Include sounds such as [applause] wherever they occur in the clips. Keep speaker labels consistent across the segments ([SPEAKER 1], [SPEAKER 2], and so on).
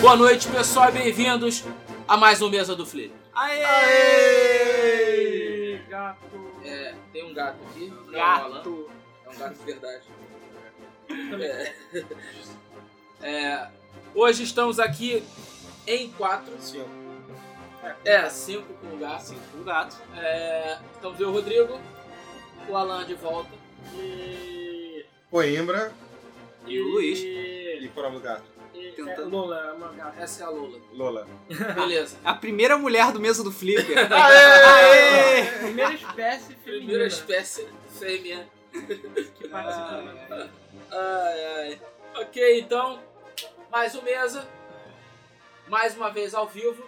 [SPEAKER 1] Boa noite, pessoal, e bem-vindos a mais um Mesa do Flip. Aê!
[SPEAKER 2] Aê! Gato.
[SPEAKER 1] É, tem um gato aqui. não é um Alan,
[SPEAKER 2] Gato.
[SPEAKER 1] É um gato de verdade. É. É, hoje estamos aqui em quatro.
[SPEAKER 3] Sim.
[SPEAKER 1] É, cinco com o gato.
[SPEAKER 2] Assim, um gato.
[SPEAKER 1] É, estamos eu, Rodrigo, o Alan de volta
[SPEAKER 2] E.
[SPEAKER 3] Coimbra
[SPEAKER 2] E o Luiz.
[SPEAKER 3] e Coral do Gato.
[SPEAKER 2] E...
[SPEAKER 4] Tentando.
[SPEAKER 2] É, Lula, é uma gata.
[SPEAKER 1] Essa é a Lola.
[SPEAKER 3] Lola.
[SPEAKER 4] [laughs]
[SPEAKER 1] Beleza.
[SPEAKER 4] A primeira mulher do mesa do Flipper.
[SPEAKER 2] Aê! Primeira espécie feminina
[SPEAKER 1] Primeira espécie fêmea
[SPEAKER 2] que participa.
[SPEAKER 1] Ai, ai. Ok, então, mais um mesa. Mais uma vez ao vivo.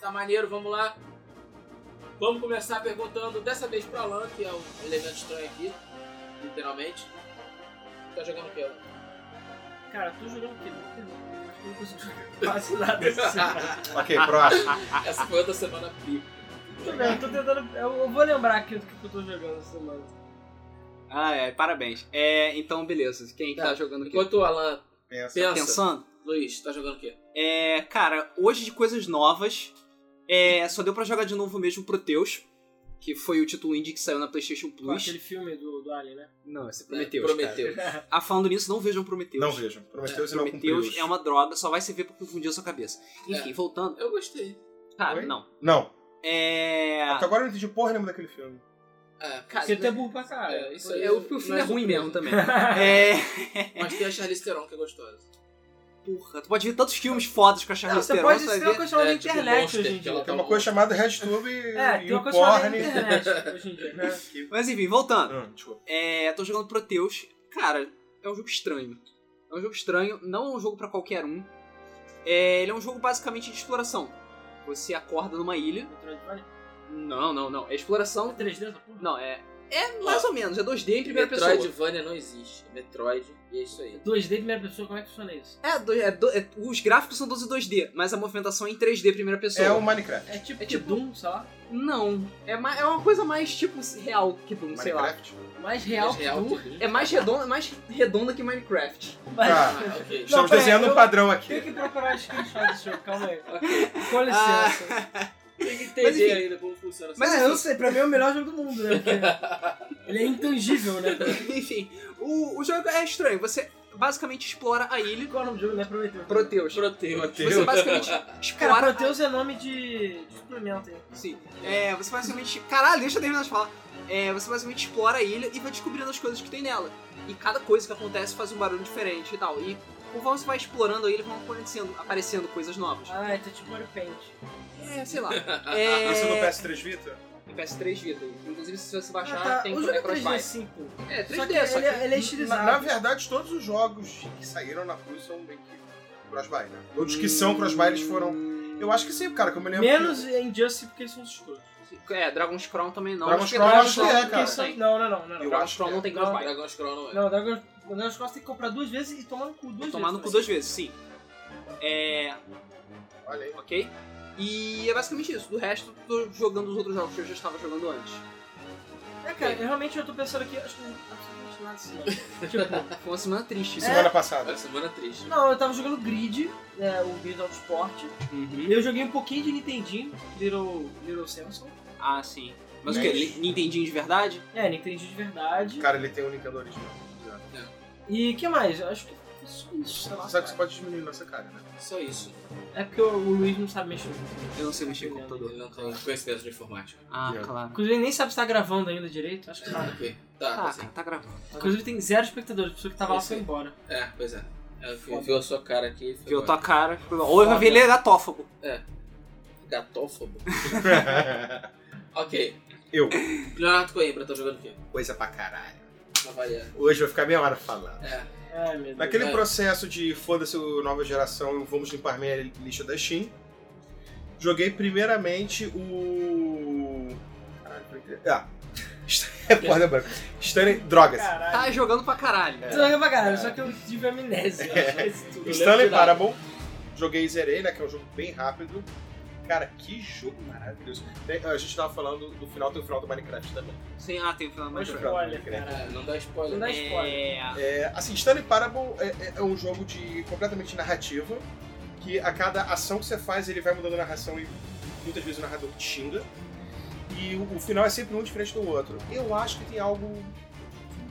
[SPEAKER 1] Tá maneiro, vamos lá. Vamos começar perguntando dessa vez pra Alan, que é o elemento estranho aqui, literalmente. Tá jogando o que?
[SPEAKER 2] Cara, tô jogando que não tem- acho que eu não consigo jogar quase nada desse cara.
[SPEAKER 3] Ok, próximo.
[SPEAKER 1] Essa foi outra semana pico.
[SPEAKER 2] Tô vendo, tô tentando. Eu, eu vou lembrar aqui do que eu tô jogando essa semana.
[SPEAKER 4] ah, é, parabéns. É, então, beleza. Quem tá,
[SPEAKER 1] Tá.
[SPEAKER 4] jogando o quê?
[SPEAKER 1] Enquanto o Alan
[SPEAKER 3] Pensa.
[SPEAKER 1] pensa,
[SPEAKER 4] Pensando?
[SPEAKER 1] Luiz, tá jogando o quê?
[SPEAKER 4] É, cara, hoje de coisas novas, é, só deu pra jogar de novo mesmo Proteus, que foi o título indie que saiu na PlayStation
[SPEAKER 2] Com
[SPEAKER 4] Plus.
[SPEAKER 2] aquele filme do, do Alien, né?
[SPEAKER 4] Não, esse é
[SPEAKER 1] Prometeu.
[SPEAKER 4] Prometheus.
[SPEAKER 1] Prometeu.
[SPEAKER 4] cara. Ah, falando nisso, não vejam Prometheus.
[SPEAKER 3] Não vejam. Prometeu se não
[SPEAKER 4] Prometheus é
[SPEAKER 3] cumpriu.
[SPEAKER 4] uma droga, só vai servir pra confundir a sua cabeça. Enfim, voltando.
[SPEAKER 1] Eu gostei.
[SPEAKER 4] Cara,
[SPEAKER 3] Oi?
[SPEAKER 4] não.
[SPEAKER 3] Não.
[SPEAKER 4] É.
[SPEAKER 3] Até agora eu não entendi porra nenhuma daquele filme.
[SPEAKER 1] É, cara,
[SPEAKER 2] Você tem burro pra caralho.
[SPEAKER 1] É, isso aí.
[SPEAKER 4] É, o, o filme é
[SPEAKER 1] Mas
[SPEAKER 4] ruim
[SPEAKER 1] o-
[SPEAKER 4] mesmo também. É.
[SPEAKER 1] mas tem a Charlize Theron que é gostosa.
[SPEAKER 4] Porra, tu pode ver tantos filmes fodas com a
[SPEAKER 2] [laughs] Não,
[SPEAKER 4] Charlize
[SPEAKER 2] você
[SPEAKER 4] Theron.
[SPEAKER 2] pode
[SPEAKER 4] você vai
[SPEAKER 2] ser uma
[SPEAKER 4] ver-
[SPEAKER 2] coisa chamada
[SPEAKER 1] É, tipo
[SPEAKER 2] internet
[SPEAKER 1] Monster,
[SPEAKER 2] hoje em
[SPEAKER 1] que ela
[SPEAKER 2] dia.
[SPEAKER 3] Tem
[SPEAKER 1] Tá
[SPEAKER 3] uma
[SPEAKER 1] bom.
[SPEAKER 3] coisa chamada RedTube e,
[SPEAKER 2] É,
[SPEAKER 3] e
[SPEAKER 2] tem uma
[SPEAKER 3] o
[SPEAKER 2] coisa chamada
[SPEAKER 3] Porn.
[SPEAKER 2] internet hoje em dia.
[SPEAKER 3] né, que-
[SPEAKER 4] Mas enfim, voltando.
[SPEAKER 3] Hum, desculpa.
[SPEAKER 4] É, tô jogando Proteus. Cara, é um jogo estranho. É um jogo estranho, não é um jogo pra qualquer um. É, ele é um jogo basicamente de exploração. Você acorda numa ilha.
[SPEAKER 2] Metroidvania?
[SPEAKER 4] Não, não, não. É exploração.
[SPEAKER 2] 3D essa porra?
[SPEAKER 4] Não, é. É mais ou menos, é 2D em primeira pessoa.
[SPEAKER 1] Metroidvania não existe. É Metroid e é isso aí.
[SPEAKER 2] 2D primeira pessoa, como é que funciona isso?
[SPEAKER 4] É, do- é do- é- os gráficos são todos em 2D, mas a movimentação é em 3D primeira pessoa.
[SPEAKER 3] É o Minecraft.
[SPEAKER 2] É tipo,
[SPEAKER 4] É tipo-
[SPEAKER 2] Doom, sei lá.
[SPEAKER 4] Não, é, ma- é uma coisa mais tipo real que Doom, sei lá.
[SPEAKER 3] Minecraft?
[SPEAKER 2] Mais real que
[SPEAKER 1] Real
[SPEAKER 2] Doom.
[SPEAKER 1] que Doom.
[SPEAKER 4] É mais redonda, mais redonda que Minecraft.
[SPEAKER 2] Mas...
[SPEAKER 3] Tá.
[SPEAKER 1] Ah, ok.
[SPEAKER 3] Estamos
[SPEAKER 2] peraí,
[SPEAKER 3] desenhando
[SPEAKER 2] eu-
[SPEAKER 3] um padrão
[SPEAKER 2] Tem
[SPEAKER 3] aqui.
[SPEAKER 2] que procurar o screenshot desse jogo, calma aí.
[SPEAKER 1] Ok.
[SPEAKER 2] Com licença.
[SPEAKER 1] Tem que
[SPEAKER 4] Mas, enfim.
[SPEAKER 1] entender ainda como funciona essa
[SPEAKER 4] Mas,
[SPEAKER 2] eu não sei, pra mim é o melhor jogo do mundo, né? Porque ele é intangível, né?
[SPEAKER 4] [laughs] Enfim, o, o jogo é estranho. Você basicamente explora a ilha.
[SPEAKER 2] Qual é o nome do jogo, né? Prometeu.
[SPEAKER 4] Proteus.
[SPEAKER 1] Proteus. [laughs]
[SPEAKER 3] Proteus.
[SPEAKER 4] Você basicamente
[SPEAKER 2] [laughs] Cara,
[SPEAKER 4] explora.
[SPEAKER 2] Proteus é nome de, de suplemento aí.
[SPEAKER 1] [laughs]
[SPEAKER 4] Sim. É, você basicamente. Caralho, deixa eu terminar de falar. É, você basicamente explora a ilha e vai descobrindo as coisas que tem nela. E cada coisa que acontece faz um barulho diferente e tal. E conforme você vai explorando a ilha, vão aparecendo, aparecendo coisas novas.
[SPEAKER 2] Ah, então é tipo Mario Paint.
[SPEAKER 4] É, sei lá. É.
[SPEAKER 3] Isso no PS3 Vita?
[SPEAKER 4] no PS3 Vita. né? Inclusive, se você
[SPEAKER 2] Ah,
[SPEAKER 4] baixar,
[SPEAKER 2] tá.
[SPEAKER 4] tem
[SPEAKER 2] O jogo é
[SPEAKER 4] crossbuy.
[SPEAKER 2] 3D, pô.
[SPEAKER 4] É,
[SPEAKER 2] Só que
[SPEAKER 4] 3D, só que.
[SPEAKER 2] ele, é- ele é estilizado.
[SPEAKER 3] Na verdade, todos os jogos que saíram na Plus são meio que crossbuy, né? Todos que são crossbuy, eles foram... Eu acho que sim, cara, que eu me lembro...
[SPEAKER 2] Menos Injustice porque eles são os escuros.
[SPEAKER 4] É, Dragon's Crown também não.
[SPEAKER 3] Dragon's
[SPEAKER 4] porque
[SPEAKER 3] Crown
[SPEAKER 4] Dragon's
[SPEAKER 3] acho que é,
[SPEAKER 4] Crown
[SPEAKER 3] cara.
[SPEAKER 4] não tem.
[SPEAKER 2] Não, não, não, não. não.
[SPEAKER 3] Eu
[SPEAKER 4] Dragon's
[SPEAKER 3] acho
[SPEAKER 4] Crown
[SPEAKER 3] que
[SPEAKER 4] não
[SPEAKER 3] é.
[SPEAKER 4] tem
[SPEAKER 2] Não,
[SPEAKER 4] crossbuy.
[SPEAKER 1] Dragon's Crown não é.
[SPEAKER 2] Não, o Dragon o Dragon Cross tem que comprar duas vezes e tomar no cu duas
[SPEAKER 4] Tomar
[SPEAKER 2] vezes.
[SPEAKER 4] no cu duas vezes, sim. É.
[SPEAKER 3] Olha aí.
[SPEAKER 4] Ok? E é basicamente isso. Do resto, tô jogando os outros jogos que eu já estava jogando antes.
[SPEAKER 2] É, cara, eu realmente eu tô pensando aqui, acho que não tá absolutamente nada [laughs] assim. não. tipo,
[SPEAKER 4] Foi Tá uma semana triste, né?
[SPEAKER 3] E
[SPEAKER 4] isso.
[SPEAKER 3] Semana
[SPEAKER 1] É
[SPEAKER 3] passada.
[SPEAKER 1] semana triste.
[SPEAKER 2] não, eu tava jogando Grid, é, o Grid Autosport.
[SPEAKER 4] Uhum.
[SPEAKER 2] Eu joguei um pouquinho de Nintendinho, Little, Little Samson.
[SPEAKER 4] Ah, sim. Mas o
[SPEAKER 3] Mas-
[SPEAKER 4] que? Nintendinho de verdade?
[SPEAKER 2] É, Nintendinho de verdade.
[SPEAKER 3] Cara, ele tem um Nintendo original. Bizarro.
[SPEAKER 2] E que mais? Eu acho que foi só isso, sei lá.
[SPEAKER 3] Você sabe que
[SPEAKER 2] cara.
[SPEAKER 3] você pode diminuir nossa cara, né?
[SPEAKER 1] Só isso.
[SPEAKER 2] É porque o o Luiz não sabe mexer.
[SPEAKER 4] Eu não sei mexer no computador.
[SPEAKER 1] Ele não tá tem conhecimento de informática.
[SPEAKER 4] Ah,
[SPEAKER 3] Yeah.
[SPEAKER 4] claro.
[SPEAKER 2] Inclusive, ele nem sabe se tá gravando ainda direito. Acho que tá.
[SPEAKER 1] Ok. Tá, tá,
[SPEAKER 4] Tá,
[SPEAKER 1] sim.
[SPEAKER 4] cara, tá gravando.
[SPEAKER 2] Inclusive, tem zero espectadores. A pessoa que tava lá
[SPEAKER 1] Isso
[SPEAKER 2] foi
[SPEAKER 1] aí.
[SPEAKER 2] embora.
[SPEAKER 1] É, pois é. Ela viu, viu a sua cara aqui. foi
[SPEAKER 4] Viu
[SPEAKER 1] embora.
[SPEAKER 4] tua cara. Foi... Ou eu vai ver ele é gatófago.
[SPEAKER 1] Gatófobo. ok.
[SPEAKER 3] [laughs] Eu.
[SPEAKER 1] Leonardo Coimbra tá jogando o quê?
[SPEAKER 3] Coisa pra caralho.
[SPEAKER 1] Pra variar.
[SPEAKER 3] Hoje eu vou ficar meia hora falando.
[SPEAKER 1] É.
[SPEAKER 2] Ai, meu Deus.
[SPEAKER 3] Naquele
[SPEAKER 1] É.
[SPEAKER 3] processo de foda-se o nova geração, vamos limpar minha lista da Steam, joguei primeiramente o. Caralho, foi que- Ah. [laughs] Recorda, branco. é Stanley. Drogas.
[SPEAKER 2] Caralho.
[SPEAKER 4] Tá jogando pra caralho.
[SPEAKER 2] Tu joga pra caralho, só que eu tive amnésia. Foi isso tudo.
[SPEAKER 3] Stanley
[SPEAKER 1] de nada.
[SPEAKER 3] Parable. Joguei e zerei, né? Que é um jogo bem rápido. Cara, que jogo maravilhoso. Tem- a gente tava falando do final, tem o final do Minecraft também.
[SPEAKER 4] Sem, ah, tem o final do
[SPEAKER 2] Mas
[SPEAKER 3] Minecraft.
[SPEAKER 2] olha,
[SPEAKER 1] É,
[SPEAKER 2] cara.
[SPEAKER 1] não dá spoiler.
[SPEAKER 2] Não dá
[SPEAKER 4] É.
[SPEAKER 3] É, assim, Stanley Parable é, é- é um jogo de completamente narrativa, que a cada ação que você faz ele vai mudando a narração e muitas vezes o narrador te xinga. E o, o final é sempre um diferente do outro. Eu acho que tem algo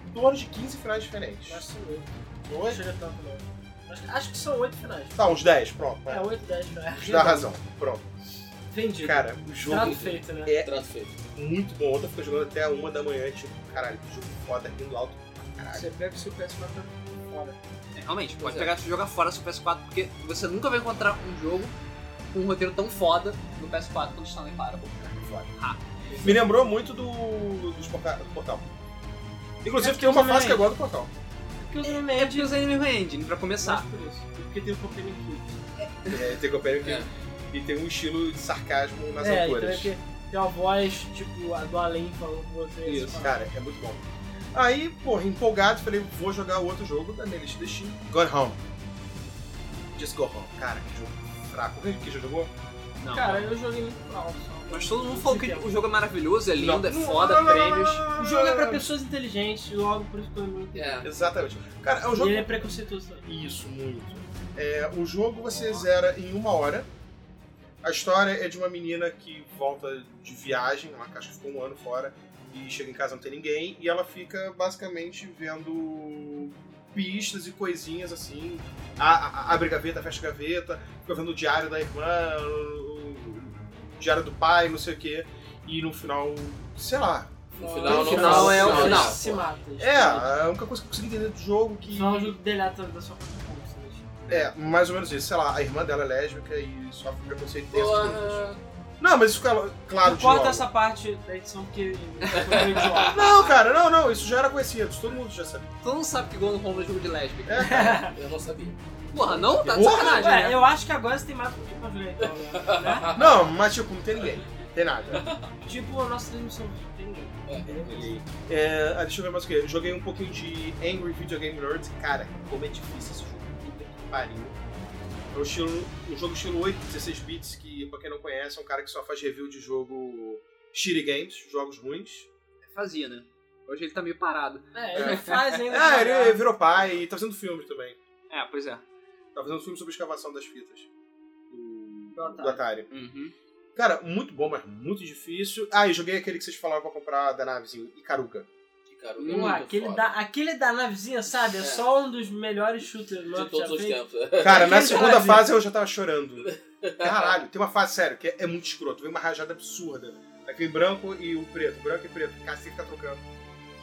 [SPEAKER 3] em torno de 15 finais diferentes.
[SPEAKER 2] Acho que são oito. Não
[SPEAKER 3] Dois?
[SPEAKER 2] chega tanto, não. Acho, acho que são oito finais.
[SPEAKER 3] Tá, uns 10, pronto.
[SPEAKER 2] É, Tipo,
[SPEAKER 3] Né?
[SPEAKER 2] oito, dez finais.
[SPEAKER 3] Te dá razão, pronto.
[SPEAKER 2] Vendido.
[SPEAKER 3] Cara, o jogo
[SPEAKER 2] Trato feito, né?
[SPEAKER 3] é
[SPEAKER 1] Trato feito.
[SPEAKER 3] muito bom. Ontem eu fiquei jogando até uma da manhã, tipo, caralho, que jogo foda, rindo alto.
[SPEAKER 2] Você pega o seu PS4 tá fora.
[SPEAKER 4] É, Realmente,
[SPEAKER 1] Pois
[SPEAKER 4] pode
[SPEAKER 1] é.
[SPEAKER 4] pegar e jogar fora seu PS4, porque você nunca vai encontrar um jogo com um roteiro tão foda no PS4 quando está no Parable.
[SPEAKER 3] Foda.
[SPEAKER 4] Ah.
[SPEAKER 3] Me lembrou muito do, dos porta- do Portal. Inclusive tem uma
[SPEAKER 2] Também.
[SPEAKER 3] fase que é igual a do Portal.
[SPEAKER 2] Porque os
[SPEAKER 4] É
[SPEAKER 2] remédios.
[SPEAKER 4] porque usa Enemy Engine pra começar.
[SPEAKER 2] Mas por isso. E Porque tem um o Copenhagen Kids.
[SPEAKER 3] É, tem Copenhagen
[SPEAKER 1] É.
[SPEAKER 3] e tem um estilo de sarcasmo nas
[SPEAKER 2] É, então é
[SPEAKER 3] alturas.
[SPEAKER 2] que tem uma voz, tipo, a do além falando com você.
[SPEAKER 3] Isso,
[SPEAKER 2] assim,
[SPEAKER 3] cara, é muito bom. Aí, porra, empolgado, falei, vou jogar outro jogo da minha lista de Steam. Gone Home. Just Go Home. Cara, que jogo fraco. Alguém que já jogou?
[SPEAKER 4] Não.
[SPEAKER 2] Cara, eu joguei muito mal. só.
[SPEAKER 4] Mas todo mundo falou que
[SPEAKER 2] Esse
[SPEAKER 4] o jogo é maravilhoso, é lindo, é
[SPEAKER 3] Não.
[SPEAKER 4] foda,
[SPEAKER 3] Não, não, não, não,
[SPEAKER 4] prêmios.
[SPEAKER 3] não, não, não,
[SPEAKER 2] O jogo é pra
[SPEAKER 3] não.
[SPEAKER 2] pessoas inteligentes, logo por isso que eu muito.
[SPEAKER 1] É.
[SPEAKER 3] Exatamente. Cara, é um
[SPEAKER 2] E
[SPEAKER 3] jogo...
[SPEAKER 2] ele é preconceituoso. também.
[SPEAKER 3] Isso, muito. É, o jogo você zera em uma hora. A história é de uma menina que volta de viagem, ela acho que ficou um ano fora, e chega em casa não tem ninguém, e ela fica basicamente vendo pistas e coisinhas assim. A- a- abre gaveta, fecha gaveta, fica vendo o diário da irmã, o, o diário do pai, não sei o quê. E no final, sei lá.
[SPEAKER 1] No final,
[SPEAKER 2] no
[SPEAKER 1] não
[SPEAKER 2] final
[SPEAKER 1] fala
[SPEAKER 4] é o
[SPEAKER 1] nada.
[SPEAKER 4] final.
[SPEAKER 2] eles Se mata. eles se
[SPEAKER 3] É,
[SPEAKER 2] matam.
[SPEAKER 3] a única coisa que eu consegui entender do jogo que.
[SPEAKER 2] Não é um jogo deleta da sua conta de pontos, né?
[SPEAKER 3] É, mais ou menos isso. Sei lá, a irmã dela é lésbica e sofre preconceito desse tipo.
[SPEAKER 1] Porra.
[SPEAKER 3] Não, mas isso fica claro de
[SPEAKER 2] Corta
[SPEAKER 3] novo.
[SPEAKER 2] essa parte da edição porque foi
[SPEAKER 4] [laughs]
[SPEAKER 2] meio idiota.
[SPEAKER 3] Não, cara, não, não. Isso já era conhecido. Todo mundo já sabia.
[SPEAKER 4] Todo mundo sabe que Gone Home é jogo de lésbica.
[SPEAKER 3] É,
[SPEAKER 2] [laughs]
[SPEAKER 3] cara.
[SPEAKER 1] Eu não sabia.
[SPEAKER 4] Porra, não? Tá de
[SPEAKER 3] Porra,
[SPEAKER 4] sacanagem,
[SPEAKER 2] Ué,
[SPEAKER 4] né?
[SPEAKER 2] é, eu acho que agora você tem mais motivo pra jogar então, né?
[SPEAKER 3] Não, mas tipo, não tem ninguém. Não tem nada.
[SPEAKER 4] [laughs]
[SPEAKER 2] Né? Tipo a nossa transmissão. Tem
[SPEAKER 3] Ele- É, ah, deixa eu ver mais o que. Joguei um pouquinho de Angry Video Game Nerds. Cara, como é difícil esse jogo. Puta que pariu. É um, estilo, um jogo estilo 8, 16 bits, que pra quem não conhece, é um cara que só faz review de jogo shitty games, jogos ruins.
[SPEAKER 4] Fazia, né? Hoje ele tá meio parado.
[SPEAKER 2] É, ele faz ainda.
[SPEAKER 3] Ah, ele
[SPEAKER 2] devagar.
[SPEAKER 3] virou pai e tá fazendo filme também.
[SPEAKER 4] É, pois é.
[SPEAKER 3] Tá fazendo um filme sobre a escavação das fitas. Do,
[SPEAKER 2] Do Atari.
[SPEAKER 3] do Atari.
[SPEAKER 4] Uhum.
[SPEAKER 3] Cara, muito bom, mas muito difícil. Ah, e joguei aquele que vocês falaram pra comprar da navezinho, Icaruga.
[SPEAKER 1] Que cara,
[SPEAKER 4] Hum,
[SPEAKER 2] Vamos lá, aquele da, aquele da navezinha, sabe? É,
[SPEAKER 1] É.
[SPEAKER 2] só um dos melhores shooters do
[SPEAKER 1] De
[SPEAKER 2] mundo já
[SPEAKER 1] todos os
[SPEAKER 2] fez.
[SPEAKER 1] tempos. [laughs]
[SPEAKER 3] Cara, na
[SPEAKER 2] Aquele
[SPEAKER 3] segunda
[SPEAKER 2] Brasil.
[SPEAKER 3] fase eu já tava chorando. Caralho, tem uma fase, sério, que é, é muito escroto. Vem uma rajada absurda. Aquele branco e o preto, branco e preto. Cacete tá trocando.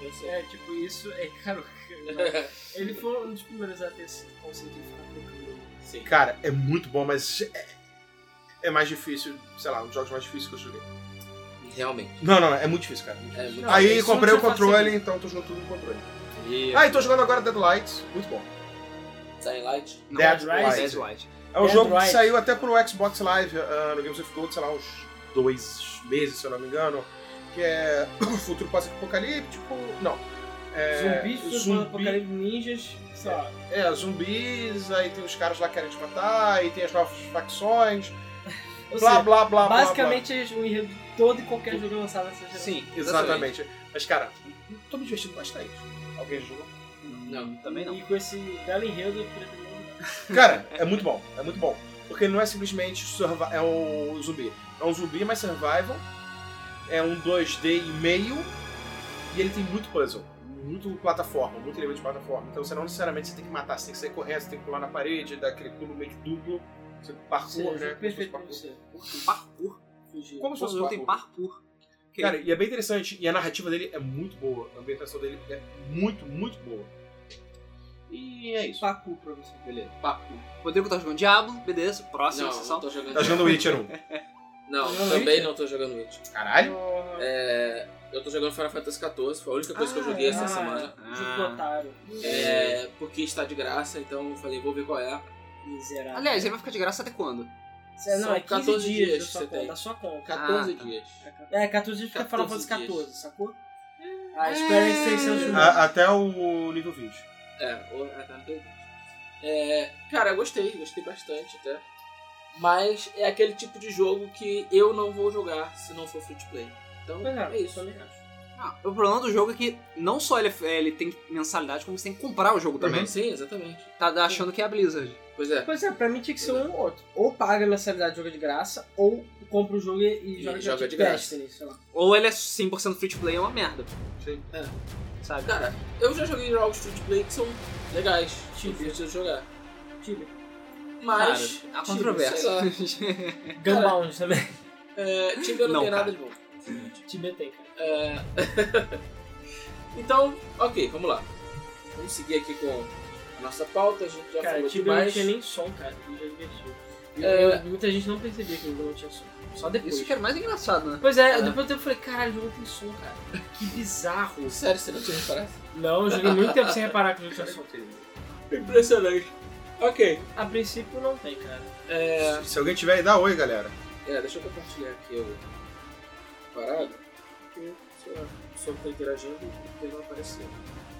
[SPEAKER 1] Eu sei.
[SPEAKER 2] É, tipo, isso é caro. [laughs] Ele foi um dos primeiros a ter esse conceito de ficar trocando.
[SPEAKER 1] Sim.
[SPEAKER 3] Cara, é muito bom, mas é, é mais difícil, sei lá, um dos jogos mais difíceis que eu joguei.
[SPEAKER 1] Realmente.
[SPEAKER 3] Não, não, é muito difícil, cara. muito difícil.
[SPEAKER 1] É muito
[SPEAKER 2] Não,
[SPEAKER 3] Aí
[SPEAKER 2] isso não
[SPEAKER 3] comprei o
[SPEAKER 2] tinha
[SPEAKER 3] controle,
[SPEAKER 2] facilidade.
[SPEAKER 3] então tô jogando tudo no controle.
[SPEAKER 1] E
[SPEAKER 3] Ah, e tô jogando agora Deadlight, muito bom.
[SPEAKER 1] Dying Light.
[SPEAKER 4] Não,
[SPEAKER 3] Dead
[SPEAKER 2] Rising.
[SPEAKER 4] Dead
[SPEAKER 3] Rising.
[SPEAKER 4] White.
[SPEAKER 3] É um
[SPEAKER 2] Dead
[SPEAKER 3] jogo que
[SPEAKER 2] Rising.
[SPEAKER 3] saiu até pro Xbox Live, ah, no Games of Gold, sei lá, uns dois meses, se eu não me engano. Que é [coughs] futuro pós-apocalíptico. Não. É,
[SPEAKER 2] Zumbis, pessoas
[SPEAKER 3] zumbi-
[SPEAKER 2] do apocalipse ninjas, sei lá.
[SPEAKER 3] É, zumbis, aí tem os caras lá que querem te matar, aí tem as novas facções,
[SPEAKER 2] Ou
[SPEAKER 3] blá,
[SPEAKER 2] seja,
[SPEAKER 3] blá, blá, blá,
[SPEAKER 2] basicamente é o enredo de todo e qualquer jogo lançado nessa geração.
[SPEAKER 4] Sim,
[SPEAKER 3] blá. Exatamente. Mas, cara, tô me divertindo bastante. Alguém jogou?
[SPEAKER 1] Não.
[SPEAKER 4] Também não.
[SPEAKER 2] E com esse belo enredo, eu um pretendo
[SPEAKER 3] Cara, é muito bom, é muito bom. Porque não é simplesmente survi- é um zumbi. É um zumbi, mas survival. É um 2D e meio. E ele tem muito puzzle. Muito plataforma, muito elemento de plataforma. Então você não necessariamente você tem que matar, você tem que sair correndo, você tem que pular na parede, dar aquele pulo meio que duplo. Você
[SPEAKER 2] Seria
[SPEAKER 3] parkour,
[SPEAKER 2] um
[SPEAKER 3] né?
[SPEAKER 2] jogo perfeito pra
[SPEAKER 3] Como se fosse
[SPEAKER 2] você.
[SPEAKER 4] Tem parkour.
[SPEAKER 2] Fugir.
[SPEAKER 3] Como se
[SPEAKER 4] Todo
[SPEAKER 3] fosse
[SPEAKER 4] jogo tem
[SPEAKER 3] parkour.
[SPEAKER 4] parkour. Que-
[SPEAKER 3] Cara, e é bem interessante. E a narrativa dele é muito boa. A ambientação dele é muito, muito boa. E é isso.
[SPEAKER 2] Pacu pra você.
[SPEAKER 3] Beleza.
[SPEAKER 4] Parkour. Rodrigo tá jogando Diablo, beleza. Próxima
[SPEAKER 1] Não, não
[SPEAKER 4] sessão.
[SPEAKER 1] tô jogando.
[SPEAKER 3] Tá jogando Witcher 1.
[SPEAKER 1] Não,
[SPEAKER 2] Jogando
[SPEAKER 1] também
[SPEAKER 2] Witcher?
[SPEAKER 1] não tô jogando Witch.
[SPEAKER 3] Caralho.
[SPEAKER 1] É, eu tô jogando Final Fantasy XIV, foi a única coisa que eu joguei essa
[SPEAKER 2] Ah,
[SPEAKER 1] semana.
[SPEAKER 2] Tipo otário.
[SPEAKER 1] É, porque está de graça, então eu falei, vou ver qual é.
[SPEAKER 2] Miserável.
[SPEAKER 4] Aliás, ele vai ficar de graça até quando?
[SPEAKER 2] É, não,
[SPEAKER 1] são
[SPEAKER 2] é 15
[SPEAKER 1] 14
[SPEAKER 2] dias,
[SPEAKER 1] dias
[SPEAKER 2] da,
[SPEAKER 1] que
[SPEAKER 2] sua
[SPEAKER 1] você
[SPEAKER 2] conta,
[SPEAKER 1] tem.
[SPEAKER 2] da sua conta.
[SPEAKER 1] 14
[SPEAKER 4] Ah, tá.
[SPEAKER 1] dias.
[SPEAKER 2] É, 14 dias fica Final Fantasy
[SPEAKER 1] dias.
[SPEAKER 2] 14, sacou? A Square Enix tem seus números.
[SPEAKER 3] A- até o nível 20.
[SPEAKER 1] É, ou- é, tá, não tem jeito. É, cara, eu gostei, gostei bastante até. Mas é aquele tipo de jogo que eu não vou jogar se não for free to play. Então
[SPEAKER 2] Pois
[SPEAKER 1] é,
[SPEAKER 2] é,
[SPEAKER 1] isso.
[SPEAKER 2] também acho.
[SPEAKER 4] Ah, o problema do jogo é que não só ele, é, ele tem mensalidade, como você tem que comprar o jogo também.
[SPEAKER 3] Uhum.
[SPEAKER 1] Sim, exatamente.
[SPEAKER 4] Tá achando que é a Blizzard.
[SPEAKER 1] Pois é.
[SPEAKER 2] Pois é, pra mim tinha que ser um ou outro. Ou paga a mensalidade e joga de graça, ou compra o jogo e, e
[SPEAKER 1] E
[SPEAKER 2] joga,
[SPEAKER 1] joga de
[SPEAKER 2] de
[SPEAKER 1] graça.
[SPEAKER 2] Destiny, sei lá.
[SPEAKER 4] Ou ele é 100% free to play, é uma merda,
[SPEAKER 3] Sim.
[SPEAKER 4] sabe?
[SPEAKER 1] Cara, eu já joguei jogos free to play que são legais,
[SPEAKER 2] Sim.
[SPEAKER 1] divertidos de jogar.
[SPEAKER 2] Tibia.
[SPEAKER 1] Mas.
[SPEAKER 4] Cara, há
[SPEAKER 1] Tibia,
[SPEAKER 4] controvérsia.
[SPEAKER 1] sei
[SPEAKER 2] Gunbound também.
[SPEAKER 1] É, Tibia não,
[SPEAKER 4] Não,
[SPEAKER 1] tem
[SPEAKER 4] cara.
[SPEAKER 1] nada de bom.
[SPEAKER 2] [laughs] Tibia tem, cara.
[SPEAKER 1] É, [laughs] então, ok, vamos lá. Vamos seguir aqui com a nossa pauta, a gente já
[SPEAKER 2] Cara,
[SPEAKER 1] falou
[SPEAKER 2] Tibia não
[SPEAKER 1] demais.
[SPEAKER 2] tinha nem som, cara. Tibia é divertido. E
[SPEAKER 1] É.
[SPEAKER 2] eu- muita gente não percebia que o jogo não tinha som. Só depois.
[SPEAKER 4] Isso que era mais engraçado, né?
[SPEAKER 2] Pois é,
[SPEAKER 1] É.
[SPEAKER 2] depois eu falei, caralho, o jogo tem som, cara. Que bizarro.
[SPEAKER 1] Sério, você não tinha reparado?
[SPEAKER 2] Não, eu joguei muito tempo sem reparar que o jogo tinha som.
[SPEAKER 1] Impressionante. Ok.
[SPEAKER 2] A princípio não tem, cara.
[SPEAKER 1] É,
[SPEAKER 3] Se alguém tiver aí, dá oi, galera.
[SPEAKER 1] é, deixa eu compartilhar aqui o parado. Porque, sei lá, o pessoal tá interagindo e ele não apareceu.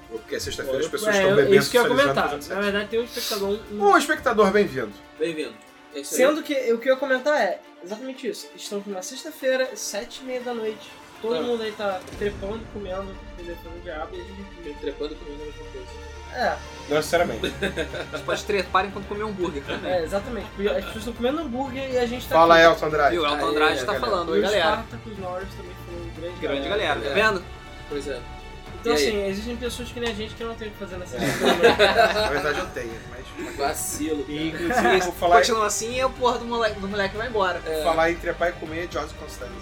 [SPEAKER 3] Porque sexta-feira as
[SPEAKER 2] É,
[SPEAKER 3] pessoas
[SPEAKER 2] é,
[SPEAKER 3] estão bebendo.
[SPEAKER 2] Isso que eu ia
[SPEAKER 3] socializando,
[SPEAKER 2] comentar.
[SPEAKER 3] fazendo
[SPEAKER 2] Na
[SPEAKER 3] sexo.
[SPEAKER 2] verdade, tem um espectador. um-
[SPEAKER 3] Um espectador bem-vindo.
[SPEAKER 1] Bem-vindo. É isso aí.
[SPEAKER 2] Sendo que o que eu ia comentar é exatamente isso. Estamos na sexta-feira, sete e meia da noite. Todo
[SPEAKER 1] É.
[SPEAKER 2] mundo aí tá trepando, comendo, entendeu? Fazendo diabo e a gente.
[SPEAKER 1] Me trepando comigo a mesma coisa.
[SPEAKER 2] É,
[SPEAKER 3] Não, sinceramente.
[SPEAKER 4] Você pode trepar enquanto comer hambúrguer também.
[SPEAKER 2] é, exatamente. Porque As pessoas estão comendo hambúrguer e a gente tá.
[SPEAKER 3] Fala,
[SPEAKER 2] aqui.
[SPEAKER 3] Elton Andrade.
[SPEAKER 4] E o Elton
[SPEAKER 1] Aê,
[SPEAKER 4] Andrade tá
[SPEAKER 3] galera.
[SPEAKER 4] falando,
[SPEAKER 2] E
[SPEAKER 4] oi
[SPEAKER 2] o
[SPEAKER 4] galera.
[SPEAKER 2] Spartacus Norris também foi um grande,
[SPEAKER 4] Grande galera, tá
[SPEAKER 1] galera.
[SPEAKER 4] vendo?
[SPEAKER 1] Pois é.
[SPEAKER 2] Então,
[SPEAKER 1] E aí?
[SPEAKER 2] assim, existem pessoas que nem a gente que não tem o que fazer nessa né? sexta-feira.
[SPEAKER 3] Na verdade eu tenho, mas.
[SPEAKER 1] Vacilo.
[SPEAKER 3] E
[SPEAKER 1] Cara.
[SPEAKER 3] inclusive, vou falar, é,
[SPEAKER 4] Continua assim e a porra do moleque, do moleque vai embora.
[SPEAKER 3] falar em trepar e comer George Constanza.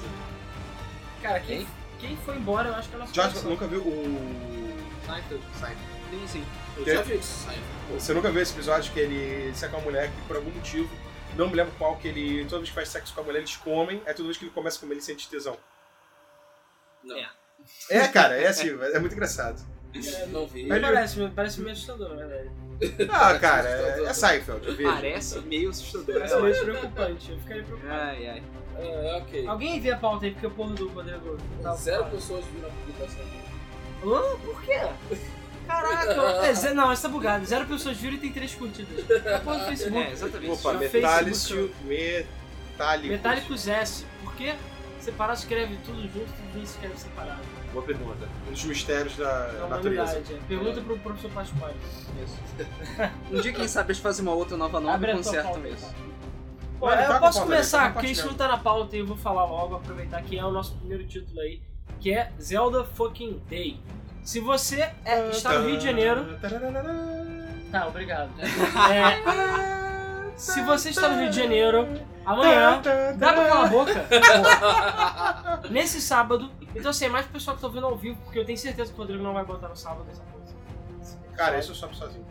[SPEAKER 2] Cara, quem, quem foi embora, eu acho que é ela
[SPEAKER 3] George, você nunca viu o.
[SPEAKER 4] Seinfeld.
[SPEAKER 3] Seinfeld?
[SPEAKER 4] Sim, sim.
[SPEAKER 1] Eu
[SPEAKER 3] Que-
[SPEAKER 1] já vi isso. Ai, pô.
[SPEAKER 3] Você nunca viu esse episódio que ele seca uma mulher que por algum motivo. Não me lembro qual que ele. Toda vez que faz sexo com a mulher, eles comem. É toda vez que ele começa a comer, ele sente tesão.
[SPEAKER 1] Não.
[SPEAKER 4] É.
[SPEAKER 3] É, cara, é assim, é muito engraçado.
[SPEAKER 1] Não vi.
[SPEAKER 3] Mas-
[SPEAKER 2] Parece, parece meio assustador, na verdade.
[SPEAKER 3] Ah, cara, é, é Seinfeld, eu vejo.
[SPEAKER 4] Parece meio assustador.
[SPEAKER 2] Parece
[SPEAKER 4] eu
[SPEAKER 2] meio
[SPEAKER 4] acho.
[SPEAKER 2] preocupante. Eu ficaria preocupado.
[SPEAKER 4] Ai, ai.
[SPEAKER 1] É, ok.
[SPEAKER 2] Alguém vê a pauta aí, porque o porra do Rodrigo. Ah, tá
[SPEAKER 1] Zero
[SPEAKER 2] ocupado.
[SPEAKER 1] pessoas viram a publicação.
[SPEAKER 2] Hã? Por quê? Caraca, é, ze- não, essa tá bugado. Zero pessoas viram e tem três curtidas. A porra do Facebook.
[SPEAKER 4] É, exatamente.
[SPEAKER 3] Opa,
[SPEAKER 2] Já
[SPEAKER 3] Metallicus.
[SPEAKER 2] Facebook,
[SPEAKER 3] Metallicus.
[SPEAKER 2] Metálicos S. Por quê? Separado escreve tudo junto, tudo junto escreve separado.
[SPEAKER 3] Boa pergunta. Um dos mistérios da
[SPEAKER 2] É uma
[SPEAKER 3] natureza.
[SPEAKER 2] novidade. é. Pergunta pro professor Pasquale.
[SPEAKER 4] Um dia, quem sabe, eles fazem uma outra nova nova
[SPEAKER 2] Abre
[SPEAKER 4] e
[SPEAKER 2] a tua então. pauta.
[SPEAKER 4] consertam isso.
[SPEAKER 2] Olha,
[SPEAKER 3] Vai,
[SPEAKER 2] eu
[SPEAKER 3] toca a
[SPEAKER 2] posso
[SPEAKER 3] pauta,
[SPEAKER 2] começar,
[SPEAKER 3] Alexandre,
[SPEAKER 2] porque isso não tá na pauta e eu vou falar logo, aproveitar que é o nosso primeiro título aí, que é Zelda Fucking Day. Se você é- está no Rio de Janeiro.
[SPEAKER 3] Tá,
[SPEAKER 2] Tá, obrigado. É, se você está no Rio de Janeiro,
[SPEAKER 3] Tá,
[SPEAKER 2] amanhã. Dá pra calar a boca? Pô. Nesse sábado. Então, assim, é mais pro pessoal que tá ouvindo ao vivo, porque eu tenho certeza que o Rodrigo não vai botar no sábado essa coisa.
[SPEAKER 3] Cara, isso eu sobe sozinho.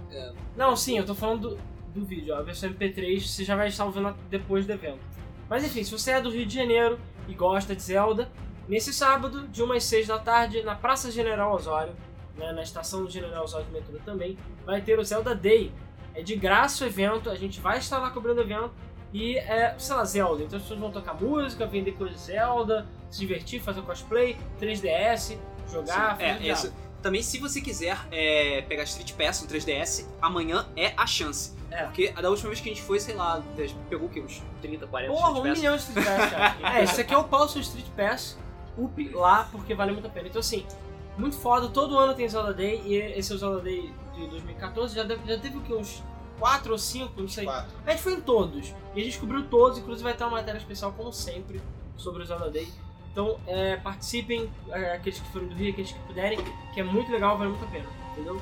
[SPEAKER 2] Não, sim, eu tô falando do, do vídeo, ó, a versão MP3, você já vai estar ouvindo a- depois do evento. Mas enfim, se você é do Rio de Janeiro e gosta de Zelda, nesse sábado, de 1 às 6 da tarde, na Praça General Osório, né, na estação General Osório do metrô também, vai ter o Zelda Day. É de graça o evento, a gente vai estar lá cobrando o evento. E é, sei lá, Zelda. Então as pessoas vão tocar música, vender coisas de Zelda, se divertir, fazer cosplay, 3DS, jogar,
[SPEAKER 4] É,
[SPEAKER 2] fazer o
[SPEAKER 4] isso. Também, se você quiser é, pegar Street Pass no 3DS, amanhã é a chance.
[SPEAKER 2] É.
[SPEAKER 4] Porque a da última vez que a gente foi, sei lá, des- pegou o quê? Uns 30, 40
[SPEAKER 2] Porra, um
[SPEAKER 4] Street Pass?
[SPEAKER 2] milhão de Street Pass,
[SPEAKER 4] [laughs]
[SPEAKER 2] cara. é, isso aqui é o pau seu Street Pass. Up lá, porque vale muito a pena. Então, assim, muito foda. Todo ano tem Zelda Day. E esse é o Zelda Day de 2014. Já, deve- já teve o quê? Uns 4 ou 5, não sei.
[SPEAKER 3] Quatro.
[SPEAKER 2] A gente foi em todos. E a gente cobriu todos, inclusive vai ter uma matéria especial, como sempre, sobre o Zelda Day. Então, é, participem, é, aqueles que foram do Rio, aqueles que puderem, que é muito legal, vale muito a pena. Entendeu?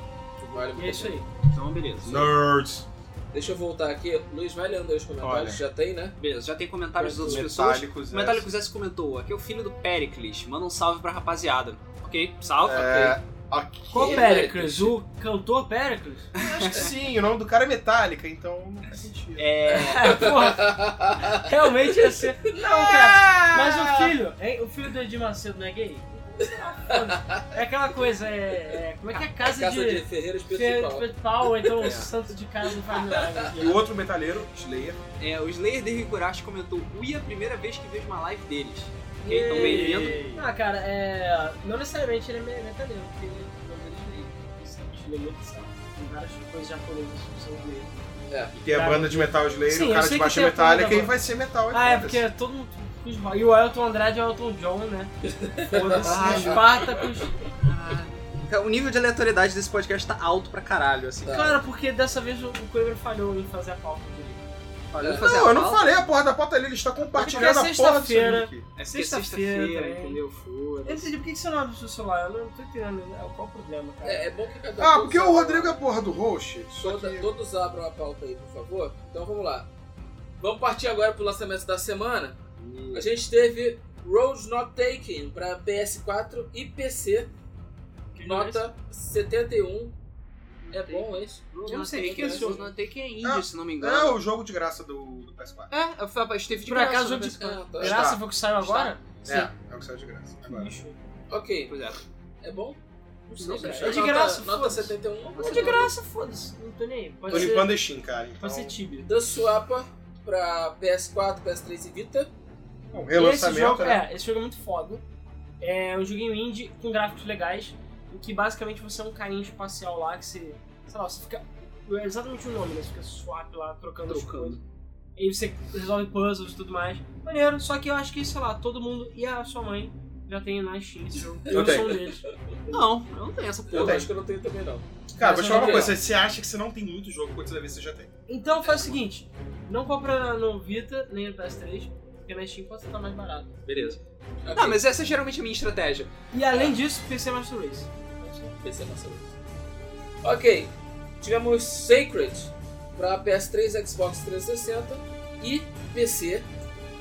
[SPEAKER 1] Vale muito
[SPEAKER 2] E é isso
[SPEAKER 1] a pena.
[SPEAKER 2] aí.
[SPEAKER 4] Então, beleza.
[SPEAKER 3] Nerds.
[SPEAKER 1] Deixa eu voltar aqui. Luiz, vai lendo aí os comentários.
[SPEAKER 3] Olha.
[SPEAKER 1] Já tem, né?
[SPEAKER 4] Beleza, já tem comentários das outras pessoas.
[SPEAKER 3] Metálicos. é.
[SPEAKER 4] O Metallicus S comentou, aqui é o filho do Pericles, manda um salve pra rapaziada. Ok, salve.
[SPEAKER 3] É, ok.
[SPEAKER 2] Qual
[SPEAKER 1] Que
[SPEAKER 2] Pericles? O cantor Pericles? [laughs]
[SPEAKER 3] Acho que sim, o nome do cara é Metallica, então não faz sentido.
[SPEAKER 4] É,
[SPEAKER 2] Porra, realmente ia ser. Não,
[SPEAKER 3] é!
[SPEAKER 2] cara. Mas o filho, hein, o filho do Edir Macedo não é gay? É aquela coisa, é. é, como é que é casa,
[SPEAKER 1] Casa de,
[SPEAKER 2] de.
[SPEAKER 1] Ferreiros
[SPEAKER 2] Ferreira de
[SPEAKER 1] Principal.
[SPEAKER 2] Pau, ou então
[SPEAKER 3] É.
[SPEAKER 2] o santo de casa não faz milagre.
[SPEAKER 3] E o outro metalheiro, Slayer.
[SPEAKER 4] é, o Slayer de Higurashi comentou, ui, é a primeira vez que vejo uma live deles. Ok, então bem-vindo.
[SPEAKER 2] Ah, cara, é. Não necessariamente ele é um meio metaleiro, porque ele é meio metaleiro. Ele é muito sabe. Tem várias coisas japonesas que são dele.
[SPEAKER 3] E tem a
[SPEAKER 2] Tá.
[SPEAKER 3] banda de Metal Slayer,
[SPEAKER 2] Sim,
[SPEAKER 3] o
[SPEAKER 2] eu
[SPEAKER 3] cara
[SPEAKER 2] sei
[SPEAKER 3] de
[SPEAKER 2] que
[SPEAKER 3] baixa
[SPEAKER 2] tem a banda
[SPEAKER 3] metálica e
[SPEAKER 2] agora.
[SPEAKER 3] vai ser metal.
[SPEAKER 2] Ah, é
[SPEAKER 3] foda-se.
[SPEAKER 2] porque é todo mundo. E o Elton Andrade é o Elton John, né?
[SPEAKER 4] Ah,
[SPEAKER 2] Foda-se, Espartacus.
[SPEAKER 4] Cara, Ah. É, O nível de aleatoriedade desse podcast tá alto pra caralho, assim.
[SPEAKER 1] Tá.
[SPEAKER 2] Cara, porque dessa vez o Coimbra falhou em fazer a pauta dele.
[SPEAKER 4] Olha,
[SPEAKER 1] Não,
[SPEAKER 4] fazer
[SPEAKER 3] Não,
[SPEAKER 4] a
[SPEAKER 3] eu não
[SPEAKER 4] pauta.
[SPEAKER 3] falei a porra da pauta ali, ele está compartilhando
[SPEAKER 2] Porque é
[SPEAKER 3] a porra do seu
[SPEAKER 2] sexta-feira.
[SPEAKER 3] link.
[SPEAKER 4] É porque é
[SPEAKER 2] Sexta-feira
[SPEAKER 4] sexta-feira,
[SPEAKER 2] também.
[SPEAKER 4] entendeu? Foda.
[SPEAKER 2] Eu decidi, por que que você não abre o seu celular? Eu não tô entendendo, né? qual o problema, cara?
[SPEAKER 1] É, é bom que cada
[SPEAKER 3] Ah,
[SPEAKER 1] um
[SPEAKER 3] porque
[SPEAKER 1] sabe.
[SPEAKER 3] o Rodrigo é porra do host. Só
[SPEAKER 1] Toda-
[SPEAKER 3] que...
[SPEAKER 1] todos abram a pauta aí, por favor. Então vamos lá. Vamos partir agora pro lançamento da semana. A gente teve Road Not Taken para PS4 e PC,
[SPEAKER 2] Que
[SPEAKER 1] nota 71. É bom esse?
[SPEAKER 4] Eu
[SPEAKER 2] não sei o que que é esse jogo.
[SPEAKER 4] Não tem que é
[SPEAKER 3] Ah,
[SPEAKER 4] índio, se não me
[SPEAKER 3] É
[SPEAKER 4] engano.
[SPEAKER 3] o jogo de graça do, do PS4.
[SPEAKER 4] É, foi a esteve de
[SPEAKER 2] Por
[SPEAKER 4] graça,
[SPEAKER 2] acaso,
[SPEAKER 4] né,
[SPEAKER 2] eu
[SPEAKER 4] parece que-
[SPEAKER 1] Ah, tá.
[SPEAKER 3] Gra-
[SPEAKER 2] Graça foi o que saiu
[SPEAKER 4] Está.
[SPEAKER 2] agora? Sim.
[SPEAKER 3] É, é o que saiu de graça. Agora.
[SPEAKER 1] Ok,
[SPEAKER 4] Pois é.
[SPEAKER 1] é bom? Não sei,
[SPEAKER 4] Não
[SPEAKER 1] cara.
[SPEAKER 4] sei. É
[SPEAKER 2] de
[SPEAKER 1] Nota-
[SPEAKER 2] graça,
[SPEAKER 1] Nota
[SPEAKER 2] foda-se.
[SPEAKER 1] 71.
[SPEAKER 2] É de graça, foda-se. Não tô nem aí. Pode
[SPEAKER 3] Tô
[SPEAKER 2] ser,
[SPEAKER 3] limpando a Steam, cara. Então...
[SPEAKER 2] pode ser Tibia.
[SPEAKER 1] The Swapper para PS4, PS3 e Vita.
[SPEAKER 3] Um
[SPEAKER 2] Esse
[SPEAKER 3] relançamento,
[SPEAKER 2] jogo,
[SPEAKER 3] né?
[SPEAKER 2] é, esse jogo é muito foda. É um joguinho indie com gráficos legais, em que basicamente você é um carinha espacial lá que você. Sei lá, você fica. É exatamente o nome, né? Você fica swap lá, trocando, as
[SPEAKER 4] Trocando.
[SPEAKER 2] coisas. E aí você resolve puzzles e tudo mais. Maneiro, só que eu acho que, sei lá, todo mundo e a sua mãe já tem na Steam esse jogo.
[SPEAKER 3] Eu
[SPEAKER 2] Eu,
[SPEAKER 3] tenho.
[SPEAKER 2] sou um deles.
[SPEAKER 4] Não, eu não tenho essa
[SPEAKER 1] Eu
[SPEAKER 4] porra.
[SPEAKER 3] tenho.
[SPEAKER 1] acho que eu não tenho também, não.
[SPEAKER 3] Cara,
[SPEAKER 2] Mas
[SPEAKER 3] vou te
[SPEAKER 2] eu
[SPEAKER 3] falar uma
[SPEAKER 1] não
[SPEAKER 3] coisa. Você acha que você não tem muito jogo, quando você vai ver, você já tem.
[SPEAKER 2] Então faz o seguinte: não compra no Vita nem no PS3, porque na Steam pode ficar mais barato.
[SPEAKER 4] Beleza.
[SPEAKER 2] Ah,
[SPEAKER 1] Ok,
[SPEAKER 4] Não, mas essa é geralmente a minha estratégia.
[SPEAKER 2] E além disso, PC Master Race.
[SPEAKER 1] PC na saúde. Ok, tivemos Sacred para PS3, Xbox 360 e PC.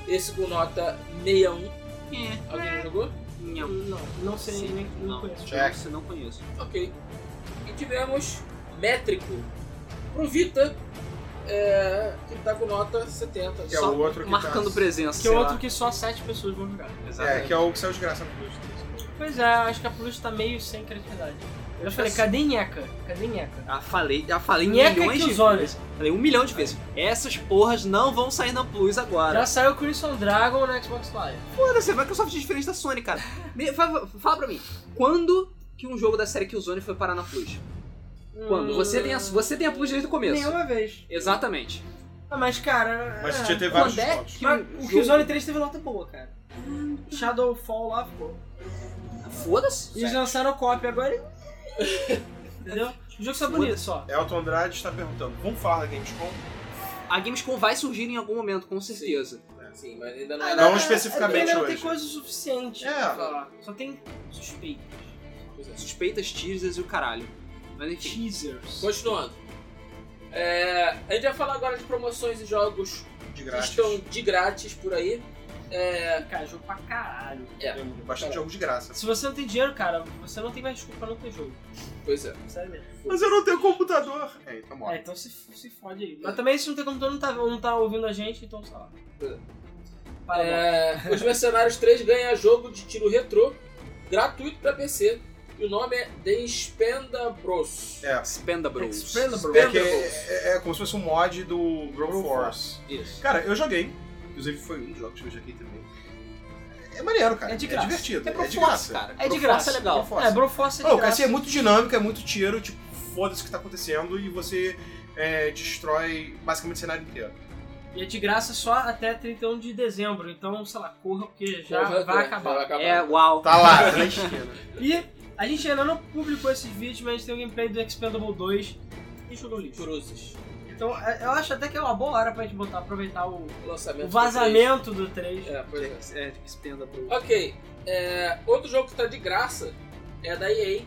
[SPEAKER 1] Esse com nota 61.
[SPEAKER 4] É.
[SPEAKER 1] Alguém já jogou?
[SPEAKER 4] Não,
[SPEAKER 2] Não, não sei,
[SPEAKER 4] Sim.
[SPEAKER 2] nem, não,
[SPEAKER 4] Não. é
[SPEAKER 2] conheço.
[SPEAKER 3] Check.
[SPEAKER 4] Esse eu não conheço.
[SPEAKER 1] Ok. E tivemos Métrico pro Vita, é, que tá com nota 70.
[SPEAKER 3] Que é
[SPEAKER 4] Só
[SPEAKER 3] o outro que
[SPEAKER 4] Marcando
[SPEAKER 3] tá...
[SPEAKER 4] presença.
[SPEAKER 2] Que é
[SPEAKER 4] sei
[SPEAKER 2] outro
[SPEAKER 4] lá.
[SPEAKER 2] que só sete pessoas vão jogar.
[SPEAKER 3] É, que
[SPEAKER 4] Exatamente.
[SPEAKER 3] é o que saiu de graça no Plus.
[SPEAKER 2] Pois é, acho que a Plus tá meio sem criatividade. Eu falei, cadê Nheca? Cadê Nheca?
[SPEAKER 4] Já falei, já falei
[SPEAKER 2] Nheca é
[SPEAKER 4] milhões
[SPEAKER 2] que
[SPEAKER 4] de
[SPEAKER 2] os olhos.
[SPEAKER 4] vezes. Falei um milhão de vezes. Essas porras não vão sair na Plus agora.
[SPEAKER 2] Já saiu Crimson Dragon no Xbox Live.
[SPEAKER 4] Foda-se, a Microsoft é diferente da Sony, cara. Me- fa- fala pra mim, quando que um jogo da série Killzone foi parar na Plus? Quando?
[SPEAKER 2] Hum,
[SPEAKER 4] Você tem a, você tem a Plus desde o começo.
[SPEAKER 2] Nenhuma vez.
[SPEAKER 4] Exatamente.
[SPEAKER 2] Ah, mas cara.
[SPEAKER 3] Mas
[SPEAKER 2] é.
[SPEAKER 3] tinha teve vários
[SPEAKER 4] Quando é
[SPEAKER 3] jogos.
[SPEAKER 4] que
[SPEAKER 2] Mas
[SPEAKER 4] um
[SPEAKER 2] o
[SPEAKER 4] jogo-
[SPEAKER 2] Killzone 3 teve nota boa, cara.
[SPEAKER 4] Hum.
[SPEAKER 2] Shadowfall lá ficou.
[SPEAKER 4] Foda-se.
[SPEAKER 2] E eles lançaram cópia agora. [laughs] e- Entendeu? O jogo só é bonito só.
[SPEAKER 3] Elton Andrade está perguntando, vamos falar da Gamescom?
[SPEAKER 4] A Gamescom vai surgir em algum momento, com certeza.
[SPEAKER 1] Sim, mas ainda não
[SPEAKER 2] Ah,
[SPEAKER 1] é
[SPEAKER 3] Não
[SPEAKER 1] nada.
[SPEAKER 3] especificamente
[SPEAKER 2] Ainda não tem
[SPEAKER 3] hoje.
[SPEAKER 2] coisa o suficiente
[SPEAKER 3] É.
[SPEAKER 2] pra falar. Só tem suspeitas.
[SPEAKER 4] Suspeitas, teasers e o caralho. Mas enfim.
[SPEAKER 2] Teasers.
[SPEAKER 1] Continuando. É, a gente vai falar agora de promoções e jogos
[SPEAKER 3] De
[SPEAKER 1] que
[SPEAKER 3] graça.
[SPEAKER 1] estão de grátis por aí. É,
[SPEAKER 2] Cara, jogo pra caralho.
[SPEAKER 3] Tem
[SPEAKER 2] Tá.
[SPEAKER 3] bastante jogo de graça.
[SPEAKER 2] Se você não tem dinheiro, cara, você não tem mais desculpa pra não ter jogo.
[SPEAKER 1] pois é.
[SPEAKER 2] Sério mesmo.
[SPEAKER 3] Mas eu não tenho computador. É, então
[SPEAKER 2] É,
[SPEAKER 3] morre.
[SPEAKER 2] então se, se fode aí. Mas também se não tem computador, não tá, não tá ouvindo a gente, então sei lá. Para é.
[SPEAKER 1] É, os Mercenários 3 ganha jogo de tiro retrô gratuito pra PC. E o nome é The Spendabros.
[SPEAKER 3] É.
[SPEAKER 4] Spenda Bros.
[SPEAKER 2] Expendables.
[SPEAKER 3] É, que é, é como se fosse um mod do Grow Force.
[SPEAKER 4] Isso.
[SPEAKER 3] Cara, eu joguei. Inclusive foi um dos jogos que eu joguei também. É maneiro, cara.
[SPEAKER 2] É de graça.
[SPEAKER 3] divertido.
[SPEAKER 4] É
[SPEAKER 3] É,
[SPEAKER 4] pro
[SPEAKER 3] de
[SPEAKER 4] Force,
[SPEAKER 3] graça.
[SPEAKER 4] cara.
[SPEAKER 2] É de
[SPEAKER 4] Pro
[SPEAKER 2] graça.
[SPEAKER 4] Force é legal.
[SPEAKER 3] Broforce.
[SPEAKER 2] É, Broforce é de
[SPEAKER 3] Não, cara,
[SPEAKER 2] graça.
[SPEAKER 3] assim, é muito dinâmico, é muito tiro, tipo, foda-se o que tá acontecendo e você é, destrói basicamente o cenário inteiro.
[SPEAKER 2] E é de graça só até 31 de dezembro. Então, sei lá, corra, porque já
[SPEAKER 1] Corra,
[SPEAKER 2] vai
[SPEAKER 1] é,
[SPEAKER 2] acabar.
[SPEAKER 1] vai acabar.
[SPEAKER 4] É, uau.
[SPEAKER 3] Tá
[SPEAKER 4] [laughs]
[SPEAKER 3] lá, na esquina.
[SPEAKER 2] E a gente ainda não publicou esses vídeos, mas a gente tem o gameplay do Expendable 2 e jogou lixo.
[SPEAKER 1] É, Cruzes.
[SPEAKER 2] Então, é, eu acho até que é uma boa hora pra gente botar, aproveitar o,
[SPEAKER 1] O
[SPEAKER 2] o
[SPEAKER 1] lançamento.
[SPEAKER 2] vazamento do 3.
[SPEAKER 1] do três. É, pois é.
[SPEAKER 4] É, Spenda Bros.
[SPEAKER 1] Ok. é, outro jogo que tá de graça é da EA.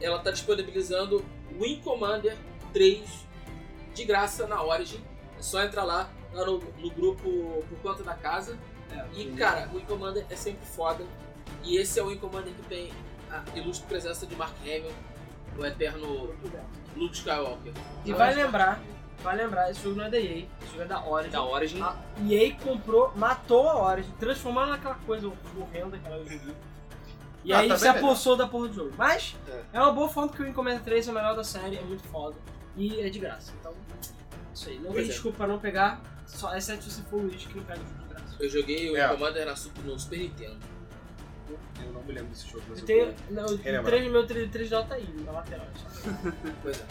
[SPEAKER 1] Ela tá disponibilizando Wing Commander 3 de graça na Origin. É só entrar lá, lá no, no grupo por conta da casa. E cara, o Wing Commander é sempre foda. E esse é o Wing Commander que tem a ilustre presença de Mark Hamill, o eterno Luke Skywalker. Então,
[SPEAKER 2] E vai lembrar, vai lembrar, esse jogo não é da EA, esse jogo é da Origin.
[SPEAKER 4] Da Origin.
[SPEAKER 2] A EA comprou, matou a Origin, transformou ela naquela coisa horrenda que ela hoje em dia. E
[SPEAKER 3] Ah,
[SPEAKER 2] aí
[SPEAKER 3] tá
[SPEAKER 2] se
[SPEAKER 3] bem
[SPEAKER 2] apossou da porra do jogo. Mas é, uma boa forma porque o Encomenda 3 é o melhor da série, é muito foda. E é de graça. Então, isso aí. Não
[SPEAKER 1] Pois
[SPEAKER 2] tem
[SPEAKER 1] é.
[SPEAKER 2] desculpa pra não pegar, só, exceto se você for o Luigi que não pega o jogo de graça.
[SPEAKER 1] Eu joguei o Wing
[SPEAKER 3] É.
[SPEAKER 1] Commander na Super, no Super Nintendo.
[SPEAKER 3] Eu não me lembro desse jogo, mas
[SPEAKER 2] Eu
[SPEAKER 3] eu
[SPEAKER 2] tenho. Não, o
[SPEAKER 3] Relembrar.
[SPEAKER 2] assim. 3, meu 3, 3 tá aí, na lateral. só.
[SPEAKER 1] Pois é.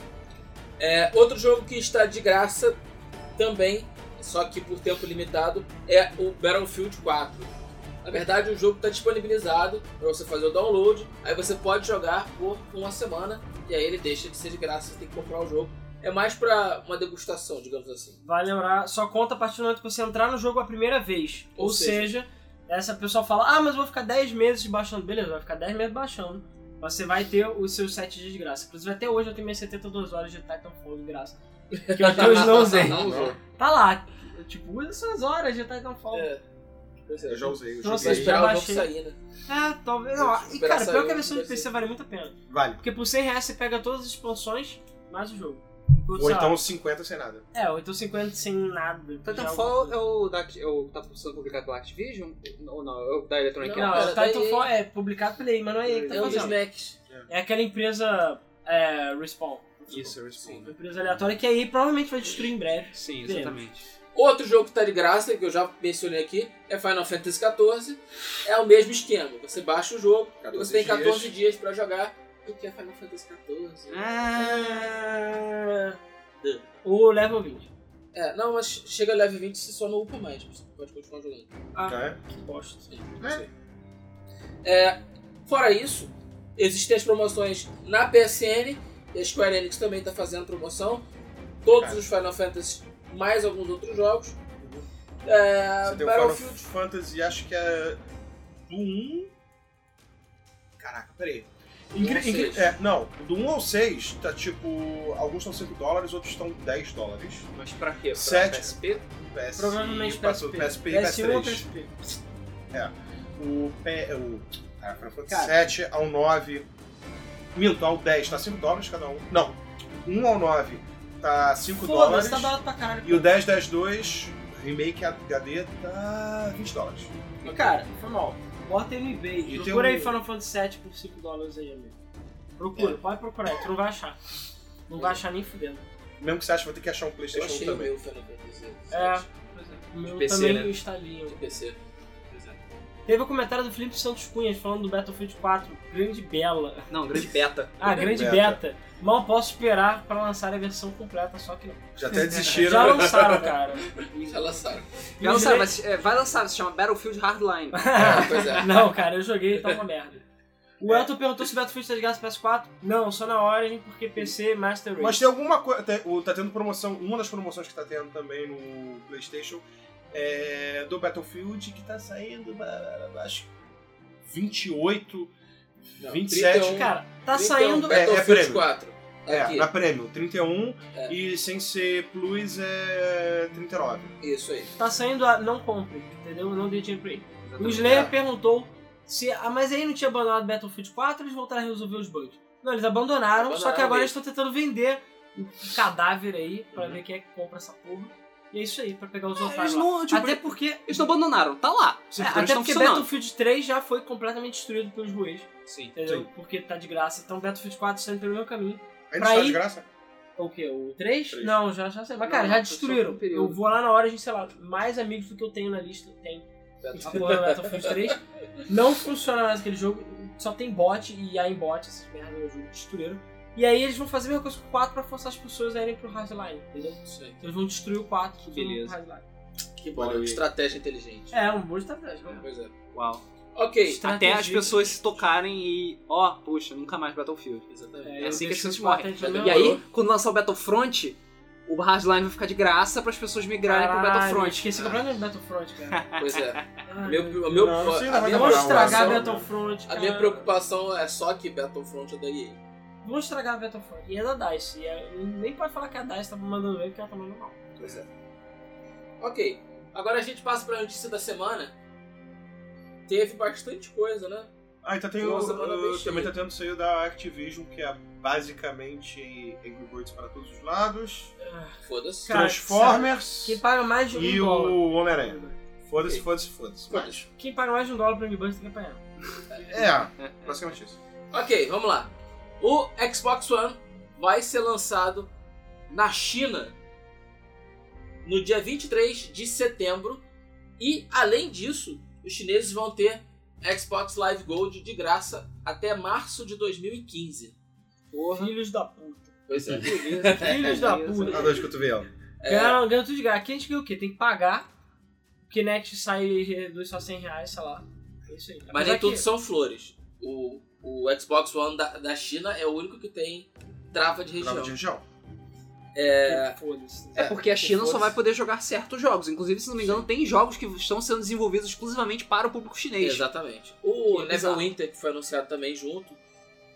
[SPEAKER 1] É, outro jogo que está de graça também, só que por tempo limitado, é o Battlefield 4. Na verdade, o jogo está disponibilizado para você fazer o download, aí você pode jogar por uma semana e aí ele deixa de ser de graça, você tem que comprar o jogo. É mais para uma degustação, digamos assim.
[SPEAKER 2] Vai lembrar, só conta a partir do momento que você entrar no jogo a primeira vez.
[SPEAKER 1] Ou
[SPEAKER 2] Ou,
[SPEAKER 1] seja-
[SPEAKER 2] seja, essa pessoa fala, ah, mas eu vou ficar 10 meses baixando. Beleza, vai ficar 10 meses baixando. mas Você vai ter os seus 7 dias de graça. Inclusive, até hoje eu tenho minhas 72 horas de Titanfall de graça. Que eu até hoje não usei.
[SPEAKER 1] Não usou.
[SPEAKER 2] Tá lá. Tipo, usa suas horas de Titanfall. É,
[SPEAKER 1] É. Pois é.
[SPEAKER 3] Eu já usei,
[SPEAKER 2] Não
[SPEAKER 3] eu
[SPEAKER 1] Só
[SPEAKER 2] sei
[SPEAKER 3] joguei.
[SPEAKER 2] se-
[SPEAKER 1] esperar o jogo
[SPEAKER 2] baixei.
[SPEAKER 1] sair, né?
[SPEAKER 2] É, talvez. Não, e
[SPEAKER 1] Esperar
[SPEAKER 2] cara,
[SPEAKER 1] sair,
[SPEAKER 2] pior que a versão de
[SPEAKER 1] vai ser.
[SPEAKER 2] PC vale muito a pena.
[SPEAKER 3] Vale.
[SPEAKER 2] Porque por 100 reais você pega todas as expansões, mais o jogo. Enquanto,
[SPEAKER 3] Ou
[SPEAKER 2] sei lá,
[SPEAKER 3] então 50 sem nada.
[SPEAKER 2] É, ou então 50 sem nada. um-
[SPEAKER 4] Titanfall é o da é o que tá sendo publicado pela Activision? Ou não, é o da Electronic
[SPEAKER 2] Não,
[SPEAKER 4] Arts?
[SPEAKER 1] Cara,
[SPEAKER 2] o Titanfall é publicado pela EA, mas não é EA que tá
[SPEAKER 1] É um dos
[SPEAKER 2] fazendo.
[SPEAKER 1] Macs.
[SPEAKER 2] É aquela empresa é, Respawn.
[SPEAKER 5] Isso, eu
[SPEAKER 2] Uma
[SPEAKER 5] respondo.
[SPEAKER 2] empresa aleatória que aí provavelmente vai destruir em breve.
[SPEAKER 5] Sim,
[SPEAKER 2] Vemos.
[SPEAKER 5] exatamente.
[SPEAKER 1] Outro jogo que tá de graça, que eu já mencionei aqui, é Final Fantasy XIV. É o mesmo esquema. Você baixa o jogo e
[SPEAKER 3] 14
[SPEAKER 1] você tem 14
[SPEAKER 3] dias. né?
[SPEAKER 1] dias, pra jogar. O que é Final Fantasy XIV?
[SPEAKER 2] Ah, o level 20.
[SPEAKER 1] É, não, mas chega level 20 você só não upa mais. Você pode continuar jogando.
[SPEAKER 2] Ah,
[SPEAKER 3] Tá?
[SPEAKER 2] que bosta.
[SPEAKER 1] Sim, não sei. É, fora isso, existem as promoções na PSN. E a Square Enix também tá fazendo promoção. Todos
[SPEAKER 3] Cara.
[SPEAKER 1] os Final Fantasy, mais alguns outros jogos. É,
[SPEAKER 3] Você tem o Final
[SPEAKER 1] Battlefield
[SPEAKER 3] Fantasy, acho que é do 1. Caraca, peraí. Incri-
[SPEAKER 1] Do um ao
[SPEAKER 3] incri-
[SPEAKER 1] seis.
[SPEAKER 3] é, não, do 1 ao 6 tá tipo. Alguns estão 5 dólares, outros estão 10 dólares.
[SPEAKER 4] Mas pra quê? Pra
[SPEAKER 3] Sete.
[SPEAKER 4] PSP?
[SPEAKER 3] PS,
[SPEAKER 2] Provavelmente
[SPEAKER 3] passou
[SPEAKER 2] PSP.
[SPEAKER 3] PSP e
[SPEAKER 2] PS1 ou
[SPEAKER 3] PS3.
[SPEAKER 2] PSP?
[SPEAKER 3] O, P, o ah, cara, Final Fantasy
[SPEAKER 2] Cara.
[SPEAKER 3] 7 ao 9. Minto, ao 10 tá 5 dólares cada um. Não, 1 ao 9 tá 5 dólares.
[SPEAKER 2] Foda-se, tá barato pra caralho.
[SPEAKER 3] E o 10, 10, 2, remake HD tá 20 dólares.
[SPEAKER 2] Cara, foi mal. Bota aí no eBay.
[SPEAKER 3] E
[SPEAKER 2] Procura
[SPEAKER 3] tem um-
[SPEAKER 2] aí Final Fantasy VII por 5 dólares aí, amigo. Procura, pode procurar, aí, tu não vai achar. Não vai achar nem fudendo.
[SPEAKER 3] Mesmo que você ache, vai ter que achar um
[SPEAKER 1] Eu
[SPEAKER 3] Playstation 1
[SPEAKER 1] achei o
[SPEAKER 3] também.
[SPEAKER 1] meu Final Fantasy.
[SPEAKER 2] É,
[SPEAKER 1] VII
[SPEAKER 2] o meu
[SPEAKER 4] PC,
[SPEAKER 2] também
[SPEAKER 4] né?
[SPEAKER 2] está ali.
[SPEAKER 1] de PC.
[SPEAKER 2] Teve o comentário do Felipe Santos Cunha falando do Battlefield 4. Grande bela.
[SPEAKER 4] Não, grande beta.
[SPEAKER 2] Ah,
[SPEAKER 3] Grande
[SPEAKER 2] grande
[SPEAKER 3] beta.
[SPEAKER 2] beta. Mal posso esperar pra lançar a versão completa, só que não.
[SPEAKER 1] [laughs]
[SPEAKER 3] Já até
[SPEAKER 2] Já
[SPEAKER 3] desistiram.
[SPEAKER 2] lançaram, cara.
[SPEAKER 1] Já
[SPEAKER 2] [laughs]
[SPEAKER 1] lançaram.
[SPEAKER 4] Vai lançar, vai, se- é, vai lançar, se chama Battlefield Hardline.
[SPEAKER 1] É, pois é.
[SPEAKER 2] Não, cara, eu joguei e tá uma merda. O Elton perguntou se Battlefield tá de graça no PS4. Não, só na Origin, porque PC Master Race.
[SPEAKER 3] Mas tem alguma coisa. tem- o- Tá tendo promoção. Uma das promoções que tá tendo também no PlayStation é do Battlefield, que tá saindo, blá, blá, blá, acho que 28,
[SPEAKER 1] Não,
[SPEAKER 3] 27.
[SPEAKER 1] 31,
[SPEAKER 2] Cara, tá
[SPEAKER 1] 31,
[SPEAKER 2] saindo...
[SPEAKER 3] é- é
[SPEAKER 1] Battlefield
[SPEAKER 3] prêmio.
[SPEAKER 1] 4.
[SPEAKER 3] É,
[SPEAKER 1] Aqui,
[SPEAKER 3] na Premium, 31
[SPEAKER 1] É.
[SPEAKER 3] e sem ser Plus é 39.
[SPEAKER 1] isso aí.
[SPEAKER 2] Tá saindo a... Não compre, entendeu? Não dê dinheiro pra ele. O
[SPEAKER 4] Exatamente.
[SPEAKER 2] Slayer perguntou se... Ah, mas aí não tinha abandonado Battlefield 4 eles voltaram a resolver os bugs. Não, eles abandonaram, só que
[SPEAKER 1] Abandonaram
[SPEAKER 2] agora eles
[SPEAKER 1] mesmo.
[SPEAKER 2] estão tentando vender o cadáver aí pra ver quem é que compra essa porra. E é isso aí, pra pegar os
[SPEAKER 4] Uhum. Eles
[SPEAKER 2] otários lá.
[SPEAKER 4] não, tipo,
[SPEAKER 2] Até porque...
[SPEAKER 4] eles não abandonaram, tá lá. Os
[SPEAKER 2] É,
[SPEAKER 4] servidores
[SPEAKER 2] até
[SPEAKER 4] estão
[SPEAKER 2] porque
[SPEAKER 4] funcionando.
[SPEAKER 2] Battlefield 3 já foi completamente destruído pelos ruins.
[SPEAKER 5] Sim.
[SPEAKER 2] Entendeu?
[SPEAKER 3] Sim.
[SPEAKER 2] Porque tá de graça. Então Battlefield 4 está indo pelo mesmo caminho.
[SPEAKER 3] Ainda
[SPEAKER 2] Pra
[SPEAKER 3] está
[SPEAKER 2] ir-
[SPEAKER 3] de graça?
[SPEAKER 2] O quê? O 3?
[SPEAKER 3] Três.
[SPEAKER 2] Não, já, já sei. Mas,
[SPEAKER 4] Não,
[SPEAKER 2] cara,
[SPEAKER 4] foi
[SPEAKER 2] já
[SPEAKER 4] só
[SPEAKER 2] destruíram.
[SPEAKER 4] um período.
[SPEAKER 2] Eu vou lá na hora, gente, sei lá, mais amigos do que eu tenho na lista. Tem a porra do Battlefield 3. Não funciona mais aquele jogo. Só tem bot e aí em bot, essas merdas do jogo destruíram. E aí eles vão fazer a mesma coisa com o 4 pra forçar as pessoas a irem pro Hardline, entendeu? Então
[SPEAKER 1] Isso aí.
[SPEAKER 2] Eles vão destruir o 4 que
[SPEAKER 4] beleza.
[SPEAKER 1] Que bom, né? estratégia inteligente.
[SPEAKER 2] É, um bom estratégia, né?
[SPEAKER 1] Pois é.
[SPEAKER 4] Uau.
[SPEAKER 1] Ok.
[SPEAKER 4] Até
[SPEAKER 2] Estratégia.
[SPEAKER 4] as pessoas se tocarem e, ó, puxa, nunca mais Battlefield.
[SPEAKER 1] Exatamente.
[SPEAKER 4] É assim que as
[SPEAKER 2] deixo
[SPEAKER 4] pessoas
[SPEAKER 2] de
[SPEAKER 4] morrem.
[SPEAKER 2] bater de
[SPEAKER 4] E aí,
[SPEAKER 1] Demorou.
[SPEAKER 4] quando lançar o Battlefront, o Hardline vai ficar de graça para as pessoas migrarem pro
[SPEAKER 2] Caralho,
[SPEAKER 4] Battlefront.
[SPEAKER 2] Esqueci completamente do Battlefront,
[SPEAKER 4] [laughs]
[SPEAKER 2] cara.
[SPEAKER 1] Pois é.
[SPEAKER 2] Ai,
[SPEAKER 1] Meu,
[SPEAKER 2] meu
[SPEAKER 1] o meu,
[SPEAKER 3] Não, não sei, não
[SPEAKER 1] a
[SPEAKER 3] vai
[SPEAKER 1] minha
[SPEAKER 2] Vamos
[SPEAKER 3] demorar, Vamos
[SPEAKER 2] estragar
[SPEAKER 1] preocupação,
[SPEAKER 3] Battlefield.
[SPEAKER 2] Battlefront,
[SPEAKER 1] A
[SPEAKER 2] cara.
[SPEAKER 1] minha preocupação é só que Battlefront é da EA.
[SPEAKER 2] Vamos estragar Battlefront. E é da DICE. E é- nem pode falar que a DICE tá mandando bem, porque ela tá mandando mal.
[SPEAKER 1] Pois é. Ok. Agora a gente passa pra notícia da semana. Teve bastante coisa, né?
[SPEAKER 3] Ah, então tem
[SPEAKER 1] Nossa,
[SPEAKER 3] o,
[SPEAKER 1] manda
[SPEAKER 3] o-
[SPEAKER 1] bem cheio.
[SPEAKER 3] também tá tendo saiu da Activision, que é basicamente Angry Birds para todos os lados.
[SPEAKER 1] Foda-se.
[SPEAKER 2] Cara,
[SPEAKER 3] Transformers
[SPEAKER 2] Quem paga mais de um
[SPEAKER 3] e
[SPEAKER 2] dólar.
[SPEAKER 3] o Homem-Aranha. Foda-se,
[SPEAKER 1] Ok.
[SPEAKER 3] foda-se, foda-se.
[SPEAKER 1] Foda-se.
[SPEAKER 2] Quem paga mais de um dólar pra Angry Birds tem que apanhar.
[SPEAKER 3] É, basicamente isso.
[SPEAKER 1] Ok, vamos lá. O Xbox One vai ser lançado na China no dia 23 de setembro. E, além disso, os chineses vão ter Xbox Live Gold de graça até março de 2015.
[SPEAKER 2] Filhos da puta.
[SPEAKER 1] Pois [laughs] é.
[SPEAKER 2] Filhos da
[SPEAKER 4] Beleza.
[SPEAKER 2] puta.
[SPEAKER 3] A dor de cotovelo.
[SPEAKER 1] é.
[SPEAKER 2] Ganharam, ganham tudo de graça. Aqui a gente ganha o quê? Tem que pagar. O Kinect sai e reduz só 100 reais, sei lá. É isso aí.
[SPEAKER 1] Mas nem
[SPEAKER 2] Apesar
[SPEAKER 1] tudo
[SPEAKER 2] que-
[SPEAKER 1] são flores. O, o Xbox One da, da China é o único que tem trava de região.
[SPEAKER 3] Trava de região.
[SPEAKER 1] É,
[SPEAKER 2] Foda-se.
[SPEAKER 4] É porque a China só
[SPEAKER 1] fosse-
[SPEAKER 4] vai poder jogar certos jogos. Inclusive, se não me engano, tem jogos que estão sendo desenvolvidos exclusivamente para o público chinês.
[SPEAKER 1] exatamente. O
[SPEAKER 4] Que bizarro.
[SPEAKER 1] Neverwinter, que foi anunciado também junto,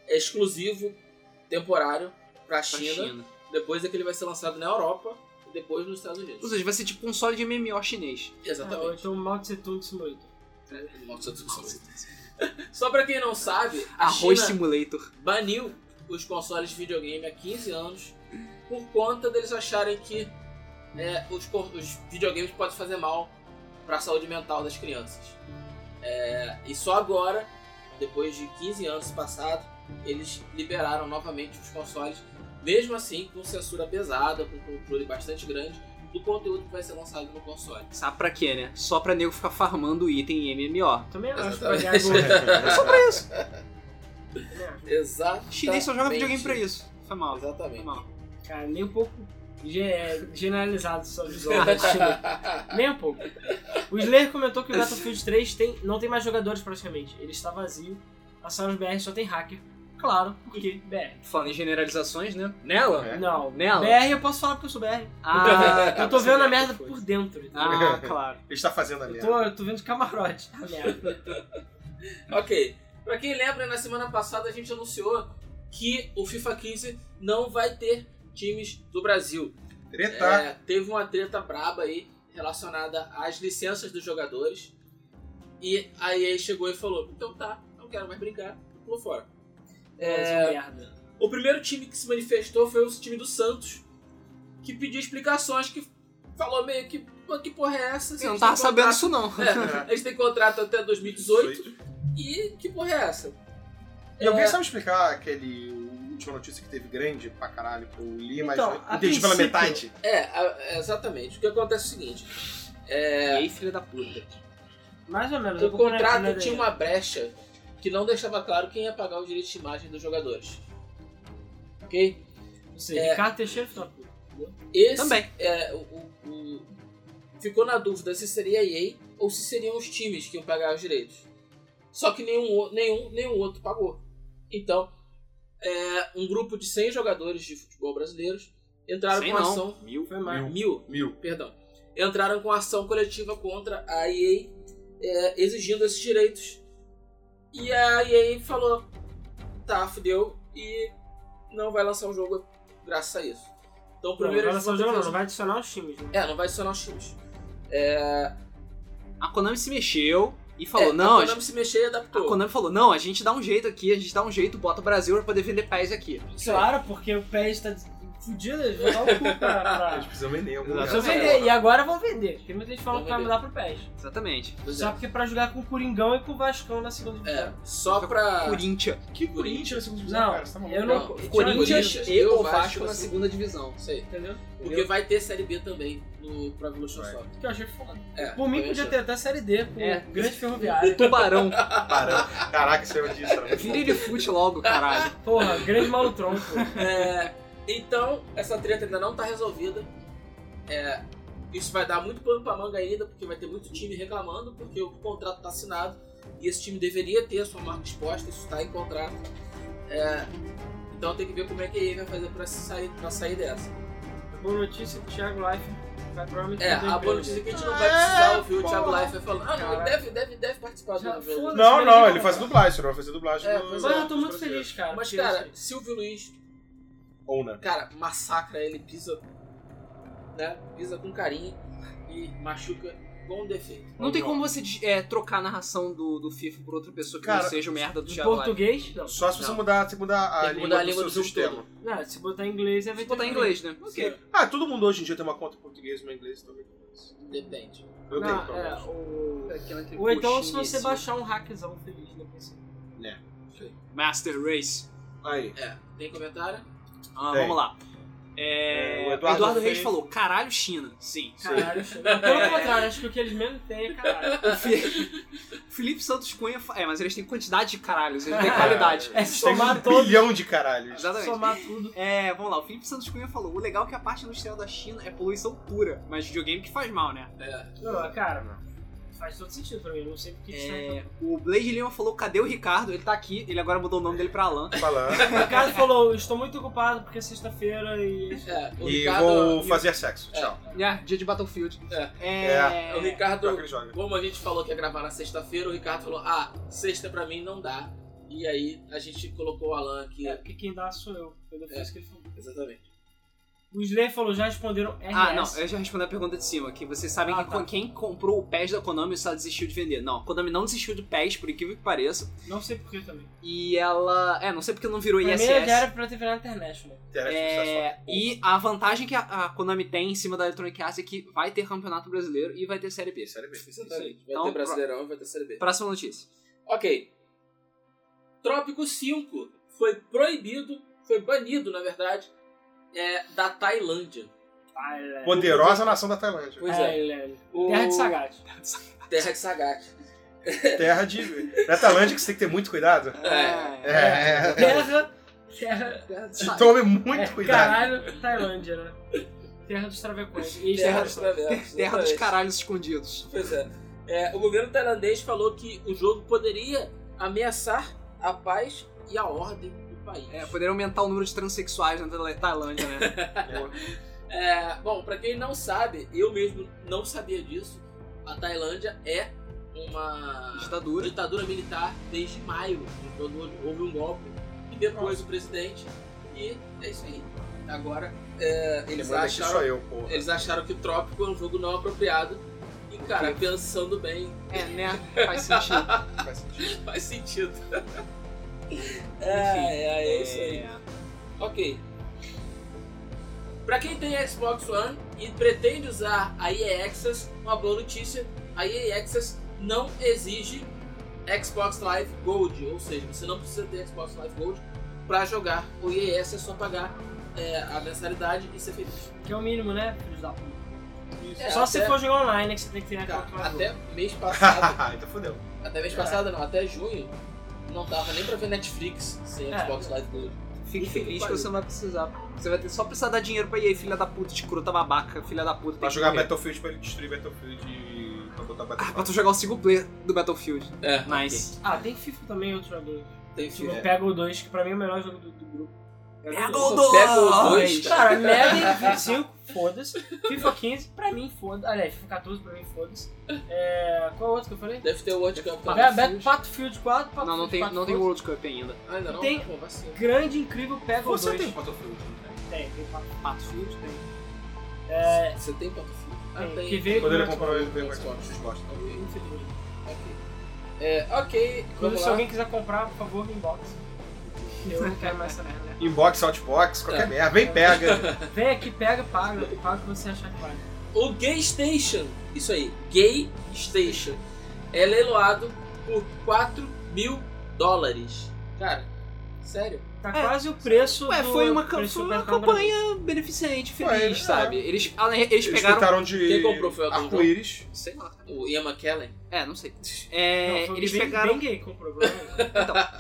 [SPEAKER 1] é exclusivo, temporário, pra
[SPEAKER 4] Pra
[SPEAKER 1] China. Depois é que ele vai ser lançado na Europa e depois nos Estados
[SPEAKER 4] Ou
[SPEAKER 1] Unidos.
[SPEAKER 4] seja, vai ser tipo um solo de MMO chinês.
[SPEAKER 2] É, ou
[SPEAKER 1] Exatamente. É.
[SPEAKER 2] então Mao Tse Tung Simulator.
[SPEAKER 1] Nossa, [laughs] Só pra quem não sabe, a
[SPEAKER 4] Arroz
[SPEAKER 1] China
[SPEAKER 4] Simulator.
[SPEAKER 1] baniu os consoles de videogame há 15 anos por conta deles acharem que é, os, con- os videogames podem fazer mal para a saúde mental das crianças. É, e só agora, depois de 15 anos passados, eles liberaram novamente os consoles, mesmo assim com censura pesada, com controle bastante grande do conteúdo que vai ser lançado no console.
[SPEAKER 4] Sabe pra quê, né? Só pra nego ficar farmando item em MMO.
[SPEAKER 2] Também acho que vai ganhar
[SPEAKER 1] Exatamente. [laughs]
[SPEAKER 4] É só pra isso. Tá.
[SPEAKER 2] gol.
[SPEAKER 1] Exatamente.
[SPEAKER 4] Chinês só joga videogame pra isso. Foi mal. Foi
[SPEAKER 1] Exatamente.
[SPEAKER 4] mal.
[SPEAKER 2] Cara, nem um pouco ge- é, generalizado só visual da China. Nem um pouco. O Slayer comentou que o Battlefield 3 tem, não tem mais jogadores praticamente. Ele está vazio. A Samus BR só tem hacker. Claro, porque BR.
[SPEAKER 4] Falando em generalizações, né? Nela?
[SPEAKER 3] É.
[SPEAKER 2] Não,
[SPEAKER 4] Nela?
[SPEAKER 2] BR eu posso falar porque eu sou BR.
[SPEAKER 4] Ah,
[SPEAKER 2] [laughs] Eu tô vendo a merda por dentro. entendeu?
[SPEAKER 4] Ah, claro.
[SPEAKER 3] Ele está fazendo a
[SPEAKER 2] Eu
[SPEAKER 3] Tá merda.
[SPEAKER 2] tô, eu tô vendo de camarote a Tá merda.
[SPEAKER 1] Ok. Pra quem lembra, na semana passada a gente anunciou que o FIFA 15 não vai ter times do Brasil.
[SPEAKER 3] Treta.
[SPEAKER 1] É, teve uma treta braba aí relacionada às licenças dos jogadores. E aí ele chegou e falou: então tá, não quero mais brigar, pulou fora.
[SPEAKER 2] É... merda.
[SPEAKER 1] O primeiro time que se manifestou foi o time do Santos, que pediu explicações, que falou meio que, "Pô, que porra é essa?
[SPEAKER 4] Você não
[SPEAKER 1] Vocês
[SPEAKER 4] tava
[SPEAKER 1] têm
[SPEAKER 4] sabendo
[SPEAKER 1] contrato-
[SPEAKER 4] isso, não.
[SPEAKER 1] [laughs] É, eles têm contrato até 2018. E que porra é essa? É,
[SPEAKER 3] E alguém sabe explicar aquele última notícia que teve grande pra caralho que eu li, mas
[SPEAKER 2] Então,
[SPEAKER 3] eu
[SPEAKER 2] a
[SPEAKER 3] entendi pela
[SPEAKER 2] princípio-
[SPEAKER 3] metade?
[SPEAKER 1] É, a- é, exatamente. O que acontece é o seguinte:
[SPEAKER 4] [laughs]
[SPEAKER 1] é,
[SPEAKER 4] E aí, filha da puta.
[SPEAKER 2] Mais ou menos.
[SPEAKER 1] o
[SPEAKER 2] eu vou comentar
[SPEAKER 1] contrato
[SPEAKER 2] nada
[SPEAKER 1] tinha
[SPEAKER 2] aí.
[SPEAKER 1] uma brecha que não deixava claro quem ia pagar o direito de imagem dos jogadores. Ok?
[SPEAKER 2] Ou seja,
[SPEAKER 1] é-
[SPEAKER 2] Ricardo Teixeira filho da puta.
[SPEAKER 1] Esse
[SPEAKER 4] Também.
[SPEAKER 1] é, o, o- o- ficou na dúvida se seria a EA ou se seriam os times que iam pagar os direitos. Só que nenhum, o- nenhum, nenhum outro pagou. Então, é, um grupo de 100 jogadores de futebol brasileiros entraram
[SPEAKER 4] Sei
[SPEAKER 1] com
[SPEAKER 4] não.
[SPEAKER 1] ação.
[SPEAKER 4] Mil.
[SPEAKER 2] Foi mais.
[SPEAKER 1] Mil,
[SPEAKER 3] Mil.
[SPEAKER 1] perdão, entraram com ação coletiva contra a EA é, exigindo esses direitos. E a EA falou: tá, fudeu, e não vai lançar o jogo graças a isso. Então, o primeiro.
[SPEAKER 2] Primeiro, não,
[SPEAKER 1] eles vão
[SPEAKER 2] não,
[SPEAKER 1] ter que
[SPEAKER 2] não, não
[SPEAKER 1] fazer-
[SPEAKER 2] vai adicionar os times. Né?
[SPEAKER 1] É, não vai adicionar os times. É,
[SPEAKER 4] A Konami se mexeu e falou,
[SPEAKER 1] é,
[SPEAKER 4] não,
[SPEAKER 1] a
[SPEAKER 4] a
[SPEAKER 1] Konami
[SPEAKER 4] gente...
[SPEAKER 1] se mexer e
[SPEAKER 4] A
[SPEAKER 1] adaptou.
[SPEAKER 4] Konami falou, não, a gente dá um jeito aqui, a gente dá um jeito, bota o Brasil pra poder vender pés aqui.
[SPEAKER 1] Isso aí.
[SPEAKER 2] É. Claro, porque o PES tá fudido, eles vão dar o cu pra. pra... [laughs]
[SPEAKER 3] Eles precisam vender em algum
[SPEAKER 4] Exato.
[SPEAKER 2] Precisam
[SPEAKER 3] lugar. né?
[SPEAKER 2] vender, e agora vão vender. Tem muita gente
[SPEAKER 1] Vão
[SPEAKER 2] falando que vai
[SPEAKER 1] vender.
[SPEAKER 2] mudar pro PES.
[SPEAKER 4] Exatamente.
[SPEAKER 1] Pois
[SPEAKER 2] Só
[SPEAKER 1] é.
[SPEAKER 2] porque pra jogar com o Coringão e com o Vascão na segunda divisão.
[SPEAKER 1] É, só pra.
[SPEAKER 4] Corinthians.
[SPEAKER 3] Que Corinthians na segunda divisão,
[SPEAKER 2] Não,
[SPEAKER 3] cara? Você tá maluco?
[SPEAKER 2] eu
[SPEAKER 1] Não,
[SPEAKER 2] Corinthians
[SPEAKER 1] Corinthians
[SPEAKER 4] e
[SPEAKER 1] eu
[SPEAKER 4] o Vasco na
[SPEAKER 1] assim,
[SPEAKER 4] segunda divisão.
[SPEAKER 1] Isso aí.
[SPEAKER 2] Entendeu?
[SPEAKER 1] Porque vai ter Série B também no Pro Evolution
[SPEAKER 3] Vai.
[SPEAKER 1] Soccer.
[SPEAKER 2] Que eu achei foda.
[SPEAKER 1] É,
[SPEAKER 2] Por mim
[SPEAKER 1] também
[SPEAKER 2] podia
[SPEAKER 1] achei.
[SPEAKER 2] ter até série D, com
[SPEAKER 4] É.
[SPEAKER 2] grande ferroviária.
[SPEAKER 4] [laughs] Tubarão.
[SPEAKER 3] Parando. Caraca, você vai disso. né? Era muito bom.
[SPEAKER 4] Vira ele fute logo, caralho.
[SPEAKER 2] [laughs] Porra, grande malutron. pô.
[SPEAKER 1] É, então, essa treta ainda não tá resolvida. É, isso vai dar muito pano pra manga ainda, porque vai ter muito time reclamando, porque o contrato tá assinado e esse time deveria ter a sua marca exposta, isso tá em contrato. É, então tem que ver como é que a EA vai fazer pra sair, pra sair dessa.
[SPEAKER 2] [laughs] Boa notícia que o Thiago Life vai provavelmente
[SPEAKER 1] É,
[SPEAKER 2] perder o
[SPEAKER 1] a boa
[SPEAKER 2] emprego
[SPEAKER 1] notícia é que a gente
[SPEAKER 3] dele.
[SPEAKER 1] não vai precisar
[SPEAKER 3] É,
[SPEAKER 1] ouvir o Thiago
[SPEAKER 3] porra.
[SPEAKER 1] Life falando, ah não, ele
[SPEAKER 2] Caraca.
[SPEAKER 1] deve, deve, deve participar
[SPEAKER 2] Já
[SPEAKER 1] do jogo.
[SPEAKER 2] foda-se.
[SPEAKER 3] Não, não, ele faz dublagem, ele vai fazer dublagem.
[SPEAKER 1] É,
[SPEAKER 3] do-
[SPEAKER 2] dele.
[SPEAKER 1] pois
[SPEAKER 2] Mas eu Ah, tô muito
[SPEAKER 3] do-
[SPEAKER 2] feliz, cara.
[SPEAKER 1] Mas
[SPEAKER 2] porque assim,
[SPEAKER 1] cara,
[SPEAKER 2] isso-
[SPEAKER 1] Silvio Luiz,
[SPEAKER 3] Ou não.
[SPEAKER 1] cara, massacra ele, pisa, né? Pisa com carinho e machuca com defeito.
[SPEAKER 4] Não tem como você é, trocar a narração do, do FIFA por outra pessoa que não
[SPEAKER 3] Cara,
[SPEAKER 4] seja o merda do
[SPEAKER 2] em
[SPEAKER 4] Thiago Leifert.
[SPEAKER 2] português, não.
[SPEAKER 3] Só se você
[SPEAKER 4] Não.
[SPEAKER 3] mudar, você mudar a
[SPEAKER 1] Tem que
[SPEAKER 3] língua
[SPEAKER 1] mudar a
[SPEAKER 3] do
[SPEAKER 1] língua
[SPEAKER 3] seu
[SPEAKER 1] do jogo
[SPEAKER 3] sistema.
[SPEAKER 2] Não, se botar em inglês, é aí vai
[SPEAKER 4] Tem
[SPEAKER 2] ter
[SPEAKER 4] que botar em inglês, né?
[SPEAKER 1] Ok.
[SPEAKER 3] Ah, todo mundo hoje em dia tem uma conta em português, uma em inglês também.
[SPEAKER 1] Depende.
[SPEAKER 3] Eu
[SPEAKER 2] Não,
[SPEAKER 3] tenho, pelo
[SPEAKER 2] é,
[SPEAKER 3] menos.
[SPEAKER 2] o...
[SPEAKER 4] Aquela entre
[SPEAKER 2] Ou então
[SPEAKER 4] coxinha
[SPEAKER 2] se
[SPEAKER 4] e
[SPEAKER 2] você
[SPEAKER 4] esse-
[SPEAKER 2] baixar um hackzão feliz assim. no PC.
[SPEAKER 4] Master Race.
[SPEAKER 3] Aí.
[SPEAKER 1] É, tem comentário?
[SPEAKER 4] Ah,
[SPEAKER 3] Tem.
[SPEAKER 4] vamos lá. É,
[SPEAKER 3] É, o
[SPEAKER 4] Eduardo,
[SPEAKER 3] Eduardo
[SPEAKER 4] Reis
[SPEAKER 3] fez-
[SPEAKER 4] falou, caralho, China. Sim.
[SPEAKER 2] Caralho, pelo contrário, acho que o que eles menos têm é [laughs] caralho.
[SPEAKER 4] O Fi- [laughs] Felipe Santos Cunha. fa- É, mas eles têm quantidade de caralhos, eles não têm qualidade.
[SPEAKER 2] É
[SPEAKER 3] Tem
[SPEAKER 2] somar [laughs]
[SPEAKER 3] um
[SPEAKER 2] todo,
[SPEAKER 3] bilhão de caralhos.
[SPEAKER 4] Exatamente.
[SPEAKER 2] somar tudo.
[SPEAKER 4] É, vamos lá, o Felipe Santos Cunha falou: o legal é que a parte industrial da China é poluição pura, mas videogame que faz mal, né?
[SPEAKER 1] É.
[SPEAKER 2] Não, cara, faz todo sentido pra mim, não sei porque isso
[SPEAKER 4] É,
[SPEAKER 2] é...
[SPEAKER 4] o Blade Lima falou: cadê o Ricardo? Ele tá aqui, ele agora mudou o nome dele pra Alan.
[SPEAKER 3] Falando.
[SPEAKER 2] O Ricardo falou, estou muito ocupado porque é sexta-feira e...
[SPEAKER 1] É, o
[SPEAKER 3] E
[SPEAKER 1] Ricardo.
[SPEAKER 3] vou fazer sexo.
[SPEAKER 1] É.
[SPEAKER 3] Tchau.
[SPEAKER 4] É, dia de Battlefield.
[SPEAKER 1] e
[SPEAKER 4] É.
[SPEAKER 1] o- O
[SPEAKER 3] Pior que
[SPEAKER 1] Ricardo,
[SPEAKER 3] ele joga.
[SPEAKER 1] como a gente falou que ia gravar na sexta-feira, o Ricardo falou: ah, sexta pra mim não dá. E aí a gente colocou o Alan aqui.
[SPEAKER 2] É, porque quem dá sou eu. Eu não
[SPEAKER 1] É.
[SPEAKER 2] fiz o que ele falou.
[SPEAKER 1] Exatamente.
[SPEAKER 2] O Slay falou, já responderam RS.
[SPEAKER 4] Ah, não,
[SPEAKER 1] é-
[SPEAKER 4] eu já respondi a pergunta de cima, que vocês sabem
[SPEAKER 2] Ah,
[SPEAKER 4] que
[SPEAKER 2] tá.
[SPEAKER 4] quem comprou o PES da Konami só desistiu de vender. Não, a Konami não desistiu do PES, por incrível que pareça.
[SPEAKER 2] Não sei porquê também.
[SPEAKER 4] E ela. É, não sei porque não virou
[SPEAKER 2] Pra
[SPEAKER 4] ISS.
[SPEAKER 2] mim já era pra ter virado International.
[SPEAKER 3] Interessa
[SPEAKER 4] É,
[SPEAKER 3] pra você,
[SPEAKER 4] e a vantagem que a, a Konami tem em cima da Electronic Arts é que vai ter campeonato brasileiro e vai ter Série B.
[SPEAKER 3] só. Série B.
[SPEAKER 1] Exatamente. é Vai
[SPEAKER 4] Então,
[SPEAKER 1] ter Brasileirão e vai ter Série B.
[SPEAKER 4] Próxima notícia.
[SPEAKER 1] Ok. Trópico 5 foi proibido, foi banido, na verdade, é, da Tailândia.
[SPEAKER 2] Poder.
[SPEAKER 3] Poderosa nação
[SPEAKER 1] [laughs]
[SPEAKER 3] da Tailândia.
[SPEAKER 1] Pois é. O-
[SPEAKER 2] Terra de Sagat.
[SPEAKER 1] Terra de Sagat.
[SPEAKER 3] Terra de. Na Tailândia que você tem que ter muito cuidado.
[SPEAKER 1] É.
[SPEAKER 3] [laughs] É.
[SPEAKER 2] Terra... Terra...
[SPEAKER 3] Se tome muito
[SPEAKER 2] é,
[SPEAKER 3] cuidado.
[SPEAKER 2] Caralho, Tailândia, né? Terra dos travecões. E
[SPEAKER 1] Terra
[SPEAKER 2] terra
[SPEAKER 1] dos Travessos.
[SPEAKER 4] Terra dos
[SPEAKER 1] exatamente.
[SPEAKER 4] caralhos escondidos.
[SPEAKER 1] Pois é. É, O governo tailandês falou que o jogo poderia ameaçar a paz e a ordem do país.
[SPEAKER 4] É, poderia aumentar o número de transexuais na Tail- Tailândia,
[SPEAKER 3] [laughs]
[SPEAKER 4] né?
[SPEAKER 1] É, bom, pra quem não sabe, eu mesmo não sabia disso. A Tailândia é uma
[SPEAKER 4] Ditadura.
[SPEAKER 1] ditadura militar desde maio, quando houve um golpe e depois o presidente e é isso aí. Agora é, eles,
[SPEAKER 3] Lembrando que sou
[SPEAKER 1] acharam,
[SPEAKER 3] eu, porra.
[SPEAKER 1] eles acharam que o Trópico é um jogo não apropriado e cara, pensando bem,
[SPEAKER 4] É, né? Faz sentido.
[SPEAKER 1] [laughs]
[SPEAKER 3] Faz sentido.
[SPEAKER 1] faz sentido. é, é, é isso aí. Ok. Pra quem tem Xbox One e pretende usar a EA Access, uma boa notícia: a EA Access não exige Xbox Live Gold, ou seja, você não precisa ter Xbox Live Gold pra jogar o EA Access, é só pagar é, a mensalidade e ser feliz.
[SPEAKER 2] Que é o mínimo, né, filhos da puta?
[SPEAKER 1] É,
[SPEAKER 2] Só se
[SPEAKER 1] até-
[SPEAKER 2] for jogar online, né, que você tem que ter
[SPEAKER 1] [laughs]
[SPEAKER 2] a
[SPEAKER 1] Cara,
[SPEAKER 2] calculadora.
[SPEAKER 1] até
[SPEAKER 2] [laughs]
[SPEAKER 1] mês passado,
[SPEAKER 3] [laughs] então fodeu.
[SPEAKER 1] até mês passado não, até junho, não dava nem pra ver Netflix sem
[SPEAKER 2] É.
[SPEAKER 1] Xbox Live Gold.
[SPEAKER 4] Fique
[SPEAKER 1] Puta que
[SPEAKER 4] feliz que
[SPEAKER 1] pariu.
[SPEAKER 4] você não vai precisar. Você vai ter só precisar dar dinheiro pra EA, filha da puta, escrota babaca, filha da puta. tem
[SPEAKER 3] Pra
[SPEAKER 4] que
[SPEAKER 3] jogar
[SPEAKER 4] morrer.
[SPEAKER 3] Battlefield, pra ele destruir Battlefield e pra botar
[SPEAKER 4] Ah, pra tu
[SPEAKER 3] Battlefield.
[SPEAKER 4] jogar o single player do Battlefield.
[SPEAKER 1] É,
[SPEAKER 4] Nice.
[SPEAKER 2] Ah, tem FIFA também, outro jogo.
[SPEAKER 1] ok. Tem
[SPEAKER 2] Tipo,
[SPEAKER 1] filme.
[SPEAKER 2] é. Pega o 2, que pra mim é o melhor jogo do, do grupo.
[SPEAKER 4] Pega
[SPEAKER 1] Só
[SPEAKER 4] o dois!
[SPEAKER 1] pega os dois,
[SPEAKER 4] [laughs]
[SPEAKER 2] Cara, Madden 25, foda-se. FIFA 15, pra mim, foda-se. Aliás, FIFA 14, pra mim, foda-se. É... Qual é o outro que eu falei?
[SPEAKER 1] Deve ter o World Cup também.
[SPEAKER 2] Be- Be- Battlefield 4, Battlefield
[SPEAKER 4] Não, não tem,
[SPEAKER 2] 4,
[SPEAKER 4] não tem
[SPEAKER 2] foda-se.
[SPEAKER 4] World Cup ainda.
[SPEAKER 1] Ah, não.
[SPEAKER 2] Tem-
[SPEAKER 1] Pô, vacilo.
[SPEAKER 2] Grande, incrível, pega o 2.
[SPEAKER 3] Você tem Battlefield, né?
[SPEAKER 2] Tem, tem
[SPEAKER 4] Battlefield tem.
[SPEAKER 1] Você tem Battlefield?
[SPEAKER 2] tem, é, Que veio
[SPEAKER 3] Quando ele
[SPEAKER 2] com-
[SPEAKER 3] comprou ele veio com
[SPEAKER 1] Xbox.
[SPEAKER 3] Xbox, vocês gostam.
[SPEAKER 2] Infelizmente.
[SPEAKER 1] Ok. É, ok,
[SPEAKER 2] Quando
[SPEAKER 1] vamos
[SPEAKER 2] se
[SPEAKER 1] lá.
[SPEAKER 2] alguém quiser comprar, por favor, me inbox. Eu não quero
[SPEAKER 4] [laughs]
[SPEAKER 2] mais essa merda.
[SPEAKER 3] Inbox, outbox, qualquer
[SPEAKER 1] É.
[SPEAKER 3] merda. Vem, pega.
[SPEAKER 2] Vem aqui, pega, paga. Paga o que você achar que vale.
[SPEAKER 1] O Gay Station, isso aí, Gay Station, é leiloado por 4 mil dólares. Cara, sério?
[SPEAKER 2] Tá
[SPEAKER 4] É.
[SPEAKER 2] quase o preço
[SPEAKER 4] Ué,
[SPEAKER 2] do...
[SPEAKER 4] foi uma, ca-
[SPEAKER 2] um preço
[SPEAKER 4] foi
[SPEAKER 2] do
[SPEAKER 4] uma
[SPEAKER 2] mercado
[SPEAKER 4] campanha beneficente, feliz,
[SPEAKER 3] Ué, eles-
[SPEAKER 4] sabe? Eles, ah, né, eles
[SPEAKER 3] Eles
[SPEAKER 4] pegaram.
[SPEAKER 3] pintaram de
[SPEAKER 1] Quem comprou foi o Elton John?
[SPEAKER 3] arco-íris.
[SPEAKER 4] Sei lá. cara.
[SPEAKER 1] O Ian McKellen?
[SPEAKER 4] É, não sei.
[SPEAKER 2] brasileiro.
[SPEAKER 4] É,
[SPEAKER 2] Não, foi
[SPEAKER 4] eles,
[SPEAKER 2] bem,
[SPEAKER 4] pegaram,
[SPEAKER 2] bem gay, comprou. provavelmente.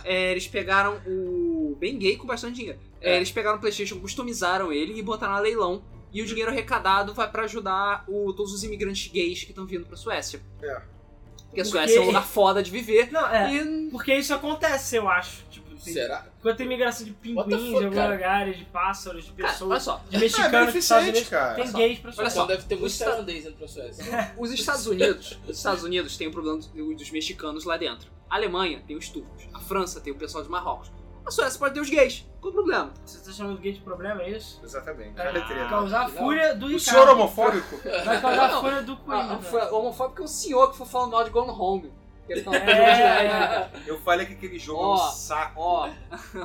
[SPEAKER 4] é, eles pegaram o. Bem gay com bastante dinheiro. É,
[SPEAKER 1] É.
[SPEAKER 4] eles pegaram o PlayStation, customizaram ele e botaram a leilão. E o dinheiro arrecadado vai pra ajudar o- todos os imigrantes gays que estão vindo pra Suécia.
[SPEAKER 3] É.
[SPEAKER 4] Porque a
[SPEAKER 2] Porque-
[SPEAKER 4] Suécia é um lugar foda de viver.
[SPEAKER 2] [laughs] Não, é.
[SPEAKER 4] E.
[SPEAKER 2] Porque isso acontece, eu acho. Tipo, tem-
[SPEAKER 1] Será?
[SPEAKER 2] Quando tem migração de
[SPEAKER 1] What the
[SPEAKER 2] pinguins,
[SPEAKER 1] fuck,
[SPEAKER 2] de alguns
[SPEAKER 1] cara?
[SPEAKER 2] lugares, de pássaros, de
[SPEAKER 4] Cara, olha
[SPEAKER 2] pessoas,
[SPEAKER 4] só.
[SPEAKER 2] de
[SPEAKER 3] Ah, é
[SPEAKER 2] mexicanos, que Estados
[SPEAKER 3] beneficente,
[SPEAKER 2] Unidos,
[SPEAKER 3] cara.
[SPEAKER 2] tem gays pra
[SPEAKER 1] Olha
[SPEAKER 2] Suécia.
[SPEAKER 1] só, Tipo, deve ter muito
[SPEAKER 4] Você tá-
[SPEAKER 1] tailandês indo pra
[SPEAKER 2] [laughs]
[SPEAKER 1] Suécia.
[SPEAKER 4] Os Estados Unidos, os Estados Unidos tem o problema dos, dos mexicanos lá dentro. A Alemanha tem os turcos. A França tem o pessoal de Marrocos. A Suécia pode ter os gays. Qual o problema?
[SPEAKER 2] Você tá chamando gay de problema, é isso?
[SPEAKER 3] Exatamente.
[SPEAKER 2] Vai
[SPEAKER 3] Olha a treta.
[SPEAKER 2] causar a
[SPEAKER 1] Não.
[SPEAKER 2] fúria do
[SPEAKER 3] O
[SPEAKER 2] Ricardo.
[SPEAKER 3] senhor é homofóbico?
[SPEAKER 2] Vai causar a
[SPEAKER 4] Não.
[SPEAKER 2] fúria do
[SPEAKER 4] Ah,
[SPEAKER 2] Coimbra.
[SPEAKER 4] foi homofóbico é o senhor que foi falando mal de Gone Home. Ele tá-
[SPEAKER 2] É, é.
[SPEAKER 3] [laughs] Eu falei que aquele jogo é
[SPEAKER 4] Ó. [laughs]
[SPEAKER 3] um saco.
[SPEAKER 4] Ó,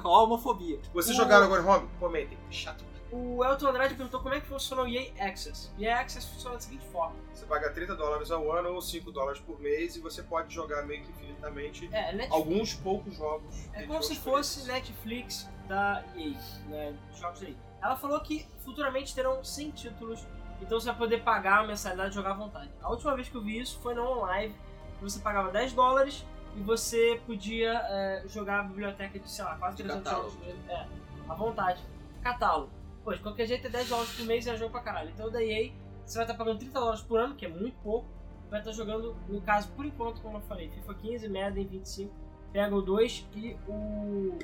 [SPEAKER 4] ó a homofobia.
[SPEAKER 3] Vocês jogaram agora home? Comentem. Chato.
[SPEAKER 2] O Elton Andrade perguntou como é que funciona o EA Access. O EA Access funciona da seguinte forma.
[SPEAKER 3] Você paga 30 dólares ao ano ou 5 dólares por mês e você pode jogar meio que infinitamente
[SPEAKER 2] É, Netflix,
[SPEAKER 3] alguns poucos jogos.
[SPEAKER 2] é
[SPEAKER 3] de
[SPEAKER 2] como
[SPEAKER 3] jogos
[SPEAKER 2] se
[SPEAKER 3] diferentes.
[SPEAKER 2] fosse Netflix da EA, né? dos Jogos da EA. Ela falou que futuramente terão 100 títulos, então você vai poder pagar a mensalidade e jogar à vontade. A última vez que eu vi isso foi na online, que você pagava 10 dólares e você podia é, jogar a biblioteca de, sei lá, quase
[SPEAKER 4] De
[SPEAKER 2] 300
[SPEAKER 4] catálogo.
[SPEAKER 2] jogos. É, à vontade. Catálogo. Pô, de qualquer jeito é 10 dólares por mês e é jogo pra caralho. Então da EA, você vai estar pagando 30 dólares por ano, que é muito pouco. Vai estar jogando, no caso, por enquanto, como eu falei, FIFA 15, Madden 25, Pega o 2 e o...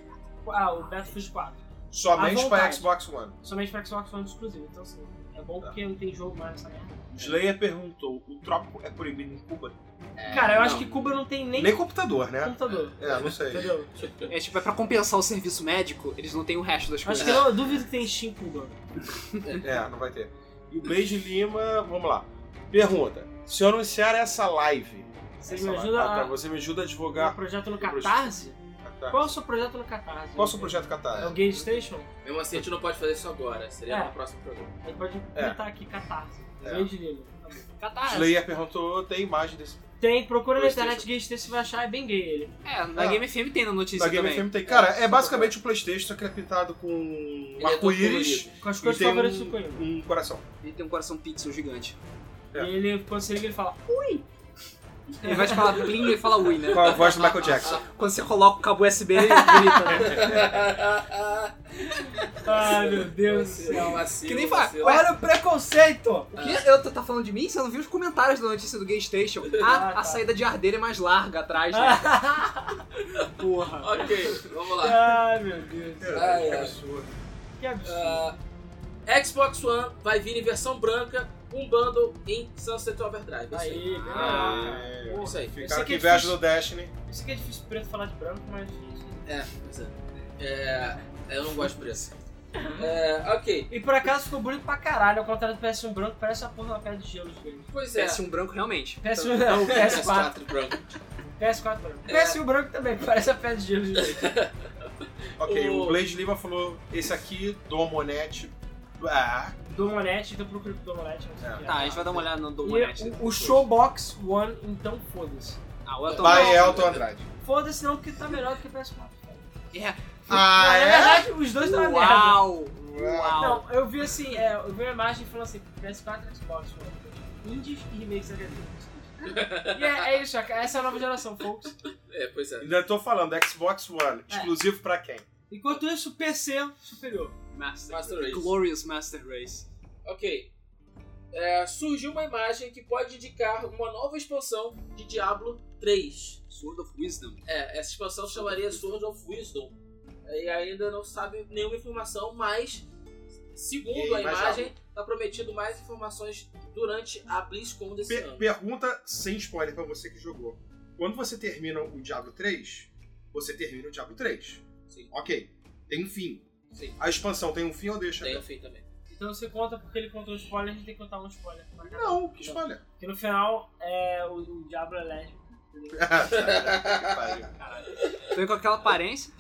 [SPEAKER 2] Ah, o Battlefield 4.
[SPEAKER 3] Somente
[SPEAKER 2] à
[SPEAKER 3] para
[SPEAKER 2] vontade.
[SPEAKER 3] Xbox One.
[SPEAKER 2] Somente pra Xbox One exclusivo. Então, assim, é
[SPEAKER 4] Tá.
[SPEAKER 2] bom porque não tem jogo mais nessa merda.
[SPEAKER 3] Slayer perguntou: o trópico é proibido em Cuba?
[SPEAKER 4] É,
[SPEAKER 2] Cara, eu
[SPEAKER 4] não.
[SPEAKER 2] acho que Cuba não tem nem,
[SPEAKER 3] Nem computador, né?
[SPEAKER 2] computador.
[SPEAKER 3] É, não sei.
[SPEAKER 4] [laughs]
[SPEAKER 2] [laughs] Entendeu?
[SPEAKER 4] É tipo, é pra compensar o serviço médico, eles não têm o resto das coisas.
[SPEAKER 2] Acho que não, eu duvido que tem Steam em Cuba.
[SPEAKER 3] É, não vai ter. E o Blaze Lima, vamos lá. Pergunta: se eu anunciar essa live.
[SPEAKER 2] Você
[SPEAKER 3] essa
[SPEAKER 2] me
[SPEAKER 3] live-
[SPEAKER 2] ajuda
[SPEAKER 3] Ah, tá,
[SPEAKER 2] a-
[SPEAKER 3] Você me ajuda a
[SPEAKER 2] Um
[SPEAKER 3] divulgar.
[SPEAKER 2] projeto no
[SPEAKER 3] Que bruxo.
[SPEAKER 2] Catarse?
[SPEAKER 3] Catarse.
[SPEAKER 2] Qual é o seu projeto no Catarse?
[SPEAKER 3] Qual o seu projeto
[SPEAKER 2] É o
[SPEAKER 3] Catarse?
[SPEAKER 2] Game Station?
[SPEAKER 1] Mesmo assim, a gente não pode fazer isso agora. Seria
[SPEAKER 2] É.
[SPEAKER 1] no próximo programa.
[SPEAKER 2] Aí pode
[SPEAKER 3] É.
[SPEAKER 2] botar aqui Catarse.
[SPEAKER 3] É.
[SPEAKER 2] Grande livro. Tá bom. Catarse.
[SPEAKER 3] Slayer perguntou: tem imagem desse.
[SPEAKER 2] Tem, procura na
[SPEAKER 3] PlayStation.
[SPEAKER 2] internet Game Station, você vai achar, é bem gay ele.
[SPEAKER 4] É, na
[SPEAKER 3] Ah.
[SPEAKER 4] Game FM tem na notícia
[SPEAKER 3] Da Game
[SPEAKER 4] também.
[SPEAKER 3] FM tem. Cara, é basicamente o PlayStation, só que ele é pintado com um
[SPEAKER 1] é todo
[SPEAKER 3] arco-íris
[SPEAKER 2] Com as
[SPEAKER 3] e
[SPEAKER 2] coisas
[SPEAKER 3] tem
[SPEAKER 2] favoritas do Coimbra.
[SPEAKER 3] um, um coração.
[SPEAKER 4] Ele tem um coração pixel gigante.
[SPEAKER 3] É.
[SPEAKER 2] E ele, quando você liga, ele fala.
[SPEAKER 4] Ele vai te falar bling e fala ui, né?
[SPEAKER 3] Com a voz
[SPEAKER 1] É.
[SPEAKER 3] do Michael Jackson. [laughs]
[SPEAKER 4] Quando você coloca o cabo USB, ele grita. né?
[SPEAKER 2] Ah, meu Deus do
[SPEAKER 1] Não,
[SPEAKER 2] céu.
[SPEAKER 1] vacilo,
[SPEAKER 4] Que nem fala,
[SPEAKER 1] vacilo.
[SPEAKER 4] olha
[SPEAKER 2] o preconceito!
[SPEAKER 4] o que eu tô- tá falando de mim? Você não viu os comentários da notícia do Game Station? Ah,
[SPEAKER 2] Ah, tá.
[SPEAKER 4] a saída de ar dele é mais larga atrás, né?
[SPEAKER 2] Ah, [laughs] Porra.
[SPEAKER 1] Ok, vamos lá.
[SPEAKER 2] Ah, meu Deus.
[SPEAKER 1] [laughs] Ah,
[SPEAKER 3] que
[SPEAKER 1] é.
[SPEAKER 3] absurdo.
[SPEAKER 2] Que absurdo.
[SPEAKER 1] Ah, Xbox One vai vir em versão branca, um bundle em Sunset Overdrive. Isso aí.
[SPEAKER 2] Aí,
[SPEAKER 1] Ah,
[SPEAKER 2] bem legal, cara.
[SPEAKER 3] é.
[SPEAKER 2] Porra.
[SPEAKER 1] Isso aí.
[SPEAKER 2] Esse
[SPEAKER 3] Ficaram
[SPEAKER 2] aqui
[SPEAKER 3] com
[SPEAKER 2] é
[SPEAKER 3] inveja
[SPEAKER 2] difícil.
[SPEAKER 3] do Destiny.
[SPEAKER 2] Eu sei que é difícil preto falar de branco, mas.
[SPEAKER 1] É, pois é. É, eu não gosto de preço. É, ok.
[SPEAKER 2] E por acaso ficou bonito pra caralho, ao contrário do PS1 branco, parece a porra da pedra de gelo dos games.
[SPEAKER 1] Pois é.
[SPEAKER 4] Parece um branco realmente.
[SPEAKER 2] PS1
[SPEAKER 4] [laughs]
[SPEAKER 2] não, PS4.
[SPEAKER 1] PS4 branco.
[SPEAKER 2] PS4 branco.
[SPEAKER 4] É.
[SPEAKER 2] PS1 branco também, parece a pedra de gelo dos games.
[SPEAKER 4] [laughs]
[SPEAKER 3] Ok,
[SPEAKER 1] O-
[SPEAKER 3] o Blaze Lima falou: esse aqui, Domonete. Ah,
[SPEAKER 2] Do Monete, então procura pro Domonete, não sei o que é.
[SPEAKER 4] Tá, a gente vai dar uma então, olhada no
[SPEAKER 2] E
[SPEAKER 4] Domonete.
[SPEAKER 2] o, o Showbox One, então foda-se.
[SPEAKER 4] Ah, o Elton
[SPEAKER 3] by
[SPEAKER 4] John.
[SPEAKER 3] Elton Andrade.
[SPEAKER 2] Foda-se não, porque tá melhor do que o PS4. cara.
[SPEAKER 4] É.
[SPEAKER 3] Ah,
[SPEAKER 2] Na
[SPEAKER 3] é?
[SPEAKER 2] verdade, os dois tá merda.
[SPEAKER 4] Uau! Uau!
[SPEAKER 2] Não, eu vi assim, é, eu vi uma imagem falando assim, PS4 e Xbox One. Indies e remakes HD.
[SPEAKER 4] [laughs]
[SPEAKER 2] e é, é isso, essa é a nova geração, folks.
[SPEAKER 1] É, pois é.
[SPEAKER 3] Ainda tô falando, Xbox One, exclusivo pra quem?
[SPEAKER 2] Enquanto isso, PC superior.
[SPEAKER 4] Master,
[SPEAKER 1] Master Race.
[SPEAKER 4] Glorious Master Race.
[SPEAKER 1] Ok. É, surgiu uma imagem que pode indicar uma nova expansão de Diablo 3.
[SPEAKER 4] Sword of Wisdom.
[SPEAKER 1] É, essa expansão se chamaria Sword of Wisdom. E ainda não sabe nenhuma informação, mas segundo
[SPEAKER 3] E
[SPEAKER 1] a
[SPEAKER 3] aí, mais
[SPEAKER 1] imagem, está prometido mais informações durante a BlizzCon desse
[SPEAKER 3] Pe-
[SPEAKER 1] ano.
[SPEAKER 3] pergunta sem spoiler pra você que jogou. Quando você termina o Diablo 3, você termina o Diablo 3.
[SPEAKER 1] Sim.
[SPEAKER 3] Ok, tem um fim.
[SPEAKER 1] Sim.
[SPEAKER 3] A expansão tem um fim ou deixa?
[SPEAKER 1] Tem o fim também.
[SPEAKER 2] Então você conta porque ele contou um spoiler, a gente tem que contar um spoiler. pra cada um.
[SPEAKER 3] Não, que spoiler.
[SPEAKER 2] Porque no final, é, o, o Diablo é lésbico.
[SPEAKER 3] Caralho.
[SPEAKER 4] Tô com aquela aparência.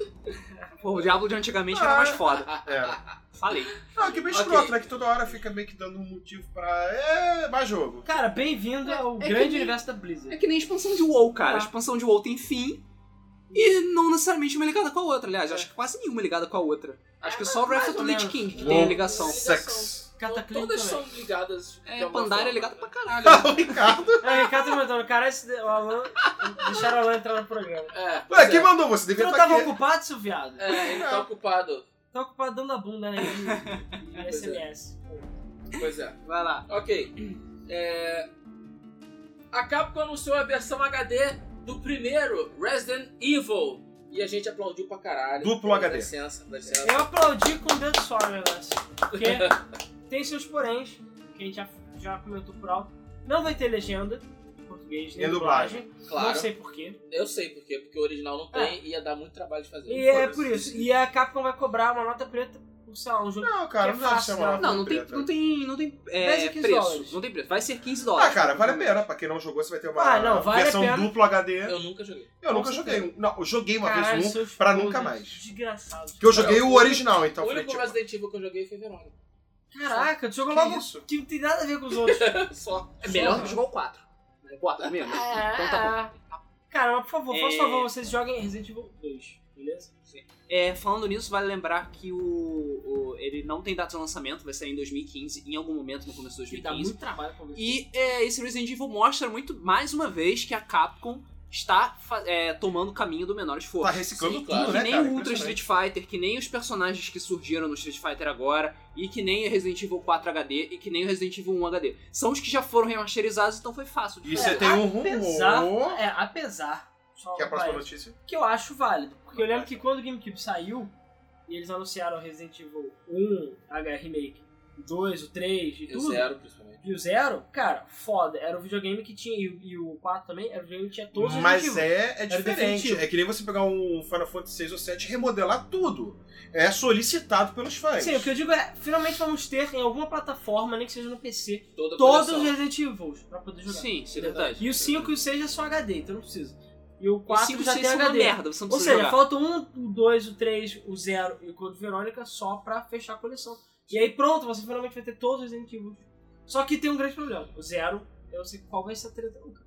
[SPEAKER 4] Pô, o Diablo de antigamente era mais foda.
[SPEAKER 3] É.
[SPEAKER 4] Falei.
[SPEAKER 3] Não, que bem
[SPEAKER 1] Ok.
[SPEAKER 3] escroto, né? Que toda hora fica meio que dando um motivo pra. É, mais jogo.
[SPEAKER 2] Cara, bem-vindo ao
[SPEAKER 4] é que
[SPEAKER 2] grande
[SPEAKER 4] nem-
[SPEAKER 2] universo da
[SPEAKER 4] É
[SPEAKER 2] Blizzard.
[SPEAKER 4] que nem a expansão de WoW, cara.
[SPEAKER 2] Ah.
[SPEAKER 4] A expansão de WoW tem fim. E não necessariamente uma ligada com a outra, aliás. Acho que quase nenhuma ligada com a outra. Acho que só o Wrath
[SPEAKER 2] mais
[SPEAKER 4] of the
[SPEAKER 2] ou
[SPEAKER 4] Lich
[SPEAKER 2] menos.
[SPEAKER 4] King que
[SPEAKER 3] Wow.
[SPEAKER 4] tem a ligação.
[SPEAKER 3] Sex.
[SPEAKER 2] Cataclismo
[SPEAKER 1] Então, Todas
[SPEAKER 2] também.
[SPEAKER 1] são ligadas. de
[SPEAKER 4] É,
[SPEAKER 1] alguma
[SPEAKER 4] Pandaria é
[SPEAKER 1] forma,
[SPEAKER 4] ligado
[SPEAKER 1] né?
[SPEAKER 4] pra caralho.
[SPEAKER 3] [laughs] o Ricardo.
[SPEAKER 2] É, Ricardo mandando, cara, esse, o Alan, deixaram o Alan entrar no programa.
[SPEAKER 1] É, pois
[SPEAKER 3] Ué,
[SPEAKER 1] é.
[SPEAKER 3] quem mandou? Você
[SPEAKER 2] Você
[SPEAKER 3] devia
[SPEAKER 2] não
[SPEAKER 3] estar
[SPEAKER 2] tava
[SPEAKER 3] aqui.
[SPEAKER 2] ocupado, seu viado?
[SPEAKER 1] É,
[SPEAKER 3] [laughs]
[SPEAKER 1] ele tá ocupado.
[SPEAKER 2] Tá ocupado dando a bunda, né? E, e
[SPEAKER 1] Pois é.
[SPEAKER 2] SMS.
[SPEAKER 1] Pois é.
[SPEAKER 4] né? Vai lá.
[SPEAKER 1] Ok. É, A Capcom anunciou a versão HD do primeiro Resident Evil. E a gente aplaudiu pra caralho.
[SPEAKER 3] Duplo
[SPEAKER 1] Dá
[SPEAKER 3] HD.
[SPEAKER 1] licença, dá licença.
[SPEAKER 2] Eu aplaudi com o dedo só o negócio.
[SPEAKER 1] [laughs]
[SPEAKER 2] Porque tem seus poréns, que a gente já, já comentou por alto. Não vai ter legenda em português, nem
[SPEAKER 3] E
[SPEAKER 2] dublagem.
[SPEAKER 3] dublagem.
[SPEAKER 1] Claro.
[SPEAKER 2] Não sei porquê.
[SPEAKER 1] Eu sei por
[SPEAKER 2] É.
[SPEAKER 1] quê, porque o original não tem e ia dar muito trabalho de fazer.
[SPEAKER 2] E é por isso. E a Capcom vai cobrar uma nota preta um, sei lá, um jogo.
[SPEAKER 3] Não, cara,
[SPEAKER 2] Que
[SPEAKER 3] não
[SPEAKER 2] é
[SPEAKER 3] dá pra
[SPEAKER 2] fácil,
[SPEAKER 3] chamar.
[SPEAKER 2] né?
[SPEAKER 3] de
[SPEAKER 4] Não, não tem,
[SPEAKER 3] preta.
[SPEAKER 4] não tem, não tem é,
[SPEAKER 2] 10 e 15
[SPEAKER 4] preço.
[SPEAKER 2] dólares.
[SPEAKER 4] Não tem preço. Vai ser 15
[SPEAKER 3] Ah,
[SPEAKER 4] dólares.
[SPEAKER 3] cara, vale a pena. Pra quem não jogou, você vai ter uma
[SPEAKER 2] Ah, não, vale a
[SPEAKER 3] versão
[SPEAKER 2] pena.
[SPEAKER 3] duplo HD. Eu,
[SPEAKER 1] Eu nunca joguei.
[SPEAKER 3] nunca
[SPEAKER 2] com
[SPEAKER 3] joguei. um. Não, eu joguei uma
[SPEAKER 2] Caralho,
[SPEAKER 3] vez um,
[SPEAKER 2] seus
[SPEAKER 3] pra
[SPEAKER 2] filhos,
[SPEAKER 3] nunca
[SPEAKER 2] gente.
[SPEAKER 3] mais.
[SPEAKER 2] Desgraçado.
[SPEAKER 3] Porque eu joguei o original, então.
[SPEAKER 1] o
[SPEAKER 3] falei,
[SPEAKER 1] único
[SPEAKER 3] tipo,
[SPEAKER 1] Resident Evil que eu joguei foi Verônica.
[SPEAKER 3] [laughs]
[SPEAKER 2] Caraca, tu jogou
[SPEAKER 3] Que tá
[SPEAKER 2] logo um
[SPEAKER 3] isso?
[SPEAKER 2] que não tem nada a ver com os
[SPEAKER 3] [laughs]
[SPEAKER 2] outros.
[SPEAKER 1] Só.
[SPEAKER 4] É melhor
[SPEAKER 2] Só,
[SPEAKER 4] que jogar o 4. né? O 4 mesmo. Então tá bom.
[SPEAKER 2] Cara, mas por favor, por
[SPEAKER 4] É.
[SPEAKER 2] favor, vocês joguem Resident Evil 2, beleza?
[SPEAKER 4] [laughs] É, falando nisso, vale lembrar que o, o- ele não tem data de lançamento, vai sair em 2015, em algum momento no começo de
[SPEAKER 2] Que dá
[SPEAKER 4] 2015.
[SPEAKER 2] muito trabalho pra ver.
[SPEAKER 4] E é, esse Resident Evil mostra muito, mais uma vez, que a Capcom está fa- é, tomando o caminho do menor
[SPEAKER 3] Tá
[SPEAKER 4] esforço.
[SPEAKER 3] reciclando
[SPEAKER 1] Sim,
[SPEAKER 3] tudo,
[SPEAKER 1] claro.
[SPEAKER 4] que
[SPEAKER 3] né,
[SPEAKER 4] nem
[SPEAKER 3] cara?
[SPEAKER 4] o Ultra
[SPEAKER 3] Impressionante.
[SPEAKER 4] Street Fighter, que nem os personagens que surgiram no Street Fighter agora, e que nem o Resident Evil 4 HD, e que nem o Resident Evil 1 HD. São os que já foram remasterizados, então foi fácil. de
[SPEAKER 3] E
[SPEAKER 4] fazer.
[SPEAKER 3] você tem um
[SPEAKER 2] Apesar,
[SPEAKER 3] rumor.
[SPEAKER 2] é, apesar, só
[SPEAKER 3] Que é a próxima
[SPEAKER 2] vai,
[SPEAKER 3] notícia.
[SPEAKER 2] que eu acho válido. Porque eu lembro que quando o GameCube saiu, e eles anunciaram Resident Evil 1, H Remake 2, o 3 e
[SPEAKER 1] Eu
[SPEAKER 2] tudo.
[SPEAKER 1] zero, principalmente.
[SPEAKER 2] E o Zero, cara, foda. Era o videogame que tinha, e, o- e o 4 também, era o videogame que tinha todos os
[SPEAKER 3] Mas
[SPEAKER 2] Resident Evil.
[SPEAKER 3] é, é diferente.
[SPEAKER 2] definitivo.
[SPEAKER 3] É que nem você pegar um Final Fantasy 6 ou 7 e remodelar tudo. É solicitado pelos fãs.
[SPEAKER 2] Sim, o que eu digo é, finalmente vamos ter em alguma plataforma, nem que seja no PC,
[SPEAKER 1] Toda a
[SPEAKER 2] todos os
[SPEAKER 1] coleção.
[SPEAKER 2] Resident Evil pra poder jogar.
[SPEAKER 4] Sim, isso é
[SPEAKER 1] Verdade.
[SPEAKER 4] verdade.
[SPEAKER 2] E o 5 e o 6 é só HD, então não precisa. E o
[SPEAKER 4] O
[SPEAKER 2] 4
[SPEAKER 4] 5
[SPEAKER 2] já tem
[SPEAKER 4] é uma
[SPEAKER 2] HD.
[SPEAKER 4] merda, você não
[SPEAKER 2] Ou
[SPEAKER 4] precisa
[SPEAKER 2] seja,
[SPEAKER 4] jogar.
[SPEAKER 2] falta um, o 2, o 3, o 0 e o Code Verônica só pra fechar a coleção. E aí pronto, você finalmente vai ter todos os Resident Evil. Só que tem um grande problema. O 0, eu não sei qual vai ser a treta. nunca.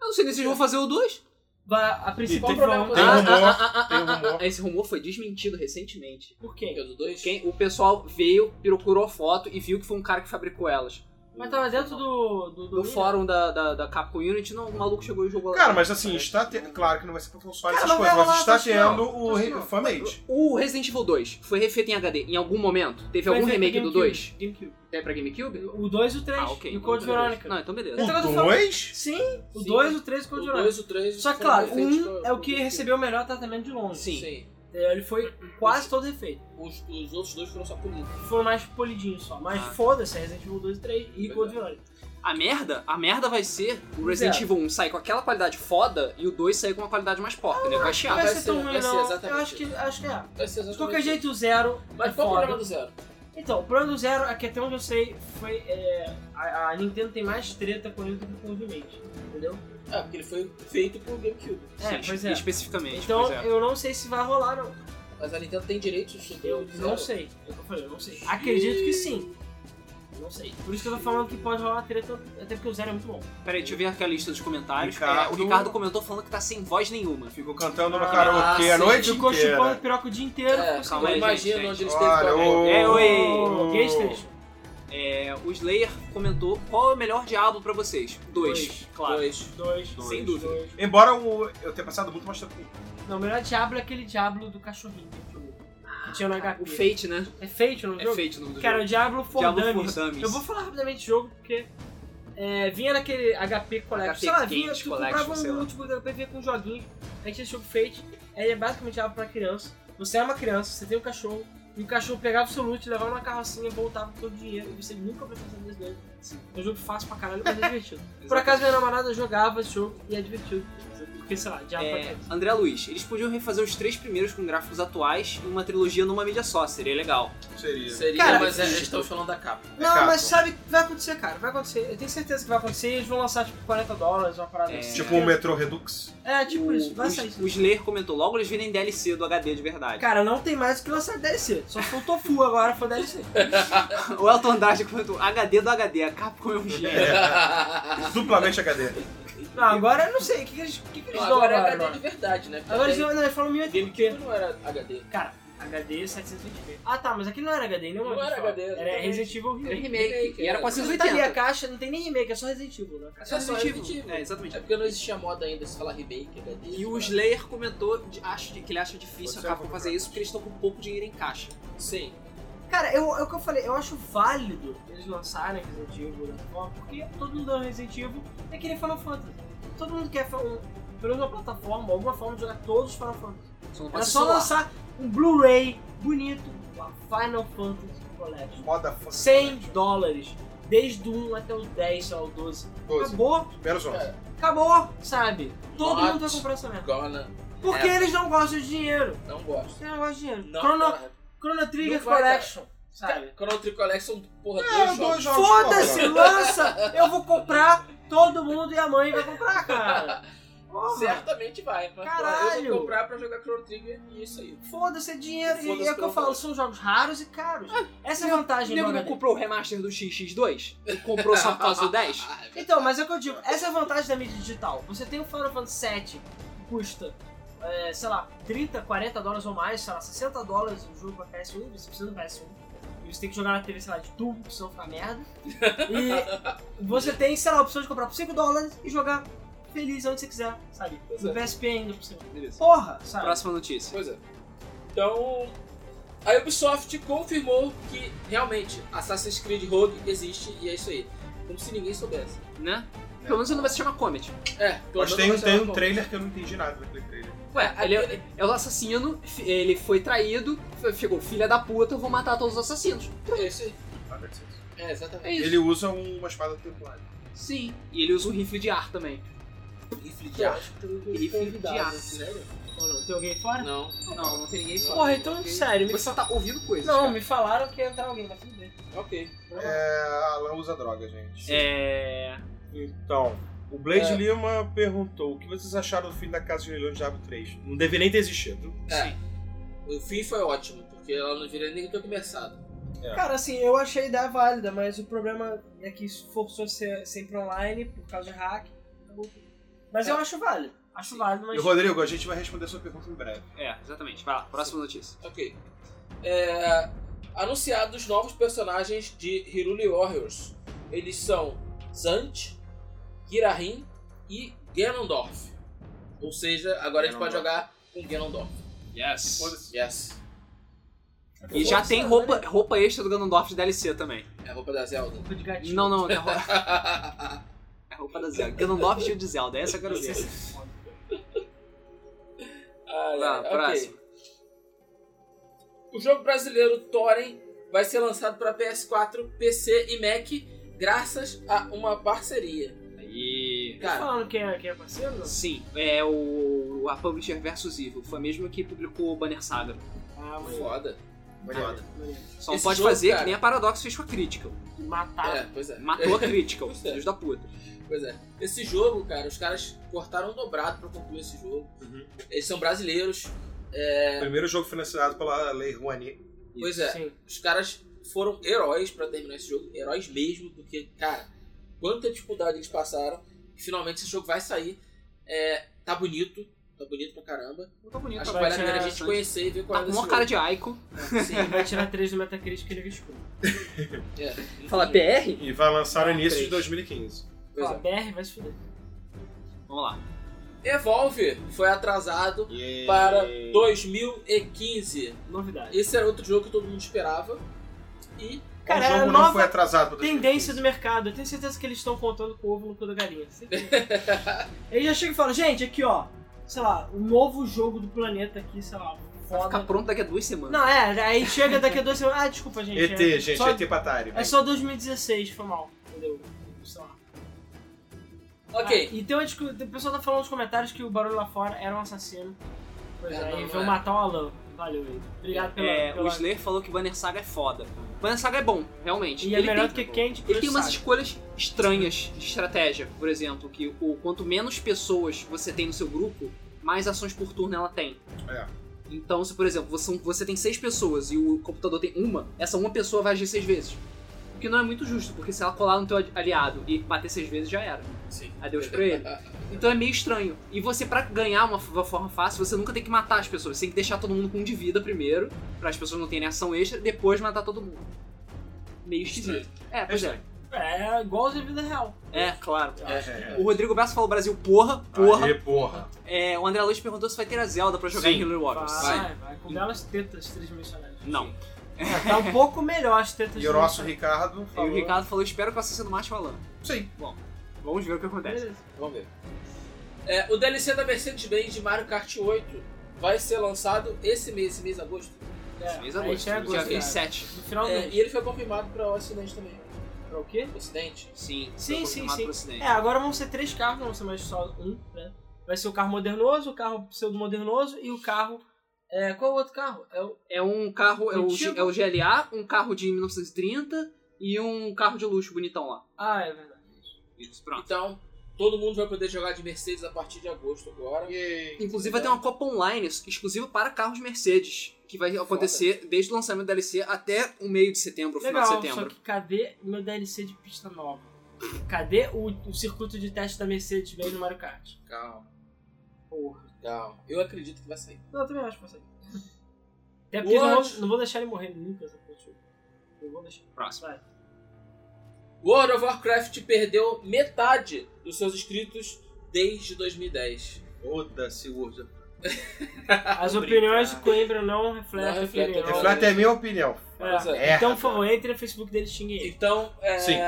[SPEAKER 4] Eu não sei nem se eles vão fazer o 2.
[SPEAKER 2] Vai- A principal
[SPEAKER 1] tem-
[SPEAKER 2] problema
[SPEAKER 1] tem
[SPEAKER 3] Tem um
[SPEAKER 4] Ah,
[SPEAKER 2] Ah,
[SPEAKER 3] rumor,
[SPEAKER 4] ah, ah, ah,
[SPEAKER 3] tem
[SPEAKER 4] ah, ah,
[SPEAKER 3] rumor.
[SPEAKER 4] ah, Esse rumor foi desmentido recentemente.
[SPEAKER 2] é Por quê?
[SPEAKER 1] Porque do dois?
[SPEAKER 4] Quem, o pessoal veio, procurou foto e viu que foi um cara que fabricou elas.
[SPEAKER 2] Mas tava dentro do. do,
[SPEAKER 4] No fórum da, da, da Capcom Unity, não, o maluco chegou e jogou lá.
[SPEAKER 3] Cara, mas assim, está tendo. Claro que não vai ser pro console
[SPEAKER 2] Cara,
[SPEAKER 3] essas
[SPEAKER 2] não
[SPEAKER 3] coisas,
[SPEAKER 2] vai
[SPEAKER 3] mas
[SPEAKER 2] rolar,
[SPEAKER 3] está
[SPEAKER 2] acho que não.
[SPEAKER 3] tendo o
[SPEAKER 2] Acho que
[SPEAKER 3] re-
[SPEAKER 2] não.
[SPEAKER 3] fanmade.
[SPEAKER 4] O Resident Evil 2 foi refeito em HD em algum momento? Teve algum remake é, do 2? Até É pra GameCube?
[SPEAKER 2] O 2 e o 3.
[SPEAKER 4] Ah, ok.
[SPEAKER 2] E o
[SPEAKER 4] então
[SPEAKER 2] Code
[SPEAKER 4] beleza.
[SPEAKER 2] Verônica.
[SPEAKER 4] Não, então beleza.
[SPEAKER 2] Então, eu tô
[SPEAKER 3] O
[SPEAKER 2] falando-
[SPEAKER 3] 2?
[SPEAKER 2] Sim, o
[SPEAKER 1] Sim.
[SPEAKER 2] 2, o 3 e o Code
[SPEAKER 1] O
[SPEAKER 2] Verônica.
[SPEAKER 1] 2, o 3.
[SPEAKER 2] Só que, claro, o 1 é o que recebeu o um. melhor tratamento de longe. É,
[SPEAKER 4] Sim.
[SPEAKER 2] Ele foi quase todo refeito.
[SPEAKER 1] Os, os outros dois foram só um. polidos.
[SPEAKER 2] Foram mais polidinhos só. Mas
[SPEAKER 4] Ah.
[SPEAKER 2] foda-se, é Resident Evil 2 e 3 e Code Verônica.
[SPEAKER 4] A merda, a merda vai ser o Resident
[SPEAKER 2] Zero.
[SPEAKER 4] Evil 1 sair com aquela qualidade foda e o 2 sair com uma qualidade mais porca, né? Vai
[SPEAKER 2] Não
[SPEAKER 4] chiar.
[SPEAKER 2] vai
[SPEAKER 1] vai
[SPEAKER 2] ser
[SPEAKER 1] ser,
[SPEAKER 2] tão ruim,
[SPEAKER 1] vai ser
[SPEAKER 2] não. Eu
[SPEAKER 1] exatamente
[SPEAKER 2] acho que, acho que é.
[SPEAKER 1] Vai ser exatamente
[SPEAKER 2] De qualquer
[SPEAKER 1] isso.
[SPEAKER 2] jeito, o zero. é
[SPEAKER 1] Mas qual o
[SPEAKER 2] foda.
[SPEAKER 1] problema do zero?
[SPEAKER 2] Então, o problema do zero é que até onde eu sei foi. é, a, a Nintendo tem mais treta com ele do que com o remake. Entendeu?
[SPEAKER 1] É, porque ele foi feito pro GameCube.
[SPEAKER 2] É, pois é.
[SPEAKER 4] Especificamente,
[SPEAKER 2] Então
[SPEAKER 4] pois é.
[SPEAKER 2] eu não sei se vai rolar, não.
[SPEAKER 1] Mas a Nintendo tem direito sobre
[SPEAKER 2] Eu
[SPEAKER 1] o zero.
[SPEAKER 2] não sei. Eu tô falando, eu não sei. Acredito que sim. Não sei. Por isso que eu tô falando que pode rolar treta, até porque o zero é muito bom.
[SPEAKER 4] Peraí, deixa eu ver aqui a lista dos comentários.
[SPEAKER 3] Ricardo-
[SPEAKER 4] É, o Ricardo comentou falando que tá sem voz nenhuma.
[SPEAKER 3] Ficou cantando no
[SPEAKER 2] Ah,
[SPEAKER 3] karaokê a
[SPEAKER 1] sim.
[SPEAKER 3] noite
[SPEAKER 2] Ficou
[SPEAKER 3] inteira.
[SPEAKER 2] chupando piroca o dia inteiro.
[SPEAKER 1] É,
[SPEAKER 4] calma aí,
[SPEAKER 1] eu imagino
[SPEAKER 4] gente,
[SPEAKER 1] onde
[SPEAKER 4] gente.
[SPEAKER 1] eles teve
[SPEAKER 3] Olha,
[SPEAKER 1] problema.
[SPEAKER 3] ô,
[SPEAKER 4] É,
[SPEAKER 2] Ô,
[SPEAKER 3] Oh.
[SPEAKER 4] oi.
[SPEAKER 2] Gaystation.
[SPEAKER 4] É, o Slayer comentou qual é o melhor diabo pra vocês? Dois,
[SPEAKER 2] Dois.
[SPEAKER 4] claro.
[SPEAKER 1] Dois.
[SPEAKER 2] Dois.
[SPEAKER 4] Sem dúvida.
[SPEAKER 2] dois.
[SPEAKER 3] Embora o- eu tenha passado muito mais tempo.
[SPEAKER 2] Não, o melhor Diablo é aquele Diablo do cachorrinho que eu joguei, que tinha um no HP.
[SPEAKER 4] O Fate, né?
[SPEAKER 2] É Fate o nome do
[SPEAKER 4] É
[SPEAKER 2] jogo?
[SPEAKER 4] Fate o nome do
[SPEAKER 2] Cara, o
[SPEAKER 4] jogo.
[SPEAKER 2] Diablo for
[SPEAKER 4] Diablo for
[SPEAKER 2] Dummies.
[SPEAKER 4] Dummies.
[SPEAKER 2] Eu vou falar rapidamente do jogo, porque é, vinha naquele HP Collection.
[SPEAKER 4] HP
[SPEAKER 2] sei lá, vinha,
[SPEAKER 4] Games
[SPEAKER 2] tu
[SPEAKER 4] Collection,
[SPEAKER 2] comprava
[SPEAKER 4] sei
[SPEAKER 2] um
[SPEAKER 4] lá.
[SPEAKER 2] notebook da HP, vinha com um joguinho. Aí tinha esse jogo Fate, ele é basicamente Diablo pra criança. Você é uma criança, você tem um cachorro, e o cachorro pegava o seu loot, levava na carrocinha, voltava com todo o dinheiro, e você nunca vai fazer isso dele. É um jogo fácil pra caralho, mas é
[SPEAKER 4] [laughs]
[SPEAKER 2] divertido. Por acaso minha namorada jogava esse jogo e é divertido. Porque, sei lá, Diablo pra
[SPEAKER 4] É,
[SPEAKER 2] criança.
[SPEAKER 4] André Luiz, eles podiam refazer os três primeiros com gráficos atuais e uma trilogia numa mídia só, seria legal.
[SPEAKER 3] Seria.
[SPEAKER 1] Seria,
[SPEAKER 2] Cara,
[SPEAKER 1] mas é, estamos falando da [laughs] capa.
[SPEAKER 2] Não,
[SPEAKER 3] caro,
[SPEAKER 2] mas
[SPEAKER 3] pô.
[SPEAKER 2] sabe o que vai acontecer, cara? Vai acontecer. Eu tenho certeza que vai acontecer. Eles vão lançar, tipo, 40 dólares, uma parada
[SPEAKER 4] É.
[SPEAKER 2] assim.
[SPEAKER 3] Tipo um Metro Redux.
[SPEAKER 2] É, tipo
[SPEAKER 4] o,
[SPEAKER 2] isso. Vai
[SPEAKER 4] o-
[SPEAKER 2] sair isso.
[SPEAKER 4] o Slayer comentou, logo eles virem DLC do HD de verdade.
[SPEAKER 2] Cara, não tem mais o que lançar DLC. Só se for o Tofu agora for DLC.
[SPEAKER 4] [laughs] o Elton Andrade comentou, HD do HD, a Capcom é um gênio.
[SPEAKER 2] É.
[SPEAKER 3] Duplamente HD.
[SPEAKER 2] Não, agora eu não sei. O que, que eles, o que, que eles
[SPEAKER 1] Não,
[SPEAKER 2] dão
[SPEAKER 1] agora é
[SPEAKER 2] agora?
[SPEAKER 1] HD de
[SPEAKER 2] Agora,
[SPEAKER 1] verdade, né? Porque
[SPEAKER 2] agora eles,
[SPEAKER 1] até
[SPEAKER 2] não, eles falam
[SPEAKER 1] aí, GameCube
[SPEAKER 2] 1080p.
[SPEAKER 1] não era HD.
[SPEAKER 2] Cara,
[SPEAKER 1] é
[SPEAKER 2] HD 720p. Ah tá, mas aqui não era HD, não,
[SPEAKER 1] Não era HD,
[SPEAKER 2] Era
[SPEAKER 1] exatamente.
[SPEAKER 2] Resident Evil Remake.
[SPEAKER 4] E era
[SPEAKER 2] Você não
[SPEAKER 4] 480.
[SPEAKER 2] tá ali a caixa, não tem nem remake, é só Resident Evil, né?
[SPEAKER 1] É só Resident Evil.
[SPEAKER 4] É, exatamente.
[SPEAKER 1] É porque não existia moda ainda se falar remake, HD.
[SPEAKER 4] E o Slayer comentou de- acho, que ele acha difícil
[SPEAKER 3] Você
[SPEAKER 4] a Capcom
[SPEAKER 3] vai
[SPEAKER 4] fazer
[SPEAKER 3] comprar.
[SPEAKER 4] isso porque eles estão com pouco dinheiro em caixa.
[SPEAKER 1] Sim.
[SPEAKER 2] Cara, eu, é o que eu falei, eu acho válido eles lançarem Resident Evil da forma, porque todo mundo ama Resident Evil é que nem Final Fantasy. Todo mundo quer fa- um, pelo menos uma plataforma, alguma forma de jogar todos os Final Fantasy.
[SPEAKER 4] Só não
[SPEAKER 2] Era
[SPEAKER 4] pode ser
[SPEAKER 2] só
[SPEAKER 4] celular.
[SPEAKER 2] lançar um Blu-ray bonito, a Final Fantasy Collection.
[SPEAKER 3] Moda foda.
[SPEAKER 2] 100 dólares, desde o 1 até o 10, sei lá, o 12.
[SPEAKER 3] 12.
[SPEAKER 2] Acabou,
[SPEAKER 3] Menos 11.
[SPEAKER 1] É.
[SPEAKER 2] acabou, sabe? Todo
[SPEAKER 1] What?
[SPEAKER 2] mundo vai comprar essa merda.
[SPEAKER 1] Gona
[SPEAKER 2] Porque
[SPEAKER 1] É.
[SPEAKER 2] eles não gostam de dinheiro.
[SPEAKER 1] não gosto.
[SPEAKER 2] Eles não gostam de dinheiro.
[SPEAKER 1] Não,
[SPEAKER 2] Chrono,
[SPEAKER 1] cara.
[SPEAKER 2] Chrono Trigger
[SPEAKER 1] Não vai, cara.
[SPEAKER 2] Collection, sabe?
[SPEAKER 1] Chrono Trigger Collection, porra,
[SPEAKER 3] É,
[SPEAKER 1] dois jogos.
[SPEAKER 3] dois jogos.
[SPEAKER 2] Foda-se,
[SPEAKER 3] porra.
[SPEAKER 2] lança! Eu vou comprar, todo mundo e a mãe vai comprar, cara. Porra.
[SPEAKER 1] Certamente vai. Mas, porra, eu
[SPEAKER 2] Caralho.
[SPEAKER 1] vou comprar pra jogar Chrono Trigger e isso aí.
[SPEAKER 2] Foda-se, é dinheiro. e
[SPEAKER 1] Foda-se
[SPEAKER 2] é o que
[SPEAKER 1] pelo
[SPEAKER 2] eu falo,
[SPEAKER 1] valor. Ah,
[SPEAKER 2] são jogos raros e caros. Essa é a vantagem do
[SPEAKER 4] Nego não
[SPEAKER 2] HD.
[SPEAKER 4] comprou o remaster do XX2 e comprou só por causa
[SPEAKER 1] [laughs]
[SPEAKER 4] do 10?
[SPEAKER 1] Ah,
[SPEAKER 2] Então, mas é o que eu digo, essa é a vantagem da mídia digital. Você tem o Final Fantasy VII que custa, é, sei lá, 30, 40 dólares ou mais, sei lá, 60 dólares o jogo pra PS1, você precisa do PS1. E você tem que jogar na TV, sei lá, de tubo, que senão
[SPEAKER 1] [laughs]
[SPEAKER 2] fica merda. E você tem, sei lá, a opção de comprar por 5 dólares e jogar feliz onde você quiser, sabe?
[SPEAKER 1] Pois
[SPEAKER 2] No
[SPEAKER 1] é.
[SPEAKER 2] PSP ainda por cima.
[SPEAKER 1] Beleza.
[SPEAKER 2] Porra, sabe?
[SPEAKER 4] Próxima notícia.
[SPEAKER 1] Pois é. Então, a Ubisoft confirmou que realmente Assassin's Creed Rogue existe e é isso aí. Como se ninguém soubesse.
[SPEAKER 4] Né?
[SPEAKER 3] É.
[SPEAKER 4] Pelo menos ele não vai se chamar Comet.
[SPEAKER 1] É, pelo menos
[SPEAKER 3] Mas tem,
[SPEAKER 1] vai
[SPEAKER 3] um-
[SPEAKER 1] ser
[SPEAKER 3] tem
[SPEAKER 1] uma
[SPEAKER 3] um
[SPEAKER 1] boa.
[SPEAKER 3] trailer que eu não entendi nada daquele trailer.
[SPEAKER 4] Ué, ele é, é o assassino, fi- ele foi traído, f- ficou filha da puta, eu vou matar todos os assassinos.
[SPEAKER 1] É isso aí.
[SPEAKER 3] Ah, deve ser isso.
[SPEAKER 1] É, exatamente.
[SPEAKER 4] É isso.
[SPEAKER 3] Ele usa um- uma espada temporária.
[SPEAKER 4] Sim. E ele usa um rifle de ar também.
[SPEAKER 1] Rifle de ar.
[SPEAKER 4] Rifle de ar.
[SPEAKER 1] Sério?
[SPEAKER 2] Ou não? Tem alguém fora?
[SPEAKER 1] Não.
[SPEAKER 4] Não, não tem ninguém fora.
[SPEAKER 2] Porra, então,
[SPEAKER 4] Ninguém-
[SPEAKER 2] sério, me...
[SPEAKER 4] Você só tá ouvindo coisas.
[SPEAKER 2] Não,
[SPEAKER 4] cara.
[SPEAKER 2] me falaram que ia entrar alguém, mas tudo bem.
[SPEAKER 1] Ok.
[SPEAKER 3] É, Alan usa droga, gente.
[SPEAKER 4] É.
[SPEAKER 3] Então, o Blade
[SPEAKER 1] É.
[SPEAKER 3] Lima perguntou o que vocês acharam do fim da Casa de Leilão de Diabo 3. Não deveria nem ter existido.
[SPEAKER 1] O fim foi ótimo, porque ela não deveria nem ter começado.
[SPEAKER 3] É.
[SPEAKER 2] Cara, assim, eu achei a ideia válida, mas o problema é que isso forçou a ser sempre online por causa de hack. acabou tudo. Mas
[SPEAKER 1] É.
[SPEAKER 2] eu acho válido. Acho válido,
[SPEAKER 3] E
[SPEAKER 2] mas.
[SPEAKER 3] o Rodrigo, a gente vai responder a sua pergunta em breve.
[SPEAKER 4] É, exatamente. Vai lá, próxima notícia.
[SPEAKER 1] Ok. É, anunciados novos personagens de Hiruli Warriors. Eles são Zant, Girarin e Ganondorf. Ou seja, agora a gente pode jogar com Ganondorf.
[SPEAKER 4] Yes.
[SPEAKER 1] Yes.
[SPEAKER 4] E já tem roupa, roupa extra do Ganondorf de DLC também.
[SPEAKER 1] É a roupa da Zelda. [laughs]
[SPEAKER 2] Roupa tipo de gatinho.
[SPEAKER 4] Não, não, é [laughs] roupa, é roupa da Zelda. Ganondorf estilo de Zelda, essa eu quero ver.
[SPEAKER 1] Ai,
[SPEAKER 4] Tá,
[SPEAKER 1] ai, ok.
[SPEAKER 4] próximo.
[SPEAKER 1] O jogo brasileiro Thorin vai ser lançado para PS4, PC e Mac graças a uma parceria.
[SPEAKER 4] Aí.
[SPEAKER 2] Tá
[SPEAKER 1] Cara,
[SPEAKER 2] falando quem é, quem é parceiro? Não?
[SPEAKER 4] Sim, é o. A Publisher vs Evil. Foi a mesma que publicou o Banner Saga.
[SPEAKER 2] Ah, maneiro,
[SPEAKER 1] é foda. Foda.
[SPEAKER 2] maneiro.
[SPEAKER 4] Só não
[SPEAKER 1] Esse
[SPEAKER 4] pode
[SPEAKER 1] jogo,
[SPEAKER 4] fazer
[SPEAKER 1] cara-
[SPEAKER 4] que nem a Paradox fez com a Critical. tá.
[SPEAKER 2] Matar.
[SPEAKER 1] É, pois é. [laughs]
[SPEAKER 4] Matou a Critical,
[SPEAKER 1] Pois é.
[SPEAKER 4] filhos da puta.
[SPEAKER 1] Pois é. Esse jogo, cara, os caras cortaram um dobrado pra concluir esse jogo.
[SPEAKER 3] Uhum.
[SPEAKER 1] Eles são brasileiros.
[SPEAKER 3] É. Primeiro jogo financiado pela Lei Rouanet.
[SPEAKER 1] Pois é.
[SPEAKER 2] Sim.
[SPEAKER 1] Os caras foram heróis pra terminar esse jogo. Heróis mesmo, porque, cara, quanta dificuldade eles passaram. Finalmente esse jogo vai sair. É, tá bonito. Tá bonito pra caramba.
[SPEAKER 4] Tá bonito,
[SPEAKER 1] Acho que
[SPEAKER 4] tá
[SPEAKER 1] vale a
[SPEAKER 2] vai
[SPEAKER 1] pena a
[SPEAKER 2] ser
[SPEAKER 1] gente conhecer e ver qual é
[SPEAKER 4] Tá com
[SPEAKER 1] desse
[SPEAKER 4] uma
[SPEAKER 1] jogo.
[SPEAKER 4] cara de Aiko.
[SPEAKER 2] Sim, vai tirar 3 do Metacritic e ele escuro.
[SPEAKER 4] [laughs]
[SPEAKER 1] É.
[SPEAKER 4] PR?
[SPEAKER 3] E vai lançar no início de
[SPEAKER 1] Três.
[SPEAKER 3] 2015.
[SPEAKER 1] Pois
[SPEAKER 2] Ó,
[SPEAKER 1] é.
[SPEAKER 2] BR vai se fuder.
[SPEAKER 4] Vamos lá.
[SPEAKER 1] Evolve foi atrasado para 2015.
[SPEAKER 2] Novidade.
[SPEAKER 1] Esse era outro jogo que todo mundo esperava. E
[SPEAKER 2] Cara,
[SPEAKER 3] o
[SPEAKER 2] era
[SPEAKER 3] jogo não
[SPEAKER 2] nova
[SPEAKER 3] foi atrasado para
[SPEAKER 2] Tendência do mercado. Eu tenho certeza que eles estão contando com o ovo no cu da galinha. Eles já chegam e falam, gente, aqui ó, sei lá, o novo jogo do planeta aqui, sei lá,
[SPEAKER 4] Vai
[SPEAKER 2] foda.
[SPEAKER 4] ficar pronto daqui a duas semanas.
[SPEAKER 2] né? Não, é, aí chega daqui a dois semanas. Ah, desculpa, gente.
[SPEAKER 3] ET,
[SPEAKER 2] é,
[SPEAKER 3] gente, tipo-
[SPEAKER 2] só,
[SPEAKER 3] ET Patari.
[SPEAKER 2] é só 2016, foi mal. Entendeu? Sei lá.
[SPEAKER 1] Ok.
[SPEAKER 2] Ah, e tem uma discu... O pessoal tá falando nos comentários que o barulho lá fora era um assassino. Pois
[SPEAKER 1] É,
[SPEAKER 2] é,
[SPEAKER 1] não,
[SPEAKER 2] e
[SPEAKER 1] não
[SPEAKER 2] veio
[SPEAKER 1] é.
[SPEAKER 2] matar o Alan. Valeu, Eide. Obrigado pela.
[SPEAKER 4] É,
[SPEAKER 2] pela...
[SPEAKER 4] O Slayer falou que Banner Saga é foda. Banner Saga é bom, realmente.
[SPEAKER 2] E é
[SPEAKER 4] ele
[SPEAKER 2] melhor do
[SPEAKER 4] tem,
[SPEAKER 2] que Candy Crush
[SPEAKER 4] ele tem umas
[SPEAKER 2] Saga.
[SPEAKER 4] escolhas estranhas de estratégia, por exemplo, que o, quanto menos pessoas você tem no seu grupo, mais ações por turno ela tem.
[SPEAKER 3] É.
[SPEAKER 4] Então, se por exemplo, você, você tem seis pessoas e o computador tem uma, essa uma pessoa vai agir seis vezes. O que não é muito justo, porque se ela colar no teu aliado e bater seis vezes, já era.
[SPEAKER 1] Sim.
[SPEAKER 4] Ah, Adeus
[SPEAKER 1] [laughs]
[SPEAKER 4] pra ele. Então é meio estranho. E você, pra ganhar uma, f- uma forma fácil, você nunca tem que matar as pessoas. Você tem que deixar todo mundo com um de vida primeiro, pra as pessoas não terem ação extra, depois matar todo mundo. Meio esquisito. É, pois é.
[SPEAKER 2] É igualzinho à vida real.
[SPEAKER 4] É, claro.
[SPEAKER 1] Ah,
[SPEAKER 3] É.
[SPEAKER 4] O Rodrigo Bessa falou Brasil, porra, porra.
[SPEAKER 3] Aê, porra.
[SPEAKER 4] É, o André Luiz perguntou se vai ter a Zelda pra jogar
[SPEAKER 3] Sim.
[SPEAKER 4] em Halo Warriors.
[SPEAKER 1] Vai.
[SPEAKER 2] Vai, vai. Com belas tetas tridimensionais.
[SPEAKER 4] Não.
[SPEAKER 2] É, Tá um pouco melhor as tetas
[SPEAKER 3] E o nosso
[SPEAKER 2] tridimensionais.
[SPEAKER 3] Ricardo
[SPEAKER 4] E o
[SPEAKER 3] falou...
[SPEAKER 4] Ricardo falou, espero que o assassino mate o Alan.
[SPEAKER 3] Sim.
[SPEAKER 4] Vamos ver o que acontece.
[SPEAKER 2] Beleza.
[SPEAKER 1] Vamos ver. É, o DLC da Mercedes-Benz de Mario Kart 8 vai ser lançado esse mês, esse mês de agosto.
[SPEAKER 2] É,
[SPEAKER 4] Mês de
[SPEAKER 2] aí
[SPEAKER 4] agosto,
[SPEAKER 2] já
[SPEAKER 4] dia
[SPEAKER 2] é agosto, cara.
[SPEAKER 4] 27.
[SPEAKER 2] No final do
[SPEAKER 1] É,
[SPEAKER 2] mês.
[SPEAKER 1] e ele foi confirmado para o Ocidente também.
[SPEAKER 2] Pra o quê?
[SPEAKER 1] Ocidente?
[SPEAKER 4] Sim, foi
[SPEAKER 2] Sim, sim,
[SPEAKER 4] confirmado
[SPEAKER 2] sim.
[SPEAKER 4] pro Ocidente.
[SPEAKER 2] É, agora vão ser três carros, não vão ser mais só um, né? Vai ser o carro modernoso, o carro pseudo-modernoso e o carro É, qual é o outro carro? É o...
[SPEAKER 4] É um carro, é o,
[SPEAKER 2] Antigo.
[SPEAKER 4] é o GLA, um carro de 1930 e um carro de luxo bonitão lá.
[SPEAKER 2] Ah, é verdade.
[SPEAKER 4] Isso, pronto.
[SPEAKER 1] Então, todo mundo vai poder jogar de Mercedes a partir de agosto agora.
[SPEAKER 3] Yay.
[SPEAKER 4] Inclusive vai ter uma Copa Online exclusiva para carros Mercedes, que vai acontecer desde o lançamento da DLC até o meio de setembro, o final
[SPEAKER 2] Legal,
[SPEAKER 4] de
[SPEAKER 2] só
[SPEAKER 4] setembro.
[SPEAKER 2] que cadê meu DLC de pista nova? Cadê o, o circuito de teste da Mercedes bem no Mario Kart?
[SPEAKER 1] Calma,
[SPEAKER 2] Porra.
[SPEAKER 1] calma. Eu acredito que vai sair.
[SPEAKER 2] Não, eu também acho que vai sair. Até porque eu não
[SPEAKER 1] What?
[SPEAKER 2] vou, não vou deixar ele morrer nunca essa porra. Eu vou deixar.
[SPEAKER 4] Próximo.
[SPEAKER 2] Vai.
[SPEAKER 1] World of Warcraft perdeu metade dos seus inscritos desde 2010.
[SPEAKER 3] Foda-se, Urza.
[SPEAKER 2] As
[SPEAKER 1] Brincar.
[SPEAKER 2] opiniões de Coimbra não
[SPEAKER 1] Não
[SPEAKER 2] refletem.
[SPEAKER 1] refletem,
[SPEAKER 2] opinião.
[SPEAKER 1] refletem.
[SPEAKER 3] Reflete é a minha opinião.
[SPEAKER 2] É.
[SPEAKER 1] É.
[SPEAKER 2] Então, por favor, entre no Facebook dele e xingue ele.
[SPEAKER 1] Então, é,
[SPEAKER 3] Sim.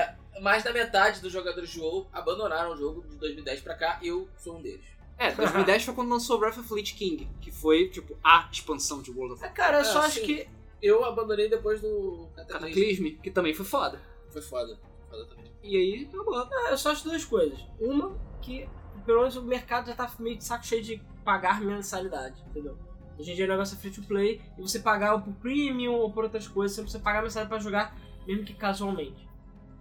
[SPEAKER 1] mais da metade dos jogadores de WoW abandonaram o jogo de 2010 pra cá. Eu sou um deles.
[SPEAKER 4] É, 2010 foi quando lançou Wrath of Lich King, que foi, tipo, a expansão de World of
[SPEAKER 2] Ah,
[SPEAKER 4] Warcraft.
[SPEAKER 2] cara, eu só
[SPEAKER 1] Ah,
[SPEAKER 2] acho
[SPEAKER 1] sim.
[SPEAKER 2] que.
[SPEAKER 1] Eu abandonei depois do Cataclismo.
[SPEAKER 4] Cataclysm, que também foi foda.
[SPEAKER 1] Foi foda. Foda também.
[SPEAKER 4] E aí, acabou.
[SPEAKER 2] ah, eu só acho duas coisas. Uma, que pelo menos o mercado já tá meio de saco cheio de pagar mensalidade, entendeu? Hoje em dia o negócio é free to play e você pagar ou por premium ou por outras coisas, você não precisa pagar mensalidade pra jogar, mesmo que casualmente.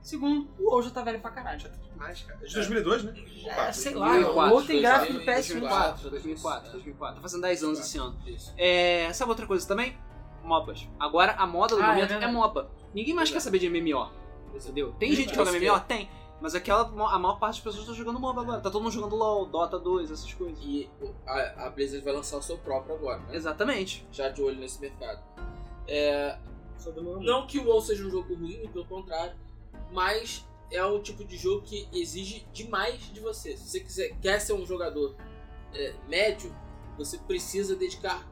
[SPEAKER 2] Segundo, o WoW já tá velho pra caralho.
[SPEAKER 3] Mas, cara, de 2002, né?
[SPEAKER 2] É, sei lá,
[SPEAKER 1] Ah,
[SPEAKER 4] 2004,
[SPEAKER 2] o WoW tem gráfico de
[SPEAKER 1] 2004,
[SPEAKER 4] 2004,
[SPEAKER 2] PS4.
[SPEAKER 4] 2004, 2004. Tá fazendo 10 anos esse ano.
[SPEAKER 1] Isso.
[SPEAKER 4] É, sabe outra coisa também? MOBAs. Agora a moda do
[SPEAKER 2] Ah, é
[SPEAKER 4] momento é,
[SPEAKER 2] verdade.
[SPEAKER 4] MOBA. Ninguém mais quer saber de MMO, entendeu? Tem gente que joga
[SPEAKER 1] Mas
[SPEAKER 4] MMO? Tem. Mas aquela, a maior parte das pessoas tá jogando MOBA agora. Tá todo mundo jogando LOL, Dota 2, essas coisas.
[SPEAKER 1] E o- a, a Blizzard vai lançar o seu próprio agora, né?
[SPEAKER 4] Exatamente.
[SPEAKER 1] Já de olho nesse mercado. É,
[SPEAKER 2] Só demorou muito.
[SPEAKER 1] não que o WoW seja um jogo ruim, pelo contrário, mas é um tipo de jogo que exige demais de você. Se você quiser, quer ser um jogador é, médio, você precisa dedicar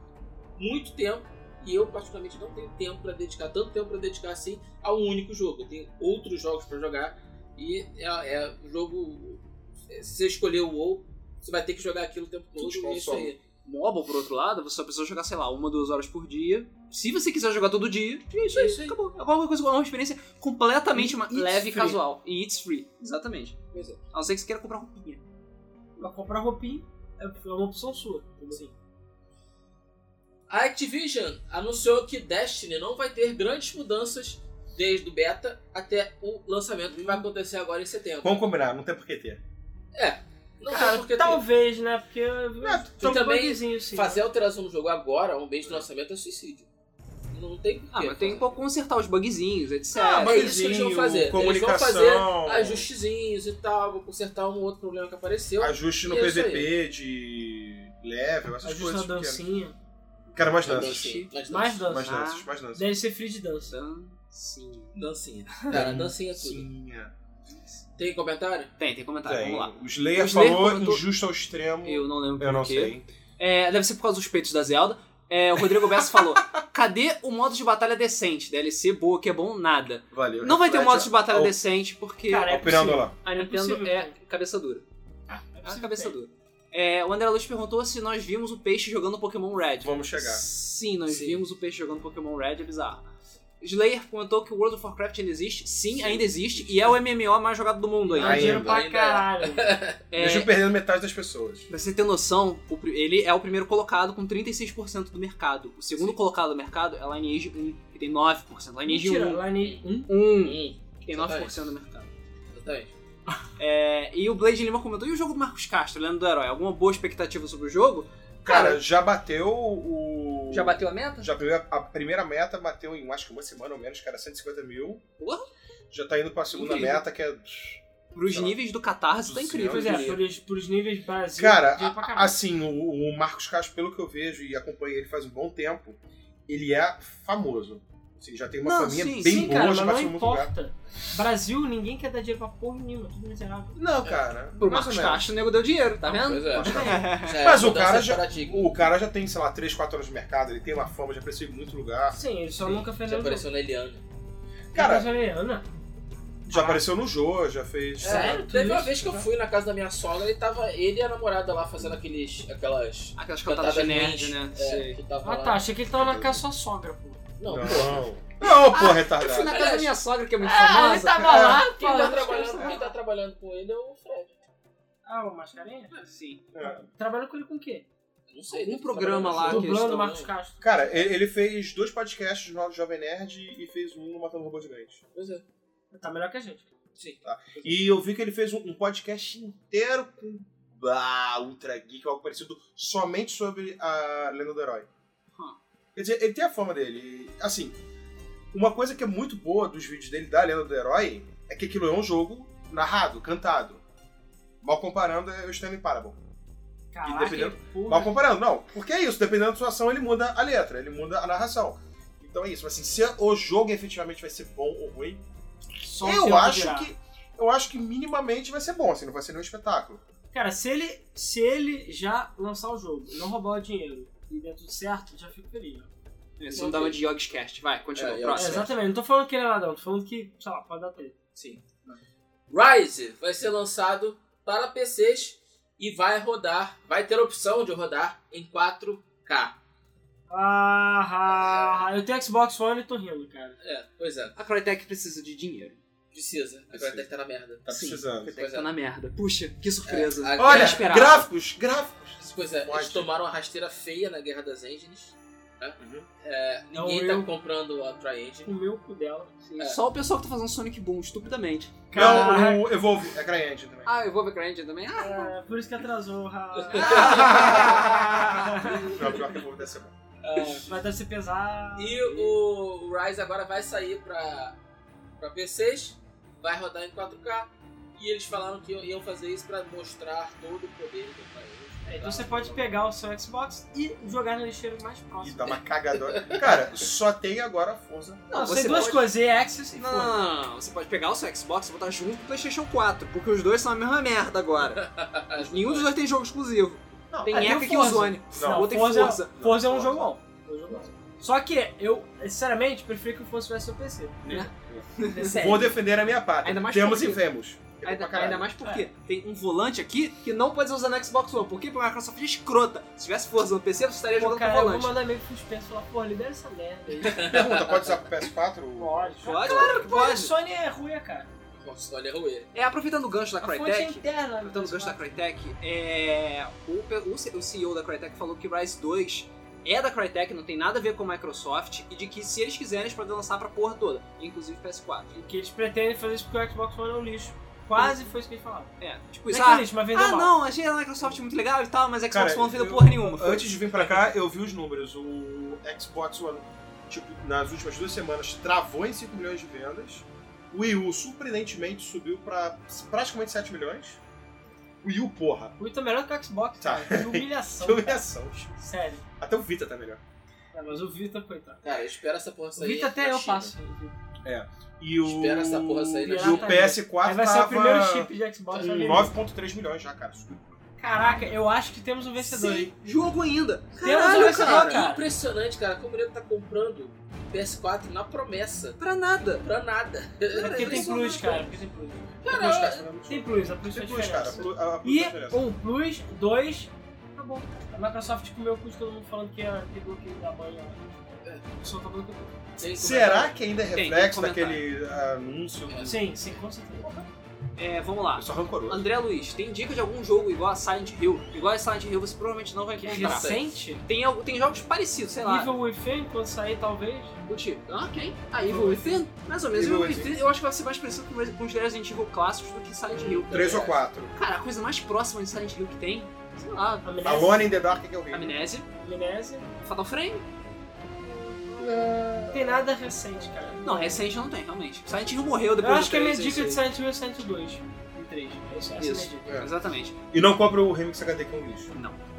[SPEAKER 1] muito tempo. E eu, particularmente, não tenho tempo para dedicar, tanto tempo para dedicar assim a um único jogo. Eu tenho outros jogos para jogar e é, é um jogo. é, Se você escolher o WoW, você vai ter que jogar aquilo o tempo todo.
[SPEAKER 3] te
[SPEAKER 1] E é isso
[SPEAKER 3] consome.
[SPEAKER 1] aí.
[SPEAKER 4] MOBA, por outro lado, você só precisa jogar, sei lá, uma, duas horas por dia. Se você quiser jogar todo dia, é isso aí,
[SPEAKER 1] É isso aí.
[SPEAKER 4] acabou. Alguma coisa, é uma experiência completamente ma-
[SPEAKER 1] it's
[SPEAKER 4] leve e
[SPEAKER 1] free.
[SPEAKER 4] casual. E it's free. Exatamente.
[SPEAKER 1] Pois é.
[SPEAKER 4] A não ser que você queira comprar roupinha.
[SPEAKER 2] Pra comprar roupinha é uma opção sua. entendeu?
[SPEAKER 1] A Activision anunciou que Destiny não vai ter grandes mudanças desde o beta até o lançamento que vai acontecer agora em setembro.
[SPEAKER 3] Vamos combinar, não tem por que ter.
[SPEAKER 1] Não
[SPEAKER 2] Cara,
[SPEAKER 1] tem porque
[SPEAKER 4] tá
[SPEAKER 2] talvez, né? Porque
[SPEAKER 1] tu
[SPEAKER 2] então,
[SPEAKER 1] também
[SPEAKER 2] um sim.
[SPEAKER 1] fazer alteração no jogo agora, um mês do lançamento, é suicídio. Não tem porquê.
[SPEAKER 4] Ah, mas tem que consertar os bugzinhos, etc.
[SPEAKER 1] Ah, mas isso que eles vão
[SPEAKER 3] Coisinho,
[SPEAKER 1] fazer. Eles vão
[SPEAKER 3] comunicação.
[SPEAKER 1] fazer ajustezinhos e tal, vão consertar um outro problema que apareceu.
[SPEAKER 3] Ajuste no
[SPEAKER 1] E é isso
[SPEAKER 3] PVP de level, essas
[SPEAKER 2] Ajusta a
[SPEAKER 3] coisas. pequenas.
[SPEAKER 2] dancinha. Ah.
[SPEAKER 3] Quero mais
[SPEAKER 1] Mas
[SPEAKER 3] danças.
[SPEAKER 1] dancinha, mas
[SPEAKER 2] Mais
[SPEAKER 1] dancinha.
[SPEAKER 2] dança.
[SPEAKER 3] Mais
[SPEAKER 4] dançar.
[SPEAKER 3] danças, mais danças.
[SPEAKER 2] Deve ser free de dança.
[SPEAKER 4] Então, Sim.
[SPEAKER 1] Dancinha. Cara, dancinha é tudo.
[SPEAKER 3] Sim.
[SPEAKER 1] Tem comentário?
[SPEAKER 4] Tem, tem comentário,
[SPEAKER 3] Tem.
[SPEAKER 4] Tá, vamos lá.
[SPEAKER 3] O Slayer
[SPEAKER 4] O Slayer
[SPEAKER 3] falou
[SPEAKER 4] comentou-
[SPEAKER 3] injusto ao extremo.
[SPEAKER 4] Eu não lembro
[SPEAKER 3] Eu não
[SPEAKER 4] por quê.
[SPEAKER 3] sei.
[SPEAKER 4] É, deve ser por causa dos peitos da Zelda. É, o Rodrigo Bessa
[SPEAKER 3] [laughs]
[SPEAKER 4] falou: cadê o modo de batalha decente? DLC boa, que é bom, nada.
[SPEAKER 3] Valeu. É,
[SPEAKER 4] Não vai ter um modo de
[SPEAKER 3] Reflete
[SPEAKER 4] batalha
[SPEAKER 3] a-
[SPEAKER 4] decente, porque
[SPEAKER 2] Cara,
[SPEAKER 3] A opinião do Alan.
[SPEAKER 4] a Nintendo
[SPEAKER 2] possível,
[SPEAKER 4] é
[SPEAKER 2] cara.
[SPEAKER 4] cabeça dura.
[SPEAKER 3] Ah,
[SPEAKER 2] É
[SPEAKER 4] É
[SPEAKER 2] possível
[SPEAKER 4] cabeça
[SPEAKER 2] que
[SPEAKER 4] dura. É, o André Luz perguntou se nós vimos o peixe jogando Pokémon Red.
[SPEAKER 3] Vamos chegar.
[SPEAKER 4] Sim, nós
[SPEAKER 1] Sim.
[SPEAKER 4] vimos o peixe jogando Pokémon Red, é bizarro. Slayer comentou que o World of Warcraft ainda existe. Sim,
[SPEAKER 1] Sim,
[SPEAKER 4] ainda existe. E é o MMO mais jogado do mundo
[SPEAKER 2] tem.
[SPEAKER 4] ainda.
[SPEAKER 2] Dá dinheiro
[SPEAKER 3] Ainda,
[SPEAKER 2] pra
[SPEAKER 1] ainda.
[SPEAKER 2] caralho.
[SPEAKER 4] É,
[SPEAKER 3] Deixa eu perdendo metade das pessoas.
[SPEAKER 4] Pra você ter noção, o pri- ele é o primeiro colocado com 36% do mercado. O segundo colocado do mercado é a Lineage 1, que tem 9%. Lineage
[SPEAKER 2] Mentira, lá ni- um?
[SPEAKER 4] 1, 1,
[SPEAKER 1] Hum,
[SPEAKER 4] que tem
[SPEAKER 1] exatamente.
[SPEAKER 4] 9% do mercado.
[SPEAKER 1] Exatamente.
[SPEAKER 4] É, e o Blade Lima comentou, e o jogo do Marcos Castro, Leandro do Herói? Alguma boa expectativa sobre o jogo?
[SPEAKER 3] Cara, já bateu o.
[SPEAKER 4] Já bateu a meta?
[SPEAKER 3] Já bateu a primeira meta, bateu em acho que uma semana ou menos, cara, 150 mil.
[SPEAKER 4] Porra.
[SPEAKER 3] Já tá indo pra segunda
[SPEAKER 1] Incrível.
[SPEAKER 3] meta, que é.
[SPEAKER 4] Pros
[SPEAKER 3] Sei lá.
[SPEAKER 4] níveis do Catarse, tá
[SPEAKER 3] Sim,
[SPEAKER 4] incrível.
[SPEAKER 2] Pois
[SPEAKER 3] eu
[SPEAKER 2] é,
[SPEAKER 3] diria.
[SPEAKER 2] pros, pros níveis Brasil.
[SPEAKER 3] Cara,
[SPEAKER 2] dinheiro pra
[SPEAKER 3] a-
[SPEAKER 2] caralho.
[SPEAKER 3] assim, o, o Marcos Castro, pelo que eu vejo e acompanho ele faz um bom tempo, ele é famoso. Assim, já tem uma
[SPEAKER 4] Não,
[SPEAKER 3] família
[SPEAKER 4] sim,
[SPEAKER 3] bem
[SPEAKER 2] Sim,
[SPEAKER 3] boa,
[SPEAKER 2] cara,
[SPEAKER 3] já
[SPEAKER 2] mas
[SPEAKER 3] passou
[SPEAKER 2] não
[SPEAKER 3] em muito lugar.
[SPEAKER 2] importa. Brasil, ninguém quer dar dinheiro pra porra nenhuma, tudo miserável.
[SPEAKER 3] Não, cara.
[SPEAKER 4] Pro
[SPEAKER 3] mais ou
[SPEAKER 4] Marcos
[SPEAKER 3] menos.
[SPEAKER 4] Castro, o nego deu dinheiro, tá vendo?
[SPEAKER 1] Pois é. Já é
[SPEAKER 3] Mas o
[SPEAKER 1] mudança
[SPEAKER 3] cara
[SPEAKER 1] de
[SPEAKER 3] já-
[SPEAKER 1] paradigma.
[SPEAKER 3] O cara já tem, sei lá, 3, 4 anos de mercado, ele tem uma fama, já apareceu em muito lugar.
[SPEAKER 2] Sim, ele só
[SPEAKER 1] Sim,
[SPEAKER 2] nunca fez
[SPEAKER 1] Já
[SPEAKER 2] nada.
[SPEAKER 1] apareceu na Eliana.
[SPEAKER 3] Cara,
[SPEAKER 2] Venezuelana.
[SPEAKER 3] já apareceu no Jô, já fez.
[SPEAKER 2] Sério? tudo
[SPEAKER 1] É, Teve uma
[SPEAKER 2] isso?
[SPEAKER 1] vez que eu fui na casa da minha sogra e tava ele e a namorada lá fazendo aqueles, aquelas.
[SPEAKER 4] Aquelas cantadas de
[SPEAKER 1] Cantadas
[SPEAKER 4] nerd,
[SPEAKER 1] ruins.
[SPEAKER 4] né?
[SPEAKER 1] É,
[SPEAKER 4] Sei.
[SPEAKER 1] que tava
[SPEAKER 2] Ah
[SPEAKER 1] lá.
[SPEAKER 2] tá, achei que ele tava na casa da sua sogra, pô.
[SPEAKER 1] Não,
[SPEAKER 3] Não,
[SPEAKER 1] pô.
[SPEAKER 3] não. Não, pô,
[SPEAKER 4] Ah, Eu fui
[SPEAKER 3] retardado.
[SPEAKER 4] na casa da minha sogra, que é muito
[SPEAKER 2] Ah, ele
[SPEAKER 4] famosa.
[SPEAKER 2] tava lá,
[SPEAKER 1] Quem tá,
[SPEAKER 2] pô.
[SPEAKER 1] trabalhando, quem tá trabalhando com ele é o Fred.
[SPEAKER 2] Ah, o Mascarenha?
[SPEAKER 4] Sim.
[SPEAKER 3] É.
[SPEAKER 2] Trabalhou com ele com o quê?
[SPEAKER 1] Não sei. tá
[SPEAKER 4] Algum
[SPEAKER 1] deve
[SPEAKER 4] programa
[SPEAKER 3] Ah,
[SPEAKER 1] trabalhar
[SPEAKER 4] lá
[SPEAKER 1] no jogo.
[SPEAKER 4] que eles
[SPEAKER 2] Dublando
[SPEAKER 4] estão-
[SPEAKER 3] né?
[SPEAKER 2] Marcos Castro.
[SPEAKER 3] Cara, ele ele fez dois podcasts no Jovem Nerd e fez um no Matando Robôs Gigantes.
[SPEAKER 1] Pois é.
[SPEAKER 2] Tá melhor que a gente.
[SPEAKER 1] Sim.
[SPEAKER 3] E eu vi que ele fez um, um podcast inteiro com ah, Ultra Geek, algo parecido, somente sobre a Lenda do Herói.
[SPEAKER 4] Hum.
[SPEAKER 3] Quer dizer, ele tem a fama dele. E, Assim, uma coisa que é muito boa dos vídeos dele da Lenda do Herói é que aquilo é um jogo narrado, cantado. Mal comparando, é o Stanley Parable.
[SPEAKER 2] Caraca,
[SPEAKER 3] dependendo-
[SPEAKER 2] que porra.
[SPEAKER 3] Mal comparando, não. Porque é isso, dependendo da sua ação, ele muda a letra, ele muda a narração. Então é isso. Mas assim, se o jogo efetivamente vai ser bom ou ruim,
[SPEAKER 2] Só um
[SPEAKER 4] um
[SPEAKER 2] o
[SPEAKER 3] eu
[SPEAKER 2] tempo
[SPEAKER 3] acho
[SPEAKER 2] dirá.
[SPEAKER 3] que. Eu acho que minimamente vai ser bom, assim, não vai ser nenhum espetáculo.
[SPEAKER 2] Cara, se ele, se ele já lançar o jogo, não roubar o dinheiro e der tudo certo, já fico feliz.
[SPEAKER 3] Tá
[SPEAKER 4] Isso não dava de Yogscast. Vai, continua.
[SPEAKER 1] É,
[SPEAKER 2] É,
[SPEAKER 1] certo.
[SPEAKER 4] próximo.
[SPEAKER 2] exatamente, não tô falando que ele é ladrão, tô falando que, sei lá, pode dar treta.
[SPEAKER 1] Sim. Rise vai ser lançado para PCs e vai rodar, vai ter a opção de rodar em 4K.
[SPEAKER 2] Ah, ah, ah, eu tenho Xbox One e tô rindo, cara.
[SPEAKER 1] É, pois é,
[SPEAKER 4] A Crytek precisa de dinheiro.
[SPEAKER 1] precisa. Agora
[SPEAKER 3] Precisa.
[SPEAKER 1] tem que estar na merda.
[SPEAKER 3] Tá
[SPEAKER 4] Sim. A
[SPEAKER 3] precisando.
[SPEAKER 4] Crytek
[SPEAKER 1] Pois
[SPEAKER 4] tá
[SPEAKER 1] é.
[SPEAKER 4] na merda. Puxa, que surpresa.
[SPEAKER 1] É, a-
[SPEAKER 4] Olha,
[SPEAKER 3] Olha,
[SPEAKER 4] esperava.
[SPEAKER 3] gráficos, gráficos.
[SPEAKER 1] Pois é, eles
[SPEAKER 3] Pode.
[SPEAKER 1] tomaram uma rasteira feia na Guerra das Engines.
[SPEAKER 3] Uhum.
[SPEAKER 1] É,
[SPEAKER 2] Não,
[SPEAKER 1] ninguém
[SPEAKER 2] eu-
[SPEAKER 1] tá comprando a
[SPEAKER 2] [laughs]
[SPEAKER 1] Tri-Engine.
[SPEAKER 2] O meu cu dela.
[SPEAKER 1] é.
[SPEAKER 4] Sim, Só o pessoal que tá fazendo Sonic Boom, estupidamente.
[SPEAKER 2] Caraca.
[SPEAKER 3] Não, o Evolve é CryEngine também.
[SPEAKER 4] Ah, eu vou ver Grandin também? Ah,
[SPEAKER 2] É, por isso que
[SPEAKER 4] [laughs]
[SPEAKER 2] atrasou. ah.
[SPEAKER 3] Não, pior que Evolve deve ser bom.
[SPEAKER 2] Mas deve ser pesado.
[SPEAKER 1] E o, o Rise agora vai sair pra, pra PCs, vai rodar em 4K. E eles falaram que iam- iam fazer isso pra mostrar todo o poder do país.
[SPEAKER 2] É, então você pode
[SPEAKER 1] [laughs]
[SPEAKER 2] pegar o seu Xbox e jogar na lixeira mais
[SPEAKER 3] E
[SPEAKER 2] próxima.
[SPEAKER 3] dá uma cagadora. Cara, só tem agora a força.
[SPEAKER 2] Não,
[SPEAKER 4] você
[SPEAKER 2] tem duas
[SPEAKER 4] pode-
[SPEAKER 2] coisas, EA Access e
[SPEAKER 4] Não,
[SPEAKER 2] foda.
[SPEAKER 4] não, não, não. Você pode pegar o seu Xbox e botar junto com o PlayStation 4, porque os dois são a mesma merda [laughs] agora. Nenhum dos dois tem jogo exclusivo. É,
[SPEAKER 3] Não,
[SPEAKER 4] Tem
[SPEAKER 2] Ah, tem
[SPEAKER 4] Epic
[SPEAKER 2] o
[SPEAKER 4] e o
[SPEAKER 2] Forza.
[SPEAKER 4] Zone.
[SPEAKER 3] Não,
[SPEAKER 4] o outro tem
[SPEAKER 2] Forza-
[SPEAKER 4] Forza.
[SPEAKER 2] Forza é um
[SPEAKER 3] Forza.
[SPEAKER 2] jogão. É um jogão. Só que eu, sinceramente, prefiro que o Forza tivesse o PC. É sério.
[SPEAKER 3] Vou defender a minha pátria.
[SPEAKER 4] Ainda mais
[SPEAKER 3] Temos
[SPEAKER 4] porque-
[SPEAKER 3] e vemos. É bom
[SPEAKER 4] Ainda,
[SPEAKER 3] pra caralho.
[SPEAKER 4] ainda mais porque tem um volante aqui que não pode ser usado no Xbox One. Por quê? Porque a Microsoft é escrota. Se tivesse Forza no PC, você estaria
[SPEAKER 2] Pô,
[SPEAKER 4] é jogando
[SPEAKER 2] cara, é
[SPEAKER 4] com
[SPEAKER 2] eu vou
[SPEAKER 4] volante.
[SPEAKER 2] mandar meio pro suspenso falar, porra, libera essa merda aí.
[SPEAKER 3] Pergunta, pode usar pro PS4?
[SPEAKER 2] Pode.
[SPEAKER 4] Pode,
[SPEAKER 2] Claro que pode.
[SPEAKER 4] pode.
[SPEAKER 2] A Sony é ruim, cara.
[SPEAKER 1] Console é ruim.
[SPEAKER 4] É, aproveitando o gancho da
[SPEAKER 2] A fonte é
[SPEAKER 4] Crytek,
[SPEAKER 2] interna.
[SPEAKER 4] aproveitando o gancho da Crytek, é, o, pe- o C- o CEO da Crytek falou que Rise 2 é da Crytek, não tem nada a ver com a Microsoft, e de que se eles quiserem, eles podem lançar pra porra toda, inclusive PS4.
[SPEAKER 2] E que eles pretendem fazer isso porque o Xbox One é um lixo. Quase foi isso que eles falaram.
[SPEAKER 4] É, tipo
[SPEAKER 2] Não é
[SPEAKER 4] isso.
[SPEAKER 2] que é
[SPEAKER 4] Ah,
[SPEAKER 2] lixo, mas vendeu
[SPEAKER 4] ah
[SPEAKER 2] mal.
[SPEAKER 4] não, achei a Microsoft muito legal e tal, mas Xbox
[SPEAKER 3] Cara,
[SPEAKER 4] One não fez
[SPEAKER 3] eu-
[SPEAKER 4] porra nenhuma. Foi.
[SPEAKER 3] Antes de vir pra cá, eu vi os números. O Xbox One, tipo, nas últimas duas semanas, travou em 5 milhões de vendas. O Wii U, surpreendentemente, subiu pra praticamente 7 milhões. O Wii U, porra.
[SPEAKER 2] Muito melhor que o Xbox,
[SPEAKER 3] Tá.
[SPEAKER 2] cara. Que
[SPEAKER 3] [laughs]
[SPEAKER 2] humilhação.
[SPEAKER 3] Que humilhação.
[SPEAKER 2] Sério.
[SPEAKER 3] Até o Vita tá melhor.
[SPEAKER 2] É, mas o Vita, coitado.
[SPEAKER 1] Cara, eu espero essa porra
[SPEAKER 2] O
[SPEAKER 1] sair.
[SPEAKER 2] Vita até
[SPEAKER 1] na
[SPEAKER 2] eu
[SPEAKER 1] China.
[SPEAKER 2] passo.
[SPEAKER 3] E o...
[SPEAKER 1] Espera essa porra sair
[SPEAKER 2] na
[SPEAKER 3] E o
[SPEAKER 2] China.
[SPEAKER 3] PS4
[SPEAKER 2] Aí vai ser o
[SPEAKER 3] tava
[SPEAKER 2] primeiro chip de Xbox.
[SPEAKER 3] com
[SPEAKER 2] né?
[SPEAKER 3] 9.3 milhões já, cara.
[SPEAKER 2] Caraca, eu acho que temos um vencedor, hein?
[SPEAKER 4] Jogo ainda.
[SPEAKER 2] um
[SPEAKER 4] Caralho,
[SPEAKER 2] vencedor,
[SPEAKER 4] cara.
[SPEAKER 2] cara.
[SPEAKER 1] É Impressionante, cara, como ele tá comprando PS4 na promessa.
[SPEAKER 4] Pra nada.
[SPEAKER 1] Pra nada.
[SPEAKER 2] É porque tem plus, cara. Porque tem plus. Tem plus, a plus
[SPEAKER 3] Tem
[SPEAKER 2] faz
[SPEAKER 3] plus,
[SPEAKER 2] diferença.
[SPEAKER 3] cara. A- a- a-
[SPEAKER 2] E
[SPEAKER 3] a diferença.
[SPEAKER 2] um plus, dois, acabou. A Microsoft comeu o cu de todo mundo falando que ah, tem bloqueio da banha.
[SPEAKER 3] É.
[SPEAKER 2] O som tá bloqueando.
[SPEAKER 1] Tem
[SPEAKER 3] Será que ainda é
[SPEAKER 4] Tem,
[SPEAKER 3] reflexo
[SPEAKER 4] tem que
[SPEAKER 3] daquele anúncio?
[SPEAKER 1] É.
[SPEAKER 2] Sim, sim, com certeza.
[SPEAKER 4] É, vamos lá.
[SPEAKER 3] Eu sou rancoroso.
[SPEAKER 4] André Luiz, tem dica de algum jogo igual a Silent Hill? Igual a Silent Hill você provavelmente não vai
[SPEAKER 2] Que é
[SPEAKER 4] encontrar.
[SPEAKER 2] recente?
[SPEAKER 4] Tem, algo- tem jogos parecidos, sei lá.
[SPEAKER 2] Evil Within, quando sair, talvez.
[SPEAKER 4] do tipo. Ah, ok. A Evil Within? Mais ou menos.
[SPEAKER 3] Evil
[SPEAKER 4] Evil Within eu acho que vai ser mais parecido com Resi- com os Resident Evil clássicos do que Silent Hill.
[SPEAKER 3] 3 ou 4.
[SPEAKER 4] Cara, a coisa mais próxima de Silent Hill que tem, sei lá,
[SPEAKER 2] Amnésia.
[SPEAKER 3] Alone in the Dark é que eu vi.
[SPEAKER 4] Amnésia,
[SPEAKER 2] Amnésia.
[SPEAKER 4] Fatal Frame.
[SPEAKER 2] Não tem nada recente, cara.
[SPEAKER 4] Não, recente não tem, realmente. Silent Hill morreu
[SPEAKER 2] Eu
[SPEAKER 4] depois
[SPEAKER 2] acho
[SPEAKER 4] do
[SPEAKER 2] que a minha
[SPEAKER 4] três, é
[SPEAKER 2] dica de
[SPEAKER 4] isso aí.
[SPEAKER 2] Silent Hill é Silent Hill 2 e 3. É isso, essa é a
[SPEAKER 4] Isso,
[SPEAKER 2] minha dica.
[SPEAKER 3] É.
[SPEAKER 4] exatamente.
[SPEAKER 3] E não compra o Remix HD que é um lixo.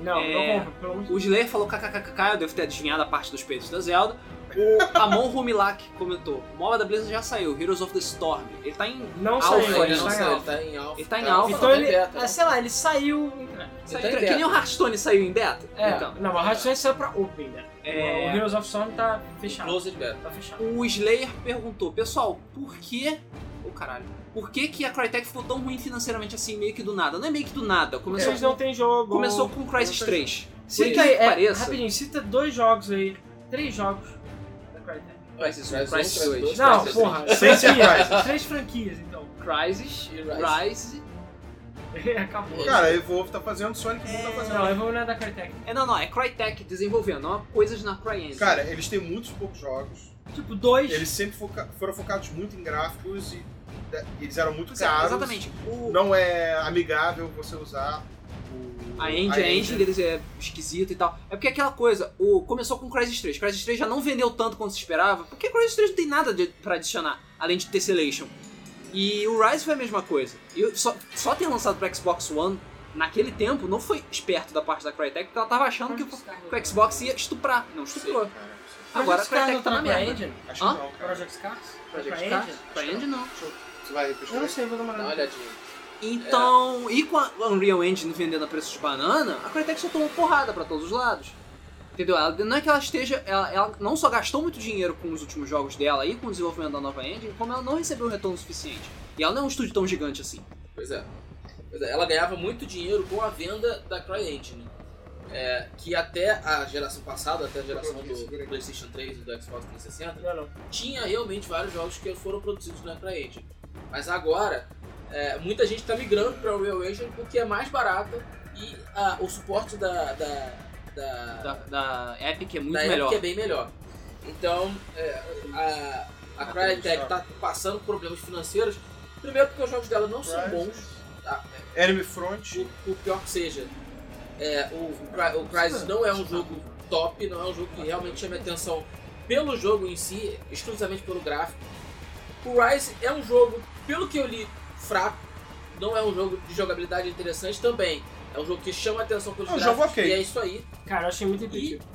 [SPEAKER 2] Não,
[SPEAKER 4] É.
[SPEAKER 2] não compro, pelo amor de
[SPEAKER 4] O Slayer falou kkkk, eu devo ter adivinhado a parte dos peitos da Zelda.
[SPEAKER 2] [laughs]
[SPEAKER 4] O Amon Rumilak comentou, o MOBA da Blizzard já saiu, Heroes of the Storm. Ele tá em...
[SPEAKER 2] Não
[SPEAKER 4] Alpha,
[SPEAKER 2] saiu,
[SPEAKER 1] Alpha,
[SPEAKER 2] ele
[SPEAKER 1] ele
[SPEAKER 2] não
[SPEAKER 1] não saiu, ele
[SPEAKER 2] saiu.
[SPEAKER 1] tá em alfa.
[SPEAKER 4] Ele tá em alpha.
[SPEAKER 2] Então ele, é, sei lá, ele saiu.
[SPEAKER 4] saiu
[SPEAKER 1] tá em
[SPEAKER 4] que
[SPEAKER 1] beta.
[SPEAKER 4] nem o Hearthstone saiu em beta.
[SPEAKER 2] É,
[SPEAKER 4] Então,
[SPEAKER 2] não, a Hardstone saiu pra Open, né?
[SPEAKER 4] É.
[SPEAKER 2] O Heroes of Storm tá fechado.
[SPEAKER 1] Closed Beta.
[SPEAKER 2] Tá fechado.
[SPEAKER 4] o Slayer perguntou, pessoal, por que... Ô caralho. Por que, que a Crytek ficou tão ruim financeiramente assim, meio que do nada? Não é meio que do nada. Começou,
[SPEAKER 2] Vocês não tem jogo.
[SPEAKER 4] começou com Crysis 3. Por
[SPEAKER 2] Cita aí,
[SPEAKER 4] incrível que
[SPEAKER 2] é,
[SPEAKER 4] pareça.
[SPEAKER 2] rapidinho, cita dois jogos aí. Três jogos da Crytek.
[SPEAKER 1] Crysis
[SPEAKER 4] Crysis 2.
[SPEAKER 1] dois,
[SPEAKER 2] Não,
[SPEAKER 1] Crysis
[SPEAKER 2] porra.
[SPEAKER 3] Sem
[SPEAKER 2] franquias,
[SPEAKER 3] surprises.
[SPEAKER 2] Três franquias, então.
[SPEAKER 4] Crysis,
[SPEAKER 1] E Rise.
[SPEAKER 4] Rise
[SPEAKER 2] [laughs] Acabou.
[SPEAKER 3] Cara, a Evolve tá fazendo, Sonic Boom tá fazendo.
[SPEAKER 2] Não, eu vou na da Crytek.
[SPEAKER 4] É, não, não, é Crytek desenvolvendo, é ó, coisas na Cryengine.
[SPEAKER 3] Cara, eles têm muitos poucos jogos.
[SPEAKER 2] Tipo, dois.
[SPEAKER 3] Eles sempre foca- foram focados muito em gráficos e da- eles eram muito
[SPEAKER 4] Pois é,
[SPEAKER 3] caros.
[SPEAKER 4] exatamente. O-
[SPEAKER 3] Não é amigável você usar o-
[SPEAKER 4] A engine, a engine deles é esquisita e tal. É porque aquela coisa, o, começou com Crysis 3. Crysis 3 já não vendeu tanto quanto se esperava, porque Crysis 3 não tem nada de, pra adicionar, além de Tessellation. E o Rise foi a mesma coisa. E eu- só, só ter lançado pro Xbox One naquele tempo não foi esperto da parte da Crytek, porque ela tava achando que o, que o Xbox ia estuprar. Não estuprou.
[SPEAKER 3] Cara, não sei.
[SPEAKER 4] Agora a
[SPEAKER 2] Project Cars
[SPEAKER 4] Crytek
[SPEAKER 2] não
[SPEAKER 4] tá na
[SPEAKER 2] tá pra
[SPEAKER 4] merda.
[SPEAKER 2] Engine?
[SPEAKER 3] Acho
[SPEAKER 4] Hã?
[SPEAKER 3] que não, cara.
[SPEAKER 2] Project Cars?
[SPEAKER 4] Project
[SPEAKER 2] Pra
[SPEAKER 4] Cars?
[SPEAKER 2] Engine?
[SPEAKER 4] Pra Engine não.
[SPEAKER 3] Você vai
[SPEAKER 2] Eu
[SPEAKER 3] pesquisar?
[SPEAKER 2] não sei, vou dar uma
[SPEAKER 1] Dá uma
[SPEAKER 2] olhada.
[SPEAKER 1] olhadinha.
[SPEAKER 4] Então, e com a Unreal Engine vendendo a preço de banana, a Crytek só tomou porrada pra todos os lados. Entendeu? Ela, não é que ela esteja. Ela, ela não só gastou muito dinheiro com os últimos jogos dela e com o desenvolvimento da nova engine, como ela não recebeu retorno suficiente. E ela não é um estúdio tão gigante assim.
[SPEAKER 1] Pois é. Pois é, Ela ganhava muito dinheiro com a venda da CryEngine. É, que até a geração passada, até a geração do PlayStation 3 e do Xbox 360,
[SPEAKER 2] Não, não.
[SPEAKER 1] tinha realmente vários jogos que foram produzidos na CryEngine. Mas agora, é, muita gente está migrando para a Unreal Engine porque é mais barata e ah, o suporte da, da, da,
[SPEAKER 4] Da, da Epic é Tá muito
[SPEAKER 1] da
[SPEAKER 4] melhor.
[SPEAKER 1] época é bem melhor. Então, é, a, a Crytek está passando por problemas financeiros. Primeiro porque os jogos dela não são bons. tá?
[SPEAKER 3] Ah, é. Enemy Front.
[SPEAKER 1] o, o pior que seja. É, o, o, Cry- o Crysis não é um jogo top, não é um jogo que realmente chame atenção pelo jogo em si, exclusivamente pelo gráfico. O Rise é um jogo, pelo que eu li, fraco. Não é um jogo de jogabilidade interessante também. É um jogo que chama atenção pelos
[SPEAKER 3] É um jogo
[SPEAKER 1] gráficos
[SPEAKER 3] ok.
[SPEAKER 1] e é isso aí.
[SPEAKER 2] Cara, eu achei muito repetido.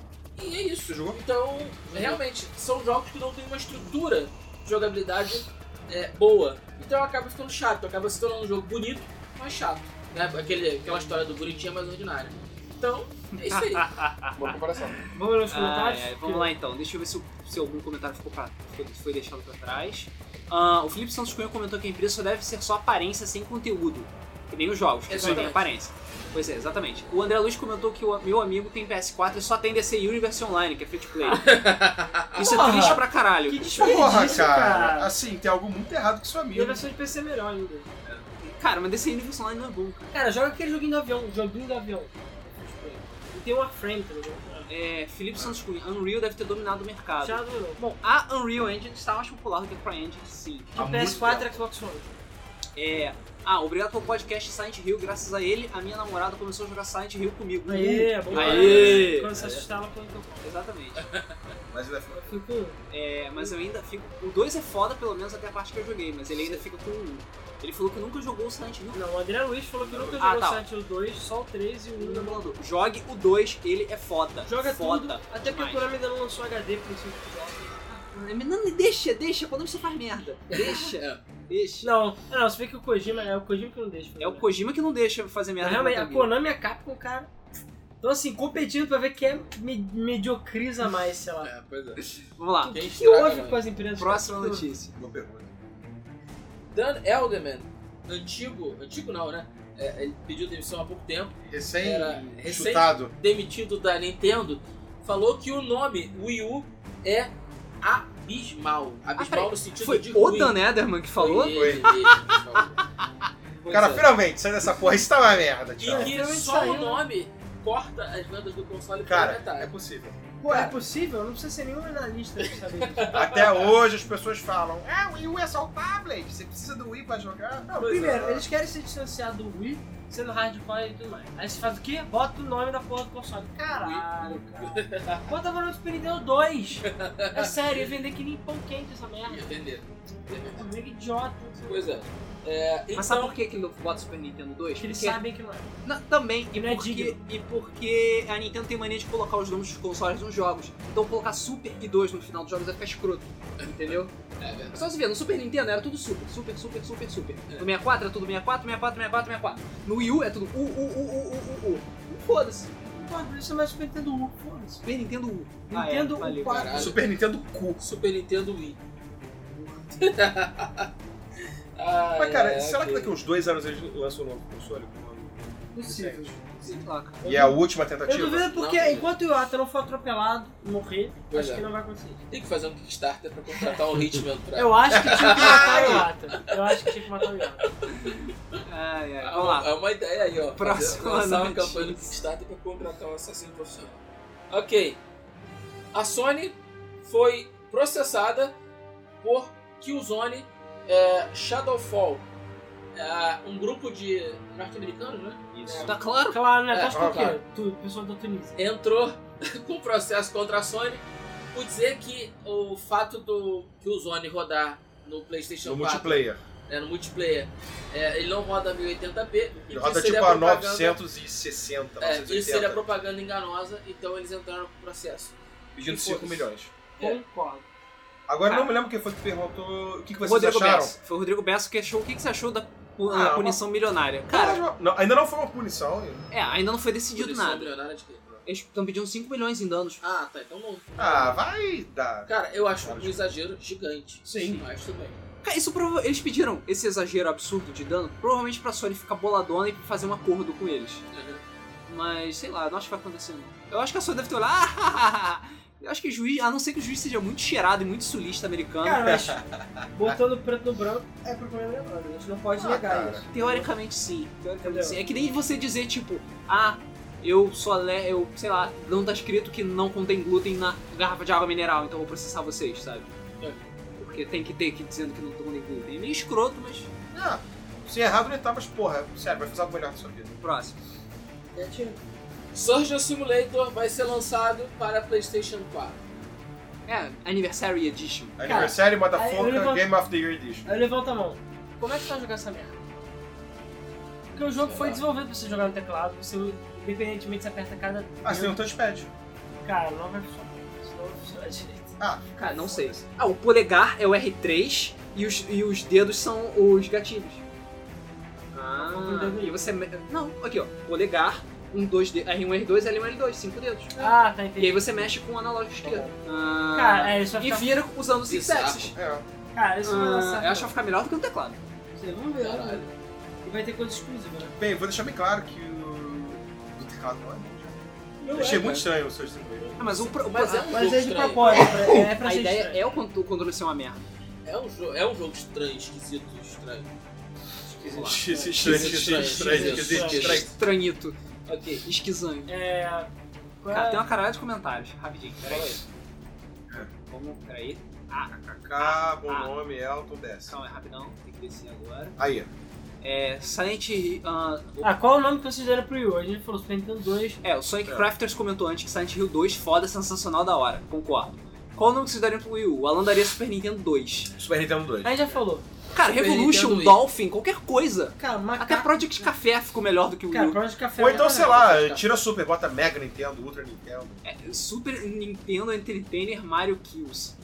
[SPEAKER 1] E é isso.
[SPEAKER 3] Você jogou?
[SPEAKER 1] Então, realmente, são jogos que não têm uma estrutura de jogabilidade é, boa. Então acaba ficando chato, acaba se tornando um jogo bonito, mas chato. Né? Aquele, aquela história do bonitinho mas ordinário. Então, é isso aí.
[SPEAKER 3] Boa comparação.
[SPEAKER 2] Vamos nos
[SPEAKER 4] Ah,
[SPEAKER 2] comentários?
[SPEAKER 4] é, vamos lá então, deixa eu ver se, eu- se algum comentário ficou pra, foi, foi deixado pra trás. Ah, o Felipe Santos Cunha comentou que a empresa só deve ser só aparência sem conteúdo. Que nem os jogos, que só tem
[SPEAKER 1] Exatamente.
[SPEAKER 4] aparência. Pois é, exatamente. O André Luiz comentou que o meu amigo tem PS4 e só tem DC Universe Online, que é free to [laughs] play. Isso é
[SPEAKER 2] Porra!
[SPEAKER 4] triste pra caralho.
[SPEAKER 2] Que desperdício,
[SPEAKER 3] Porra,
[SPEAKER 2] cara.
[SPEAKER 3] cara. Assim, tem algo muito errado com seu
[SPEAKER 2] E a
[SPEAKER 3] amigo.
[SPEAKER 2] versão de PC é melhor ainda.
[SPEAKER 4] Cara, mas DC Universe Online não é bom, cara.
[SPEAKER 2] Cara, joga aquele joguinho do avião, joguinho do avião. E tem uma frame, tá ligado?
[SPEAKER 4] É, Felipe Santos Cunha, Unreal deve ter dominado o mercado.
[SPEAKER 2] Já adorou. Bom,
[SPEAKER 4] A Unreal Engine está mais popular do que a CryEngine, sim.
[SPEAKER 2] de
[SPEAKER 3] Há muito
[SPEAKER 2] PS4 e
[SPEAKER 3] tempo.
[SPEAKER 2] Xbox One.
[SPEAKER 4] É. Ah, obrigado pelo podcast Silent Hill. Graças a ele, a minha namorada começou a jogar Silent Hill comigo.
[SPEAKER 2] Aê, é bom.
[SPEAKER 4] Aê.
[SPEAKER 2] Quando você assustar, ela põe o teu pau.
[SPEAKER 4] Exatamente.
[SPEAKER 3] Mas ainda foi.
[SPEAKER 2] Eu fico... um.
[SPEAKER 4] É, mas eu ainda fico. O 2 é foda, pelo menos até a parte que eu joguei, mas ele ainda fica com. um. Ele falou que nunca jogou o Silent Hill
[SPEAKER 2] Não, o André Luiz falou que nunca
[SPEAKER 4] Ah,
[SPEAKER 2] jogou
[SPEAKER 4] tá. Hum.
[SPEAKER 2] Silent Hill 2, só o 3 e o 1
[SPEAKER 4] no
[SPEAKER 2] da bola.
[SPEAKER 4] emulador. Jogue o 2, ele é foda.
[SPEAKER 2] Joga tudo,
[SPEAKER 4] foda.
[SPEAKER 2] até porque o
[SPEAKER 4] demais.
[SPEAKER 2] Konami ainda não lançou HD por isso que joga.
[SPEAKER 4] Não, deixa, deixa, quando você faz merda. Deixa,
[SPEAKER 1] É.
[SPEAKER 4] deixa.
[SPEAKER 2] Não, ah, não, você vê que o Kojima é o Kojima que não deixa. fazer
[SPEAKER 4] É o
[SPEAKER 2] merda.
[SPEAKER 4] Kojima que não deixa fazer merda.
[SPEAKER 2] Realmente, é
[SPEAKER 4] com Metal
[SPEAKER 2] a
[SPEAKER 4] Gear.
[SPEAKER 2] Konami e a Capcom, cara. Então, assim, competindo pra ver quem é me mediocriza mais, sei lá.
[SPEAKER 1] [laughs] É, pois é.
[SPEAKER 4] Vamos lá,
[SPEAKER 2] O
[SPEAKER 1] Quem
[SPEAKER 2] que, que
[SPEAKER 1] estraga
[SPEAKER 2] houve
[SPEAKER 1] mais?
[SPEAKER 2] com as empresas?
[SPEAKER 4] próxima
[SPEAKER 2] Pô,
[SPEAKER 4] notícia.
[SPEAKER 3] Boa pergunta.
[SPEAKER 1] Dan Elderman, antigo, antigo não, né? É, ele pediu demissão há pouco tempo,
[SPEAKER 3] Recém
[SPEAKER 1] Era recém-
[SPEAKER 3] chutado.
[SPEAKER 1] demitido da Nintendo, falou que o nome Wii U é abismal. Abismal
[SPEAKER 4] Ah, peraí,
[SPEAKER 1] no sentido
[SPEAKER 4] Foi
[SPEAKER 1] de
[SPEAKER 4] o
[SPEAKER 1] ruim.
[SPEAKER 4] Dan Ederman que falou?
[SPEAKER 1] Foi ele, ele que falou.
[SPEAKER 4] Pois
[SPEAKER 3] Cara,
[SPEAKER 4] é.
[SPEAKER 3] finalmente, sai dessa porra. Isso tá uma merda, tchau.
[SPEAKER 1] E que
[SPEAKER 2] Finalmente
[SPEAKER 1] só
[SPEAKER 2] saiu,
[SPEAKER 1] o
[SPEAKER 2] né?
[SPEAKER 1] nome corta as vendas do console
[SPEAKER 3] Cara,
[SPEAKER 1] pela metade.
[SPEAKER 3] é possível.
[SPEAKER 2] Pô, é possível? Não precisa ser nenhum analista pra
[SPEAKER 4] [laughs]
[SPEAKER 2] saber disso.
[SPEAKER 3] Até hoje as pessoas falam, ah, o Wii U é só o tablet, você precisa do Wii pra jogar. Não,
[SPEAKER 1] Pois
[SPEAKER 2] Primeiro,
[SPEAKER 3] é.
[SPEAKER 2] eles querem se distanciar do Wii, sendo hardcore e tudo mais. Aí você faz o quê? Bota o nome da porra do console. Caralho, cara. Bota o nome do Super Nintendo
[SPEAKER 4] [laughs]
[SPEAKER 2] 2. É sério, ia vender que nem pão quente essa merda.
[SPEAKER 1] Ia vender.
[SPEAKER 2] É meio idiota. não sei o
[SPEAKER 1] Pois
[SPEAKER 2] quê.
[SPEAKER 1] é. É, então,
[SPEAKER 4] Mas sabe por que que ele bota o Super Nintendo 2?
[SPEAKER 2] Porque eles
[SPEAKER 4] Porque-
[SPEAKER 2] sabem que não é.
[SPEAKER 4] Não, também, e
[SPEAKER 2] Não é
[SPEAKER 4] porque,
[SPEAKER 2] digno.
[SPEAKER 4] e porque a Nintendo tem mania de colocar os nomes dos consoles nos jogos. Então colocar Super e 2 no final dos jogos vai ficar escroto, entendeu?
[SPEAKER 1] É verdade.
[SPEAKER 4] Só se vê, no Super Nintendo era tudo Super, Super, Super, Super, Super.
[SPEAKER 1] É.
[SPEAKER 4] No 64 era tudo 64, 64, 64, 64. No Wii U é tudo U, U, U, U, U, U, U. Foda-se.
[SPEAKER 2] Pô, isso é mais Super Nintendo 1, foda-se.
[SPEAKER 4] Super Nintendo U.
[SPEAKER 2] Nintendo U
[SPEAKER 4] valeu.
[SPEAKER 2] quatro.
[SPEAKER 1] Caralho.
[SPEAKER 3] Super Nintendo cu.
[SPEAKER 1] Super Nintendo Wii. Ah,
[SPEAKER 3] Mas cara,
[SPEAKER 1] é,
[SPEAKER 3] será que
[SPEAKER 1] ok.
[SPEAKER 3] daqui a uns dois anos eles lançam um novo console?
[SPEAKER 2] Possível.
[SPEAKER 4] sei lá, cara.
[SPEAKER 3] E é a última
[SPEAKER 2] Eu
[SPEAKER 3] tentativa.
[SPEAKER 2] duvido porque
[SPEAKER 1] Não,
[SPEAKER 2] enquanto o Iwata não for atropelado, morrer,
[SPEAKER 1] Pois
[SPEAKER 2] acho
[SPEAKER 1] é.
[SPEAKER 2] que não vai acontecer.
[SPEAKER 1] Tem que fazer um Kickstarter pra contratar um Hitman pra.
[SPEAKER 2] Eu acho que tinha que matar o Iwata. Eu acho que tinha que matar o Iwata.
[SPEAKER 4] Ai, ai,
[SPEAKER 1] É
[SPEAKER 4] vamos
[SPEAKER 1] uma-
[SPEAKER 3] Ah,
[SPEAKER 4] lá.
[SPEAKER 1] É uma ideia aí, ó.
[SPEAKER 4] Próxima
[SPEAKER 1] Fazer- Lançar uma
[SPEAKER 4] notícia.
[SPEAKER 1] campanha no Kickstarter pra contratar um assassino profissional. Ok. A Sony foi processada por Killzone é, Shadowfall. É, um grupo de norte-americanos, né?
[SPEAKER 2] Isso.
[SPEAKER 4] Tá claro?
[SPEAKER 2] Claro, né?
[SPEAKER 1] É,
[SPEAKER 2] Aposto que
[SPEAKER 1] claro.
[SPEAKER 2] tu, pessoal da Tunísia.
[SPEAKER 1] Entrou [laughs] com processo contra a Sony por dizer que o fato do Killzone rodar no PlayStation
[SPEAKER 3] No
[SPEAKER 1] 4
[SPEAKER 3] multiplayer.
[SPEAKER 1] né, no multiplayer, é, ele não roda 1080p. e
[SPEAKER 3] Ele
[SPEAKER 1] que
[SPEAKER 3] roda
[SPEAKER 1] seria
[SPEAKER 3] tipo a
[SPEAKER 1] é propaganda-
[SPEAKER 3] 960,
[SPEAKER 1] É, isso seria
[SPEAKER 3] 980.
[SPEAKER 1] propaganda enganosa, então eles entraram pro processo.
[SPEAKER 3] Pedindo 5 milhões.
[SPEAKER 1] É.
[SPEAKER 2] Concordo.
[SPEAKER 3] Agora eu
[SPEAKER 4] Ah.
[SPEAKER 3] não me lembro quem foi que perguntou o que, que vocês
[SPEAKER 4] Rodrigo
[SPEAKER 3] acharam.
[SPEAKER 4] Bessa. Foi o Rodrigo Bessa que achou o que, que você achou da,
[SPEAKER 3] Ah,
[SPEAKER 4] da
[SPEAKER 3] uma-
[SPEAKER 4] punição milionária. Cara,
[SPEAKER 3] Não, ainda não foi uma punição.
[SPEAKER 4] é, ainda não foi decidido
[SPEAKER 1] Punição
[SPEAKER 4] nada.
[SPEAKER 1] milionária de quê?
[SPEAKER 4] Eles estão pedindo 5 milhões em danos.
[SPEAKER 1] Ah, tá, então não.
[SPEAKER 3] Ah, vai dar.
[SPEAKER 1] Cara, eu acho
[SPEAKER 3] Claro,
[SPEAKER 1] um exagero gigante.
[SPEAKER 3] Sim.
[SPEAKER 1] Mas tudo bem.
[SPEAKER 4] Cara, isso prova- eles pediram esse exagero absurdo de dano, provavelmente pra Sony ficar boladona e fazer um acordo com eles.
[SPEAKER 1] Uhum.
[SPEAKER 4] Mas, sei lá, não acho que vai acontecer não. Eu acho que a Sony deve ter olhado. "Ah, [laughs] Eu acho que o juiz, a não ser que o juiz seja muito cheirado e muito sulista americano, é,
[SPEAKER 2] Cara, mas botando o preto no branco é problema lembrando. A gente não pode
[SPEAKER 3] Ah,
[SPEAKER 2] negar
[SPEAKER 3] cara.
[SPEAKER 2] isso.
[SPEAKER 4] teoricamente sim.
[SPEAKER 2] Entendeu?
[SPEAKER 4] Sim, é que nem você dizer, tipo, ah, eu só le... eu, sei lá, não tá escrito que não contém glúten na garrafa de água mineral, então eu vou processar vocês, sabe?
[SPEAKER 1] É.
[SPEAKER 4] Porque tem que ter que dizendo que não contém glúten. É meio escroto, mas
[SPEAKER 3] Ah, se errado não tá, mas porra, sério, vai fazer algo melhor na sua vida.
[SPEAKER 4] próximo.
[SPEAKER 2] É, tipo,
[SPEAKER 1] Surgeon Simulator vai ser lançado para PlayStation 4.
[SPEAKER 4] É, Anniversary Edition.
[SPEAKER 3] Aniversário,
[SPEAKER 2] aí eu
[SPEAKER 3] Motherfucker,
[SPEAKER 2] levanto-
[SPEAKER 3] Game of the Year Edition.
[SPEAKER 2] Aí levanta a mão. Como é que tu vai jogar essa merda? Porque o jogo
[SPEAKER 1] Sei
[SPEAKER 2] foi
[SPEAKER 1] lá.
[SPEAKER 2] desenvolvido pra você jogar no teclado, você independentemente você tá- aperta cada.
[SPEAKER 3] Ah, você tem um touchpad.
[SPEAKER 2] Cara, não vai funcionar. Isso não vai funcionar direito.
[SPEAKER 3] Ah,
[SPEAKER 4] Cara, não sei. Ah, o polegar é o R3 e os, e os dedos são os gatilhos. Ah, e você. me- Não, aqui ó. Polegar, um, dois, de- R1, R2, L1, L2, cinco dedos.
[SPEAKER 2] Ah,
[SPEAKER 4] E
[SPEAKER 2] tá,
[SPEAKER 4] aí
[SPEAKER 2] entendi.
[SPEAKER 4] você mexe com o analógico esquerdo.
[SPEAKER 2] Cara,
[SPEAKER 4] Ah,
[SPEAKER 2] é, isso vai
[SPEAKER 4] e
[SPEAKER 2] ficar.
[SPEAKER 4] vira usando os
[SPEAKER 1] Isso,
[SPEAKER 4] sexes.
[SPEAKER 3] é.
[SPEAKER 2] Cara, isso não vai
[SPEAKER 4] Ah, eu
[SPEAKER 2] lançar.
[SPEAKER 4] acho que vai ficar melhor do que um teclado.
[SPEAKER 2] Você, Vamos ver, vamos
[SPEAKER 1] Caralho.
[SPEAKER 2] ver. E vai ter coisa exclusiva, né?
[SPEAKER 3] Bem, vou deixar bem claro que o. O teclado não é.
[SPEAKER 1] Não
[SPEAKER 3] Eu achei
[SPEAKER 1] é,
[SPEAKER 4] né?
[SPEAKER 3] muito
[SPEAKER 1] cara.
[SPEAKER 3] estranho o seu simulator.
[SPEAKER 4] Ah, mas o, pro- o
[SPEAKER 1] Mas
[SPEAKER 4] pro-
[SPEAKER 1] é um
[SPEAKER 2] Mas
[SPEAKER 1] jogo
[SPEAKER 2] é de
[SPEAKER 1] estranho.
[SPEAKER 2] propósito, é, é pra
[SPEAKER 4] a
[SPEAKER 2] ser
[SPEAKER 4] ideia
[SPEAKER 2] estranho.
[SPEAKER 4] é o cont- o controle ser uma merda.
[SPEAKER 1] É um, jo é um jogo estranho, esquisito, estranho.
[SPEAKER 3] Estranho,
[SPEAKER 1] Vamos
[SPEAKER 3] estranho, estranho, estranho,
[SPEAKER 1] Esquisito,
[SPEAKER 3] esquisito,
[SPEAKER 1] estranho.
[SPEAKER 3] estranho.
[SPEAKER 4] Estranhito,
[SPEAKER 1] lá. Ok.
[SPEAKER 4] esquizanho.
[SPEAKER 2] É. Qual é
[SPEAKER 4] Cara,
[SPEAKER 2] a-
[SPEAKER 4] tem uma caralho de comentários. Rapidinho, peraí. Vamos, peraí. Ah,
[SPEAKER 3] Kaká, bom
[SPEAKER 4] Ah.
[SPEAKER 3] nome, Elton, desce.
[SPEAKER 4] calma, é rapidão. Tem que descer agora.
[SPEAKER 3] Aí,
[SPEAKER 4] É, Silent... ah,
[SPEAKER 2] Ah, qual é o nome que vocês deram pro Yu? A gente falou tá Super Nintendo 2.
[SPEAKER 4] é, o Sonic
[SPEAKER 3] É.
[SPEAKER 4] Crafters comentou antes que Silent Hill 2, foda, sensacional, da hora. Concordo. Qual o nome que vocês dariam pro Wii U? O Alan daria Super Nintendo 2.
[SPEAKER 3] Super Nintendo 2.
[SPEAKER 2] A gente já falou.
[SPEAKER 4] Cara,
[SPEAKER 1] Super
[SPEAKER 4] Revolution,
[SPEAKER 1] Nintendo Wii.
[SPEAKER 4] Dolphin, qualquer coisa.
[SPEAKER 2] Cara, macaco.
[SPEAKER 4] Até Project Café ficou melhor do que o Wii
[SPEAKER 2] Cara,
[SPEAKER 4] U.
[SPEAKER 2] Project Café.
[SPEAKER 3] Ou então,
[SPEAKER 2] né?
[SPEAKER 3] sei lá, tira Super, bota Mega Nintendo, Ultra Nintendo.
[SPEAKER 4] Super Nintendo Entertainer Mario Kills.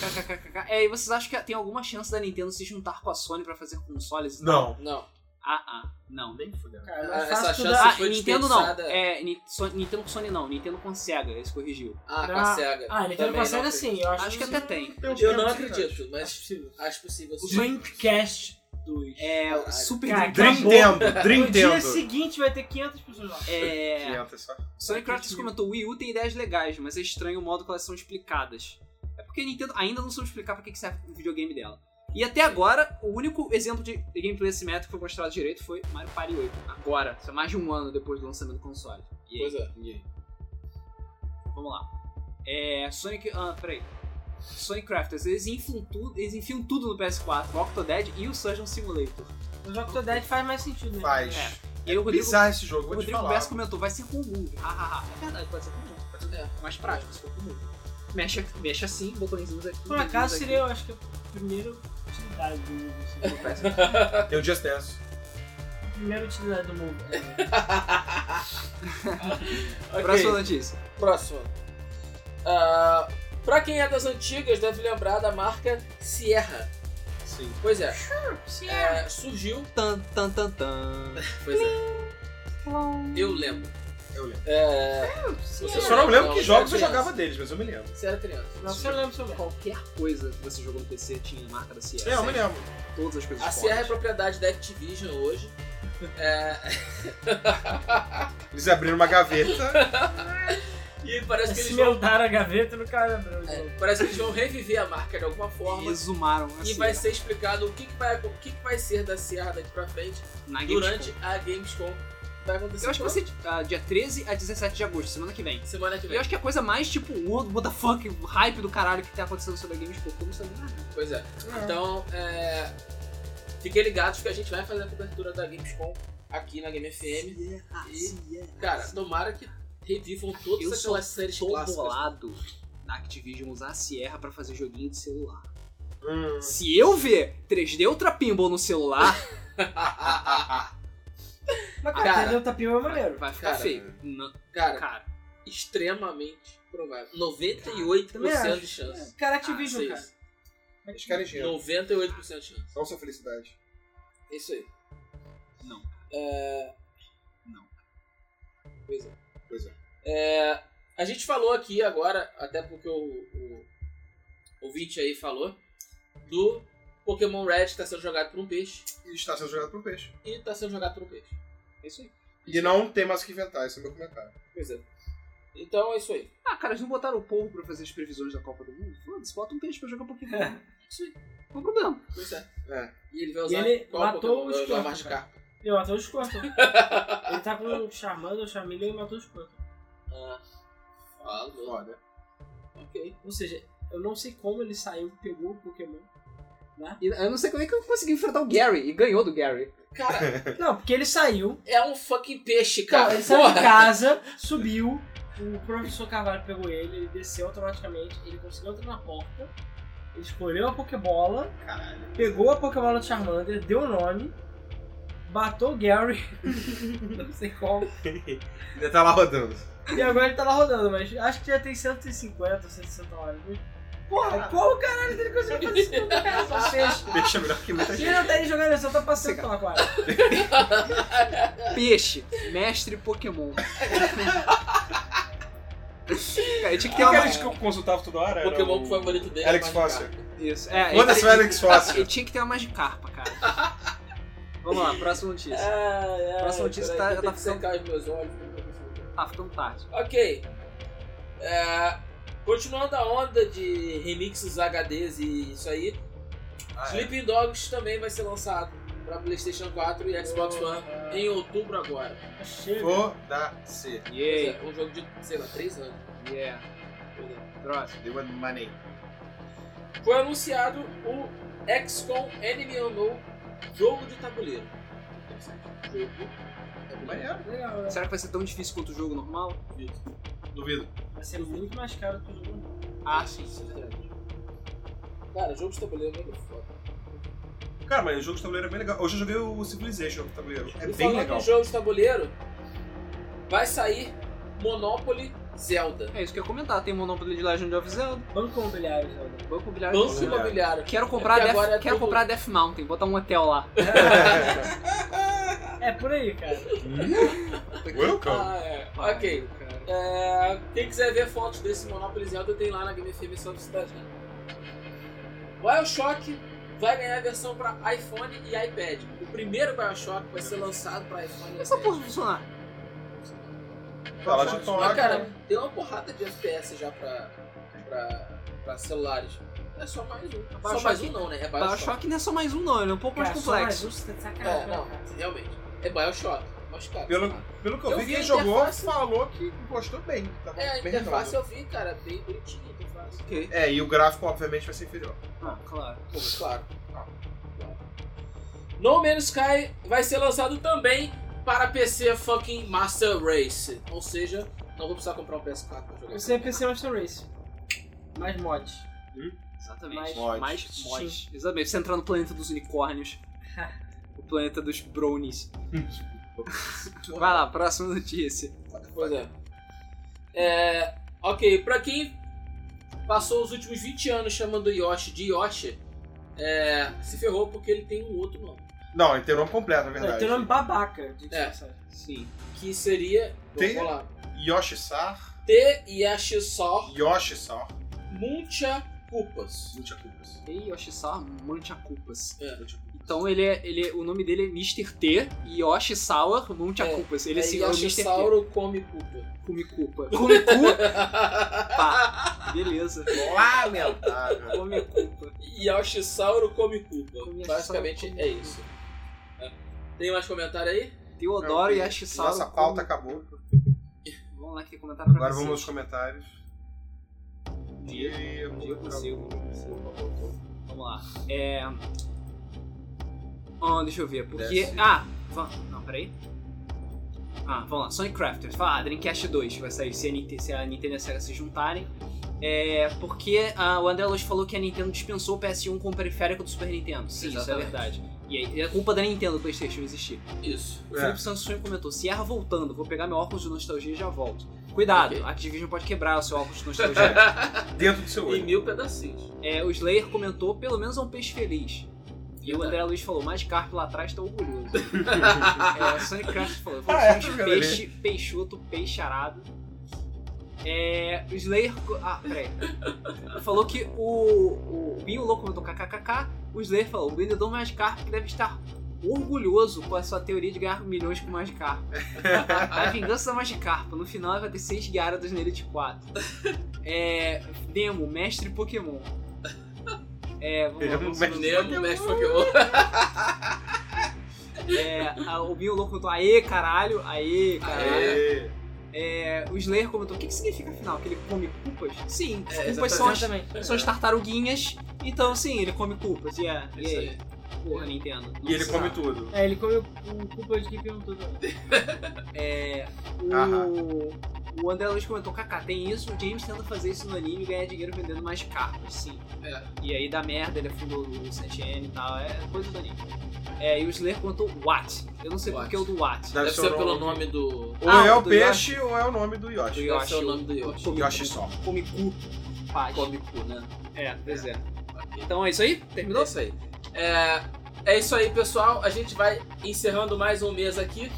[SPEAKER 4] KKKKK. É, e vocês acham que tem alguma chance da Nintendo se juntar com a Sony pra fazer consoles? e tal?
[SPEAKER 3] Não.
[SPEAKER 1] Não.
[SPEAKER 4] Ah, ah, não.
[SPEAKER 3] Nem fudendo.
[SPEAKER 2] Cara,
[SPEAKER 1] Ah,
[SPEAKER 2] mas
[SPEAKER 1] essa
[SPEAKER 2] fácil
[SPEAKER 1] chance-
[SPEAKER 2] da-
[SPEAKER 4] Ah,
[SPEAKER 1] foi
[SPEAKER 4] Nintendo não.
[SPEAKER 1] dispensada.
[SPEAKER 4] É, Ni- So- Nintendo com Sony não. Nintendo com Sega, esse corrigiu.
[SPEAKER 1] Ah, com
[SPEAKER 2] Ah,
[SPEAKER 1] a SEGA.
[SPEAKER 2] Ah, Nintendo
[SPEAKER 1] Também
[SPEAKER 2] consegue
[SPEAKER 1] não
[SPEAKER 2] assim, eu acho,
[SPEAKER 4] Acho que até tem.
[SPEAKER 1] acredito. Eu não um
[SPEAKER 3] Possível.
[SPEAKER 1] acredito,
[SPEAKER 2] Acho
[SPEAKER 1] mas
[SPEAKER 2] possível.
[SPEAKER 1] acho possível.
[SPEAKER 2] O
[SPEAKER 1] sim. Ah,
[SPEAKER 2] Dreamcast 2.
[SPEAKER 4] É,
[SPEAKER 1] Caralho.
[SPEAKER 4] Super
[SPEAKER 2] Cara,
[SPEAKER 4] Nintendo.
[SPEAKER 3] Dream Nintendo, Dream
[SPEAKER 2] No dia
[SPEAKER 3] Nintendo.
[SPEAKER 2] seguinte vai ter 500 pessoas lá.
[SPEAKER 4] É,
[SPEAKER 3] 500 só.
[SPEAKER 4] Sonic Crafts comentou: Wii U tem ideias legais, mas é estranho o modo que elas são explicadas. É porque a Nintendo ainda não soube explicar pra que que serve o videogame dela. E até agora, o único exemplo de gameplay assimétrico que foi mostrado direito foi Mario Party 8. Agora, isso é mais de um ano depois do lançamento do console. E aí,
[SPEAKER 1] Pois é.
[SPEAKER 4] Vamos lá. É. Sonic. Ah, peraí. Sonic Crafters, eles enfiam tudo, eles enfiam tudo no PS4, o Octodad e o Surgeon Simulator.
[SPEAKER 2] O jogo do Dead faz mais sentido, né?
[SPEAKER 3] Faz.
[SPEAKER 4] É. E aí o Rodrigo,
[SPEAKER 3] Bizarro esse jogo,
[SPEAKER 4] o
[SPEAKER 3] vou te
[SPEAKER 4] Rodrigo
[SPEAKER 3] falar.
[SPEAKER 4] Bess comentou, vai ser com o Move. Ah, ah, ah. É verdade, pode ser com o Move. Pode ser [laughs] é. mais prático se for com o Move. Mexe, mexe assim, botõezinhos aqui.
[SPEAKER 2] Por acaso
[SPEAKER 4] botõezinhos
[SPEAKER 2] seria, eu acho que, a primeira utilidade do mundo. assim.
[SPEAKER 3] Tem o Just Dance.
[SPEAKER 2] A primeira utilidade do mundo.
[SPEAKER 4] aqui.
[SPEAKER 1] Ok.
[SPEAKER 4] Próxima notícia.
[SPEAKER 1] Próximo. Ah, pra quem é das antigas, deve lembrar da marca Sierra.
[SPEAKER 3] Sim.
[SPEAKER 1] Pois é. é, surgiu.
[SPEAKER 4] Tan, tan, tan, tan.
[SPEAKER 1] Pois é. Eu lembro.
[SPEAKER 3] Eu lembro.
[SPEAKER 1] É,
[SPEAKER 3] Eu só não lembro que
[SPEAKER 1] você
[SPEAKER 3] jogos eu
[SPEAKER 1] era
[SPEAKER 3] jogava deles, mas eu me lembro.
[SPEAKER 1] criança. Você era criança.
[SPEAKER 2] Não, se eu lembro, se eu lembro.
[SPEAKER 4] Qualquer coisa que você jogou no PC tinha marca da Sierra.
[SPEAKER 3] É, eu me lembro.
[SPEAKER 4] Todas as coisas
[SPEAKER 1] A Sierra é
[SPEAKER 4] fortes.
[SPEAKER 1] propriedade da Activision hoje.
[SPEAKER 3] Eles abriram uma gaveta.
[SPEAKER 1] E parece que eles vão,
[SPEAKER 2] Cimentaram a gaveta no cara. Não,
[SPEAKER 1] é, parece que eles vão reviver a marca de alguma forma.
[SPEAKER 4] Resumaram
[SPEAKER 1] E
[SPEAKER 4] assim.
[SPEAKER 1] vai ser explicado o que, que vai, o que, que vai ser da Sierra daqui pra frente
[SPEAKER 4] na
[SPEAKER 1] durante
[SPEAKER 4] Gamescom.
[SPEAKER 1] a Gamescom. Vai acontecer
[SPEAKER 4] Eu acho que vai
[SPEAKER 1] quando?
[SPEAKER 4] ser ah, dia 13 a 17 de agosto, semana que vem.
[SPEAKER 1] semana que
[SPEAKER 4] E eu
[SPEAKER 1] vem.
[SPEAKER 4] acho que é a coisa mais, tipo, what, what the fuck, hype do caralho que tá acontecendo sobre a Gamescom. Eu não sabia nada.
[SPEAKER 1] Pois é. Então, é, fiquem ligados que a gente vai fazer a cobertura da Gamescom aqui na Game FM.
[SPEAKER 4] Sierra,
[SPEAKER 1] E,
[SPEAKER 4] Sierra,
[SPEAKER 1] Cara, tomara que revivam todas
[SPEAKER 4] é Eu sou
[SPEAKER 1] aquelas séries
[SPEAKER 4] Tô
[SPEAKER 1] clássicas.
[SPEAKER 4] bolado na Activision usar a Sierra pra fazer joguinho de celular.
[SPEAKER 3] Hum.
[SPEAKER 4] Se eu ver 3D Ultra Pinball no celular, [laughs]
[SPEAKER 2] Mas cara,
[SPEAKER 1] Cara.
[SPEAKER 2] entendeu? O tapinho é maneiro.
[SPEAKER 4] vai ficar
[SPEAKER 1] Cara,
[SPEAKER 4] feio. Não,
[SPEAKER 1] [laughs] Cara,
[SPEAKER 4] cara,
[SPEAKER 1] extremamente provável.
[SPEAKER 2] Também
[SPEAKER 1] 98%
[SPEAKER 2] acho.
[SPEAKER 1] de chance.
[SPEAKER 2] Cara,
[SPEAKER 1] Ah, isso é
[SPEAKER 2] Activision, cara.
[SPEAKER 1] isso.
[SPEAKER 3] Eles querem dinheiro.
[SPEAKER 1] 98% de chance.
[SPEAKER 3] Não sua felicidade.
[SPEAKER 1] É isso aí.
[SPEAKER 4] não.
[SPEAKER 1] É,
[SPEAKER 3] Pois é.
[SPEAKER 1] é, a gente falou aqui agora, até porque o, o ouvinte aí falou, do Pokémon Red que tá sendo jogado por um peixe
[SPEAKER 3] E está sendo jogado pro peixe.
[SPEAKER 1] e tá sendo jogado por um peixe.
[SPEAKER 4] É isso aí.
[SPEAKER 3] E não tem mais o que inventar, esse é o meu comentário.
[SPEAKER 1] Pois é. Então é isso aí.
[SPEAKER 4] Ah, cara, eles não botaram o povo pra fazer as previsões da Copa do Mundo? Foda-se, bota um peixe pra jogar [laughs] Pokémon.
[SPEAKER 2] [laughs]
[SPEAKER 1] Isso aí.
[SPEAKER 4] Não tem problema.
[SPEAKER 1] Pois é.
[SPEAKER 3] É.
[SPEAKER 1] E ele vai
[SPEAKER 2] E
[SPEAKER 1] usar
[SPEAKER 2] ele
[SPEAKER 1] qual
[SPEAKER 2] matou
[SPEAKER 1] Pokémon?
[SPEAKER 2] o
[SPEAKER 1] Vai usar
[SPEAKER 2] escorpião,
[SPEAKER 1] Magikarp.
[SPEAKER 2] Ele matou os cortos. [laughs] Ele tá com um chamando, o chamilho e matou os cortos.
[SPEAKER 1] Ah, falou.
[SPEAKER 3] Foda.
[SPEAKER 1] Ok.
[SPEAKER 2] Ou seja, eu não sei como ele saiu e pegou o Pokémon.
[SPEAKER 4] E eu não sei como é que eu consegui enfrentar o Gary e ganhou do Gary.
[SPEAKER 1] Cara,
[SPEAKER 2] Não, porque ele saiu.
[SPEAKER 1] é um fucking peixe,
[SPEAKER 2] Não,
[SPEAKER 1] cara.
[SPEAKER 2] ele saiu de
[SPEAKER 1] Tá, Porra.
[SPEAKER 2] casa, subiu. O professor Carvalho pegou ele, ele desceu automaticamente, ele conseguiu entrar na porta, ele escolheu a Pokébola,
[SPEAKER 3] Caralho.
[SPEAKER 2] pegou a Pokébola do Charmander, deu o nome, bateu o Gary, [laughs] não sei como,
[SPEAKER 3] Ainda tá lá rodando.
[SPEAKER 2] e agora ele tá lá rodando, mas acho que já tem 150 ou 160 horas. né? Porra, como o caralho dele conseguiu fazer isso com o cara? Só fez.
[SPEAKER 3] Peixe é melhor que muita gente.
[SPEAKER 2] Ele não tá nem jogando, ele só tá passando pela quadra. é
[SPEAKER 1] [laughs]
[SPEAKER 2] um
[SPEAKER 4] Peixe, mestre Pokémon. cara, tinha que ter
[SPEAKER 3] Aquele
[SPEAKER 4] uma.
[SPEAKER 3] cara que eu consultava toda hora.
[SPEAKER 1] O
[SPEAKER 3] era
[SPEAKER 1] Pokémon
[SPEAKER 3] o-
[SPEAKER 1] favorito dele
[SPEAKER 3] Alex
[SPEAKER 1] é Magikarp.
[SPEAKER 3] Foster.
[SPEAKER 4] Isso. É,
[SPEAKER 3] Manda se o Alex Foster.
[SPEAKER 4] ele tinha que ter uma Magikarpa, cara. Vamos lá, próxima notícia.
[SPEAKER 1] É. Ai, ai,
[SPEAKER 4] Próxima notícia
[SPEAKER 1] peraí, vou
[SPEAKER 4] tá- já
[SPEAKER 1] ter
[SPEAKER 4] tá
[SPEAKER 1] que
[SPEAKER 4] ficando-
[SPEAKER 1] secar os meus olhos. porque eu não consigo ver.
[SPEAKER 4] Tá ficando tarde.
[SPEAKER 1] Ok. É, continuando a onda de remixes HDs e isso aí,
[SPEAKER 4] Ah,
[SPEAKER 3] Ah,
[SPEAKER 4] é.
[SPEAKER 3] é.
[SPEAKER 1] Sleeping Dogs também vai ser lançado pra PlayStation 4 e Xbox One em outubro agora.
[SPEAKER 2] Chega.
[SPEAKER 3] Foda-se.
[SPEAKER 1] Pois
[SPEAKER 4] Yeah,
[SPEAKER 1] é, um jogo de, sei lá, 3 anos.
[SPEAKER 4] yeah.
[SPEAKER 1] Pois é.
[SPEAKER 4] Droga.
[SPEAKER 3] They want money.
[SPEAKER 1] Foi anunciado o XCOM Enemy Unknown jogo de tabuleiro. Interessante. Jogo de
[SPEAKER 3] É,
[SPEAKER 1] tabuleiro.
[SPEAKER 3] Maneiro.
[SPEAKER 2] Legal, né?
[SPEAKER 4] Será que vai ser tão difícil quanto o jogo normal?
[SPEAKER 3] Duvido.
[SPEAKER 2] Vai ser muito mais caro que o jogo. normal.
[SPEAKER 4] Ah, sim.
[SPEAKER 1] Cara, jogo de tabuleiro é muito foda.
[SPEAKER 3] Cara, mas o jogo de tabuleiro é bem legal. Hoje eu joguei o Civilization de tabuleiro. É
[SPEAKER 1] e
[SPEAKER 3] bem
[SPEAKER 1] falando
[SPEAKER 3] legal.
[SPEAKER 1] em jogo de tabuleiro, vai sair Monopoly Zelda.
[SPEAKER 4] É isso que eu ia comentar. Tem Monopoly de Legend of Zelda,
[SPEAKER 2] Banco imobiliário, sabe?
[SPEAKER 4] Banco Bilhar
[SPEAKER 1] Banco
[SPEAKER 3] Imobiliário.
[SPEAKER 1] Imobiliário.
[SPEAKER 4] Quero comprar,
[SPEAKER 1] É que
[SPEAKER 4] Death,
[SPEAKER 1] agora é
[SPEAKER 4] quero
[SPEAKER 1] tudo-
[SPEAKER 4] comprar Death Mountain, botar um hotel lá.
[SPEAKER 2] É por aí, cara.
[SPEAKER 3] [laughs] Welcome.
[SPEAKER 1] Ah, é. Ok.
[SPEAKER 4] Cara.
[SPEAKER 1] É, quem quiser ver fotos desse Monopoly Zelda tem lá na Game FM só cidade. Bioshock vai ganhar a versão pra iPhone e iPad. O primeiro Bioshock vai ser lançado pra iPhone e
[SPEAKER 4] Essa porra
[SPEAKER 1] iPad.
[SPEAKER 4] vai funcionar.
[SPEAKER 3] Fala de
[SPEAKER 1] Mas,
[SPEAKER 3] toque.
[SPEAKER 1] cara, tem uma porrada de FPS já pra, pra, pra celulares. É só mais um. Só
[SPEAKER 4] Bioshock-
[SPEAKER 1] mais um não, né? É Bioshock.
[SPEAKER 4] Bioshock não é só mais um, não. Ele é um pouco mais
[SPEAKER 2] Cara, só mais
[SPEAKER 4] complexo.
[SPEAKER 2] um, você tá de
[SPEAKER 1] É,
[SPEAKER 2] sacanagem.
[SPEAKER 1] não, realmente. É Bioshock. Mas, cara,
[SPEAKER 3] Pelo- Pelo que eu,
[SPEAKER 1] Eu
[SPEAKER 3] vi,
[SPEAKER 1] vi
[SPEAKER 3] quem
[SPEAKER 1] a
[SPEAKER 3] jogou
[SPEAKER 1] interface.
[SPEAKER 3] falou que gostou bem. Tá bom,
[SPEAKER 1] é, a
[SPEAKER 3] bem
[SPEAKER 1] interface
[SPEAKER 3] redondo.
[SPEAKER 1] eu vi, cara, bem bonitinha a interface.
[SPEAKER 4] Ok.
[SPEAKER 3] É, e o gráfico, obviamente, vai ser inferior.
[SPEAKER 4] Ah, claro.
[SPEAKER 1] Pô, claro. Claro. No Man's Sky vai ser lançado também para PC fucking Master Race. Ou seja, não vou precisar comprar um PS4 pra jogar.
[SPEAKER 2] Você é PC Master Race. Mais mod.
[SPEAKER 4] Exatamente.
[SPEAKER 2] Mais
[SPEAKER 3] mod.
[SPEAKER 4] Mais mod.
[SPEAKER 2] Sim.
[SPEAKER 4] Exatamente. Você entrar no planeta dos [laughs] unicórnios. o planeta dos brownies. Vai lá, próxima notícia.
[SPEAKER 1] Pois é. É, Ok, pra quem passou os últimos 20 anos chamando Yoshi de Yoshi, é, se ferrou porque ele tem um outro nome.
[SPEAKER 3] Não, ele tem o nome completo, na
[SPEAKER 2] É,
[SPEAKER 3] verdade.
[SPEAKER 2] tem o nome babaca. De
[SPEAKER 1] É.
[SPEAKER 4] Sim.
[SPEAKER 1] Que seria.
[SPEAKER 3] Tem?
[SPEAKER 1] Vamos lá.
[SPEAKER 3] Yoshi-sar.
[SPEAKER 1] T Yashi Sor
[SPEAKER 3] Yoshi-sar.
[SPEAKER 1] Muncha Cupas.
[SPEAKER 3] Não te culpas.
[SPEAKER 4] E Yoshisar Manchacupas.
[SPEAKER 1] É.
[SPEAKER 4] E Então ele é, ele é- o nome dele é Mr. T e Yoshi Sour Monte
[SPEAKER 1] É,
[SPEAKER 4] Acupas. Ele se
[SPEAKER 1] Aí
[SPEAKER 4] é o Mr. T.
[SPEAKER 1] Yoshisauro come [laughs] pupa.
[SPEAKER 4] Come
[SPEAKER 3] [laughs]
[SPEAKER 4] culpa. Come cu? Tá, Beleza.
[SPEAKER 1] Ah,
[SPEAKER 3] Lamentável.
[SPEAKER 4] Come culpa.
[SPEAKER 1] Yoshisauro come pupa.
[SPEAKER 4] Yoshisauro
[SPEAKER 1] Basicamente
[SPEAKER 4] come
[SPEAKER 1] é isso. É. Tem mais comentário aí?
[SPEAKER 4] Teodoro e Yoshi Sour.
[SPEAKER 3] É, Nossa pauta acabou.
[SPEAKER 4] Vamos lá que tem comentário pra
[SPEAKER 3] Agora
[SPEAKER 4] vocês.
[SPEAKER 3] vamos aos comentários. Diego,
[SPEAKER 4] Diego
[SPEAKER 3] travou.
[SPEAKER 4] Silva. Vamos lá. É. Ah, deixa eu ver. Porque.
[SPEAKER 3] Desce.
[SPEAKER 4] Ah, va- não, peraí. Ah, vamos lá. Sonic Crafters. Fala, ah, Dreamcast 2 vai sair se a Nintendo, se a Nintendo e a Sega se juntarem. É. Porque ah, o André Luiz falou que a Nintendo dispensou o PS1 com o periférico do Super Nintendo. Sim, isso é
[SPEAKER 1] Exatamente.
[SPEAKER 4] verdade. E aí, é culpa da Nintendo o PlayStation não existir.
[SPEAKER 1] Isso.
[SPEAKER 4] O
[SPEAKER 3] É.
[SPEAKER 4] Felipe Santos Júnior comentou: Sierra voltando, vou pegar meu óculos de nostalgia e já volto. Cuidado,
[SPEAKER 1] Ok.
[SPEAKER 4] a Activision pode quebrar o seu óculos de nostalgia.
[SPEAKER 3] Dentro do seu
[SPEAKER 1] em
[SPEAKER 3] olho.
[SPEAKER 1] mil pedacinhos.
[SPEAKER 4] É, o Slayer comentou, pelo menos é um peixe feliz. E
[SPEAKER 1] [laughs]
[SPEAKER 4] o
[SPEAKER 1] Verdade.
[SPEAKER 4] André Luiz falou, mais carpe lá atrás tá orgulhoso. é, o Sonic Craft falou,
[SPEAKER 3] Ah, é,
[SPEAKER 4] vamos
[SPEAKER 3] primeira
[SPEAKER 4] peixe, peixoto, peixarado. É, o Slayer... co- Ah, peraí. falou que o, o Binho Louco comentou kkkk. O Slayer falou, o vendedor mais carpe deve estar orgulhoso com a sua teoria de ganhar milhões com mais carpe. a vingança da Magikarpa. No final vai ter seis Gyarados nele de quatro. É, Demo, mestre Pokémon. É, vamos lá,
[SPEAKER 3] Demo,
[SPEAKER 4] vamos
[SPEAKER 3] mestre
[SPEAKER 4] lá.
[SPEAKER 1] Nemo, mestre Pokémon.
[SPEAKER 4] É, a- o Binho Louco comentou, aê, caralho, aê, caralho.
[SPEAKER 3] Aê.
[SPEAKER 4] É, o Slayer comentou, o que, que significa afinal? Que ele come culpas? Sim,
[SPEAKER 1] É,
[SPEAKER 4] culpas
[SPEAKER 1] exatamente.
[SPEAKER 4] são as,
[SPEAKER 2] Exatamente.
[SPEAKER 4] são as tartaruguinhas, então sim, ele come culpas. E é, e
[SPEAKER 1] Isso
[SPEAKER 4] aí,
[SPEAKER 1] aí.
[SPEAKER 4] porra, Nintendo. não
[SPEAKER 3] E ele
[SPEAKER 4] precisava.
[SPEAKER 3] come tudo.
[SPEAKER 2] É, ele comeu o culpa de quem perguntou também.
[SPEAKER 4] É, o, o André Luiz comentou, kaká, tem isso, o James tenta fazer isso no anime e ganhar dinheiro vendendo mais cartas, sim.
[SPEAKER 1] É.
[SPEAKER 4] E aí dá merda, ele afundou o Santien e tal, é coisa do anime. É, e o Slayer comentou, what? Eu não sei
[SPEAKER 1] What?
[SPEAKER 4] porque é o do what.
[SPEAKER 3] Deve
[SPEAKER 1] Deve
[SPEAKER 3] ser
[SPEAKER 1] ser
[SPEAKER 3] o
[SPEAKER 1] pelo
[SPEAKER 3] nome.
[SPEAKER 1] nome do.
[SPEAKER 3] Ou
[SPEAKER 4] Ah,
[SPEAKER 3] é
[SPEAKER 4] o
[SPEAKER 3] o
[SPEAKER 4] do
[SPEAKER 3] peixe ou é o nome do Yoshi.
[SPEAKER 1] Deve ser o
[SPEAKER 4] Yoshi,
[SPEAKER 1] nome do Yoshi.
[SPEAKER 4] Come
[SPEAKER 3] Yoshi
[SPEAKER 4] cu-
[SPEAKER 3] só.
[SPEAKER 4] Come cu, paz.
[SPEAKER 1] Come cu, né?
[SPEAKER 4] É, pois é.
[SPEAKER 1] Ok.
[SPEAKER 4] Então é isso aí?
[SPEAKER 1] É
[SPEAKER 4] Terminou?
[SPEAKER 1] isso aí. É, é isso aí, pessoal. A gente vai encerrando mais um mês aqui.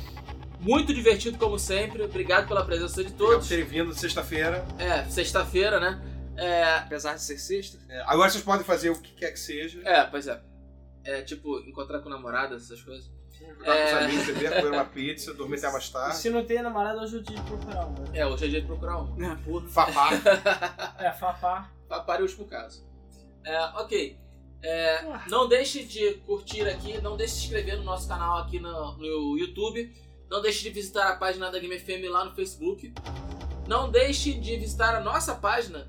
[SPEAKER 1] Muito divertido, como sempre. Obrigado pela presença de
[SPEAKER 3] Obrigado por
[SPEAKER 1] todos.
[SPEAKER 3] terem vindo sexta-feira.
[SPEAKER 1] É, sexta-feira, né? É,
[SPEAKER 4] Apesar de ser sexta.
[SPEAKER 3] É, Agora vocês podem fazer o que quer que seja.
[SPEAKER 1] é, pois é. É, tipo, encontrar com namorada, essas coisas.
[SPEAKER 3] Jogar com os
[SPEAKER 1] É.
[SPEAKER 3] amigos, beber, comer uma pizza, dormir até mais
[SPEAKER 1] Tá.
[SPEAKER 2] E
[SPEAKER 3] tarde.
[SPEAKER 2] se não tem namorado, hoje eu te procurar uma.
[SPEAKER 1] É, hoje é dia de procurar um.
[SPEAKER 4] Ah,
[SPEAKER 1] [laughs]
[SPEAKER 4] porra.
[SPEAKER 3] Fafá.
[SPEAKER 2] É, Fafá.
[SPEAKER 1] Para o último caso. É, ok. É, não deixe de curtir aqui, não deixe de se inscrever no nosso canal aqui no, no YouTube. Não deixe de visitar a página da Game FM lá no Facebook. Não deixe de visitar a nossa página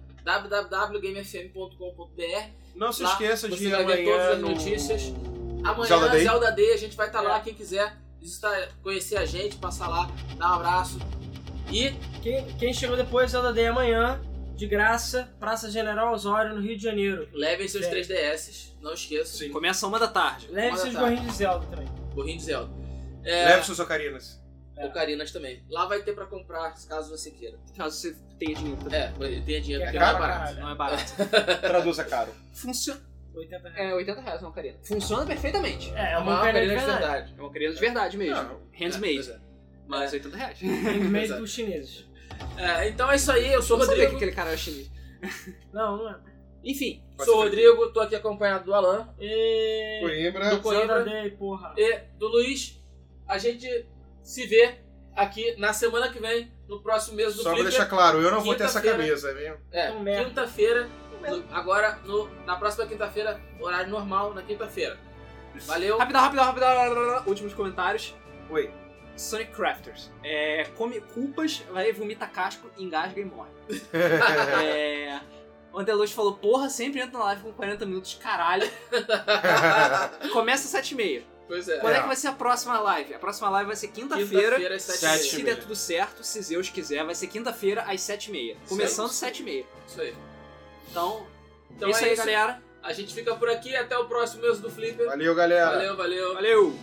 [SPEAKER 1] www.gamefm.com.br.
[SPEAKER 3] Não se
[SPEAKER 1] Lá
[SPEAKER 3] esqueça
[SPEAKER 1] você
[SPEAKER 3] de ir
[SPEAKER 1] vai ver
[SPEAKER 3] amanhã
[SPEAKER 1] todas as
[SPEAKER 3] no...
[SPEAKER 1] notícias. Amanhã, é
[SPEAKER 3] Zelda Day.
[SPEAKER 1] Day, a gente vai estar
[SPEAKER 2] É.
[SPEAKER 1] lá. Quem quiser visitar, conhecer a gente, passar lá, dar um abraço. E
[SPEAKER 2] Quem, quem chegou depois, Zelda Day amanhã, de graça, Praça General Osório, no Rio de Janeiro.
[SPEAKER 1] levem seus
[SPEAKER 2] É.
[SPEAKER 1] 3DS, não esqueçam.
[SPEAKER 3] Sim.
[SPEAKER 4] Começa uma da tarde.
[SPEAKER 2] Leve
[SPEAKER 1] Olha,
[SPEAKER 2] seus
[SPEAKER 1] tá.
[SPEAKER 2] gorrinhos de Zelda também.
[SPEAKER 1] Burrinho de Zelda. É,
[SPEAKER 3] Leve suas ocarinas.
[SPEAKER 2] É.
[SPEAKER 1] Ocarinas também. Lá vai ter pra comprar, caso você queira.
[SPEAKER 4] Caso você tenha dinheiro também.
[SPEAKER 1] É, tem dinheiro
[SPEAKER 2] Que
[SPEAKER 1] porque não
[SPEAKER 2] é
[SPEAKER 1] é
[SPEAKER 2] caro pra
[SPEAKER 1] barato.
[SPEAKER 2] caralho.
[SPEAKER 4] Não é barato.
[SPEAKER 3] [laughs] Traduza caro.
[SPEAKER 4] Funciona.
[SPEAKER 2] 80 reais.
[SPEAKER 4] É, 80 reais uma carina. Funciona perfeitamente.
[SPEAKER 2] É, é
[SPEAKER 1] É
[SPEAKER 2] uma
[SPEAKER 1] uma
[SPEAKER 2] ocarina de
[SPEAKER 1] ocarina de
[SPEAKER 2] verdade.
[SPEAKER 1] verdade.
[SPEAKER 4] É uma carina de verdade mesmo.
[SPEAKER 3] Não.
[SPEAKER 1] É,
[SPEAKER 4] Handmade.
[SPEAKER 1] pois é.
[SPEAKER 4] Mas
[SPEAKER 1] Mas,
[SPEAKER 4] 80 reais.
[SPEAKER 2] Handmade
[SPEAKER 1] Exato.
[SPEAKER 2] dos chineses.
[SPEAKER 1] é, então é isso aí, eu sou
[SPEAKER 4] Eu
[SPEAKER 1] o
[SPEAKER 4] sabia que
[SPEAKER 1] Rodrigo.
[SPEAKER 4] aquele cara era chinês.
[SPEAKER 2] Não, não é.
[SPEAKER 4] Enfim,
[SPEAKER 3] Pode
[SPEAKER 1] Sou o
[SPEAKER 3] ser.
[SPEAKER 1] Rodrigo, tô aqui acompanhado do Alan
[SPEAKER 2] E...
[SPEAKER 3] Coimbra.
[SPEAKER 1] Do Coimbra.
[SPEAKER 2] Zelda Day, porra.
[SPEAKER 1] e do Luiz. A gente se vê aqui na semana que vem, no próximo mês do
[SPEAKER 3] Só pra
[SPEAKER 1] Flipper.
[SPEAKER 3] deixar claro, eu não vou ter essa
[SPEAKER 1] Quinta-feira.
[SPEAKER 3] camisa, viu? [laughs]
[SPEAKER 1] É,
[SPEAKER 2] Um merda.
[SPEAKER 1] quinta-feira, no- agora no- na próxima quinta-feira, horário normal, na quinta-feira. Valeu.
[SPEAKER 4] rapidão, rapidão, rapidão. Últimos comentários.
[SPEAKER 3] Oi.
[SPEAKER 4] Sonic Crafters. É, come culpas, vai, vomita casco, engasga e morre. é, o Andeluz falou, porra, sempre entra na live com 40 minutos, caralho. Começa às 7h30.
[SPEAKER 1] pois é.
[SPEAKER 4] Quando é. que
[SPEAKER 3] É.
[SPEAKER 4] vai ser a próxima live? A próxima live vai ser quinta-feira.
[SPEAKER 1] Quinta-feira, às sete e
[SPEAKER 3] Sete
[SPEAKER 1] meia.
[SPEAKER 4] se
[SPEAKER 3] e
[SPEAKER 4] der
[SPEAKER 3] meia.
[SPEAKER 4] tudo certo, se Zeus quiser, vai ser quinta-feira às 7h30. Começando às 7h30.
[SPEAKER 1] Isso aí.
[SPEAKER 4] Então,
[SPEAKER 1] Então
[SPEAKER 4] é isso aí, galera.
[SPEAKER 1] A gente fica por aqui, até o próximo mês do Flipper.
[SPEAKER 3] Valeu, galera.
[SPEAKER 1] Valeu, valeu.
[SPEAKER 4] Valeu!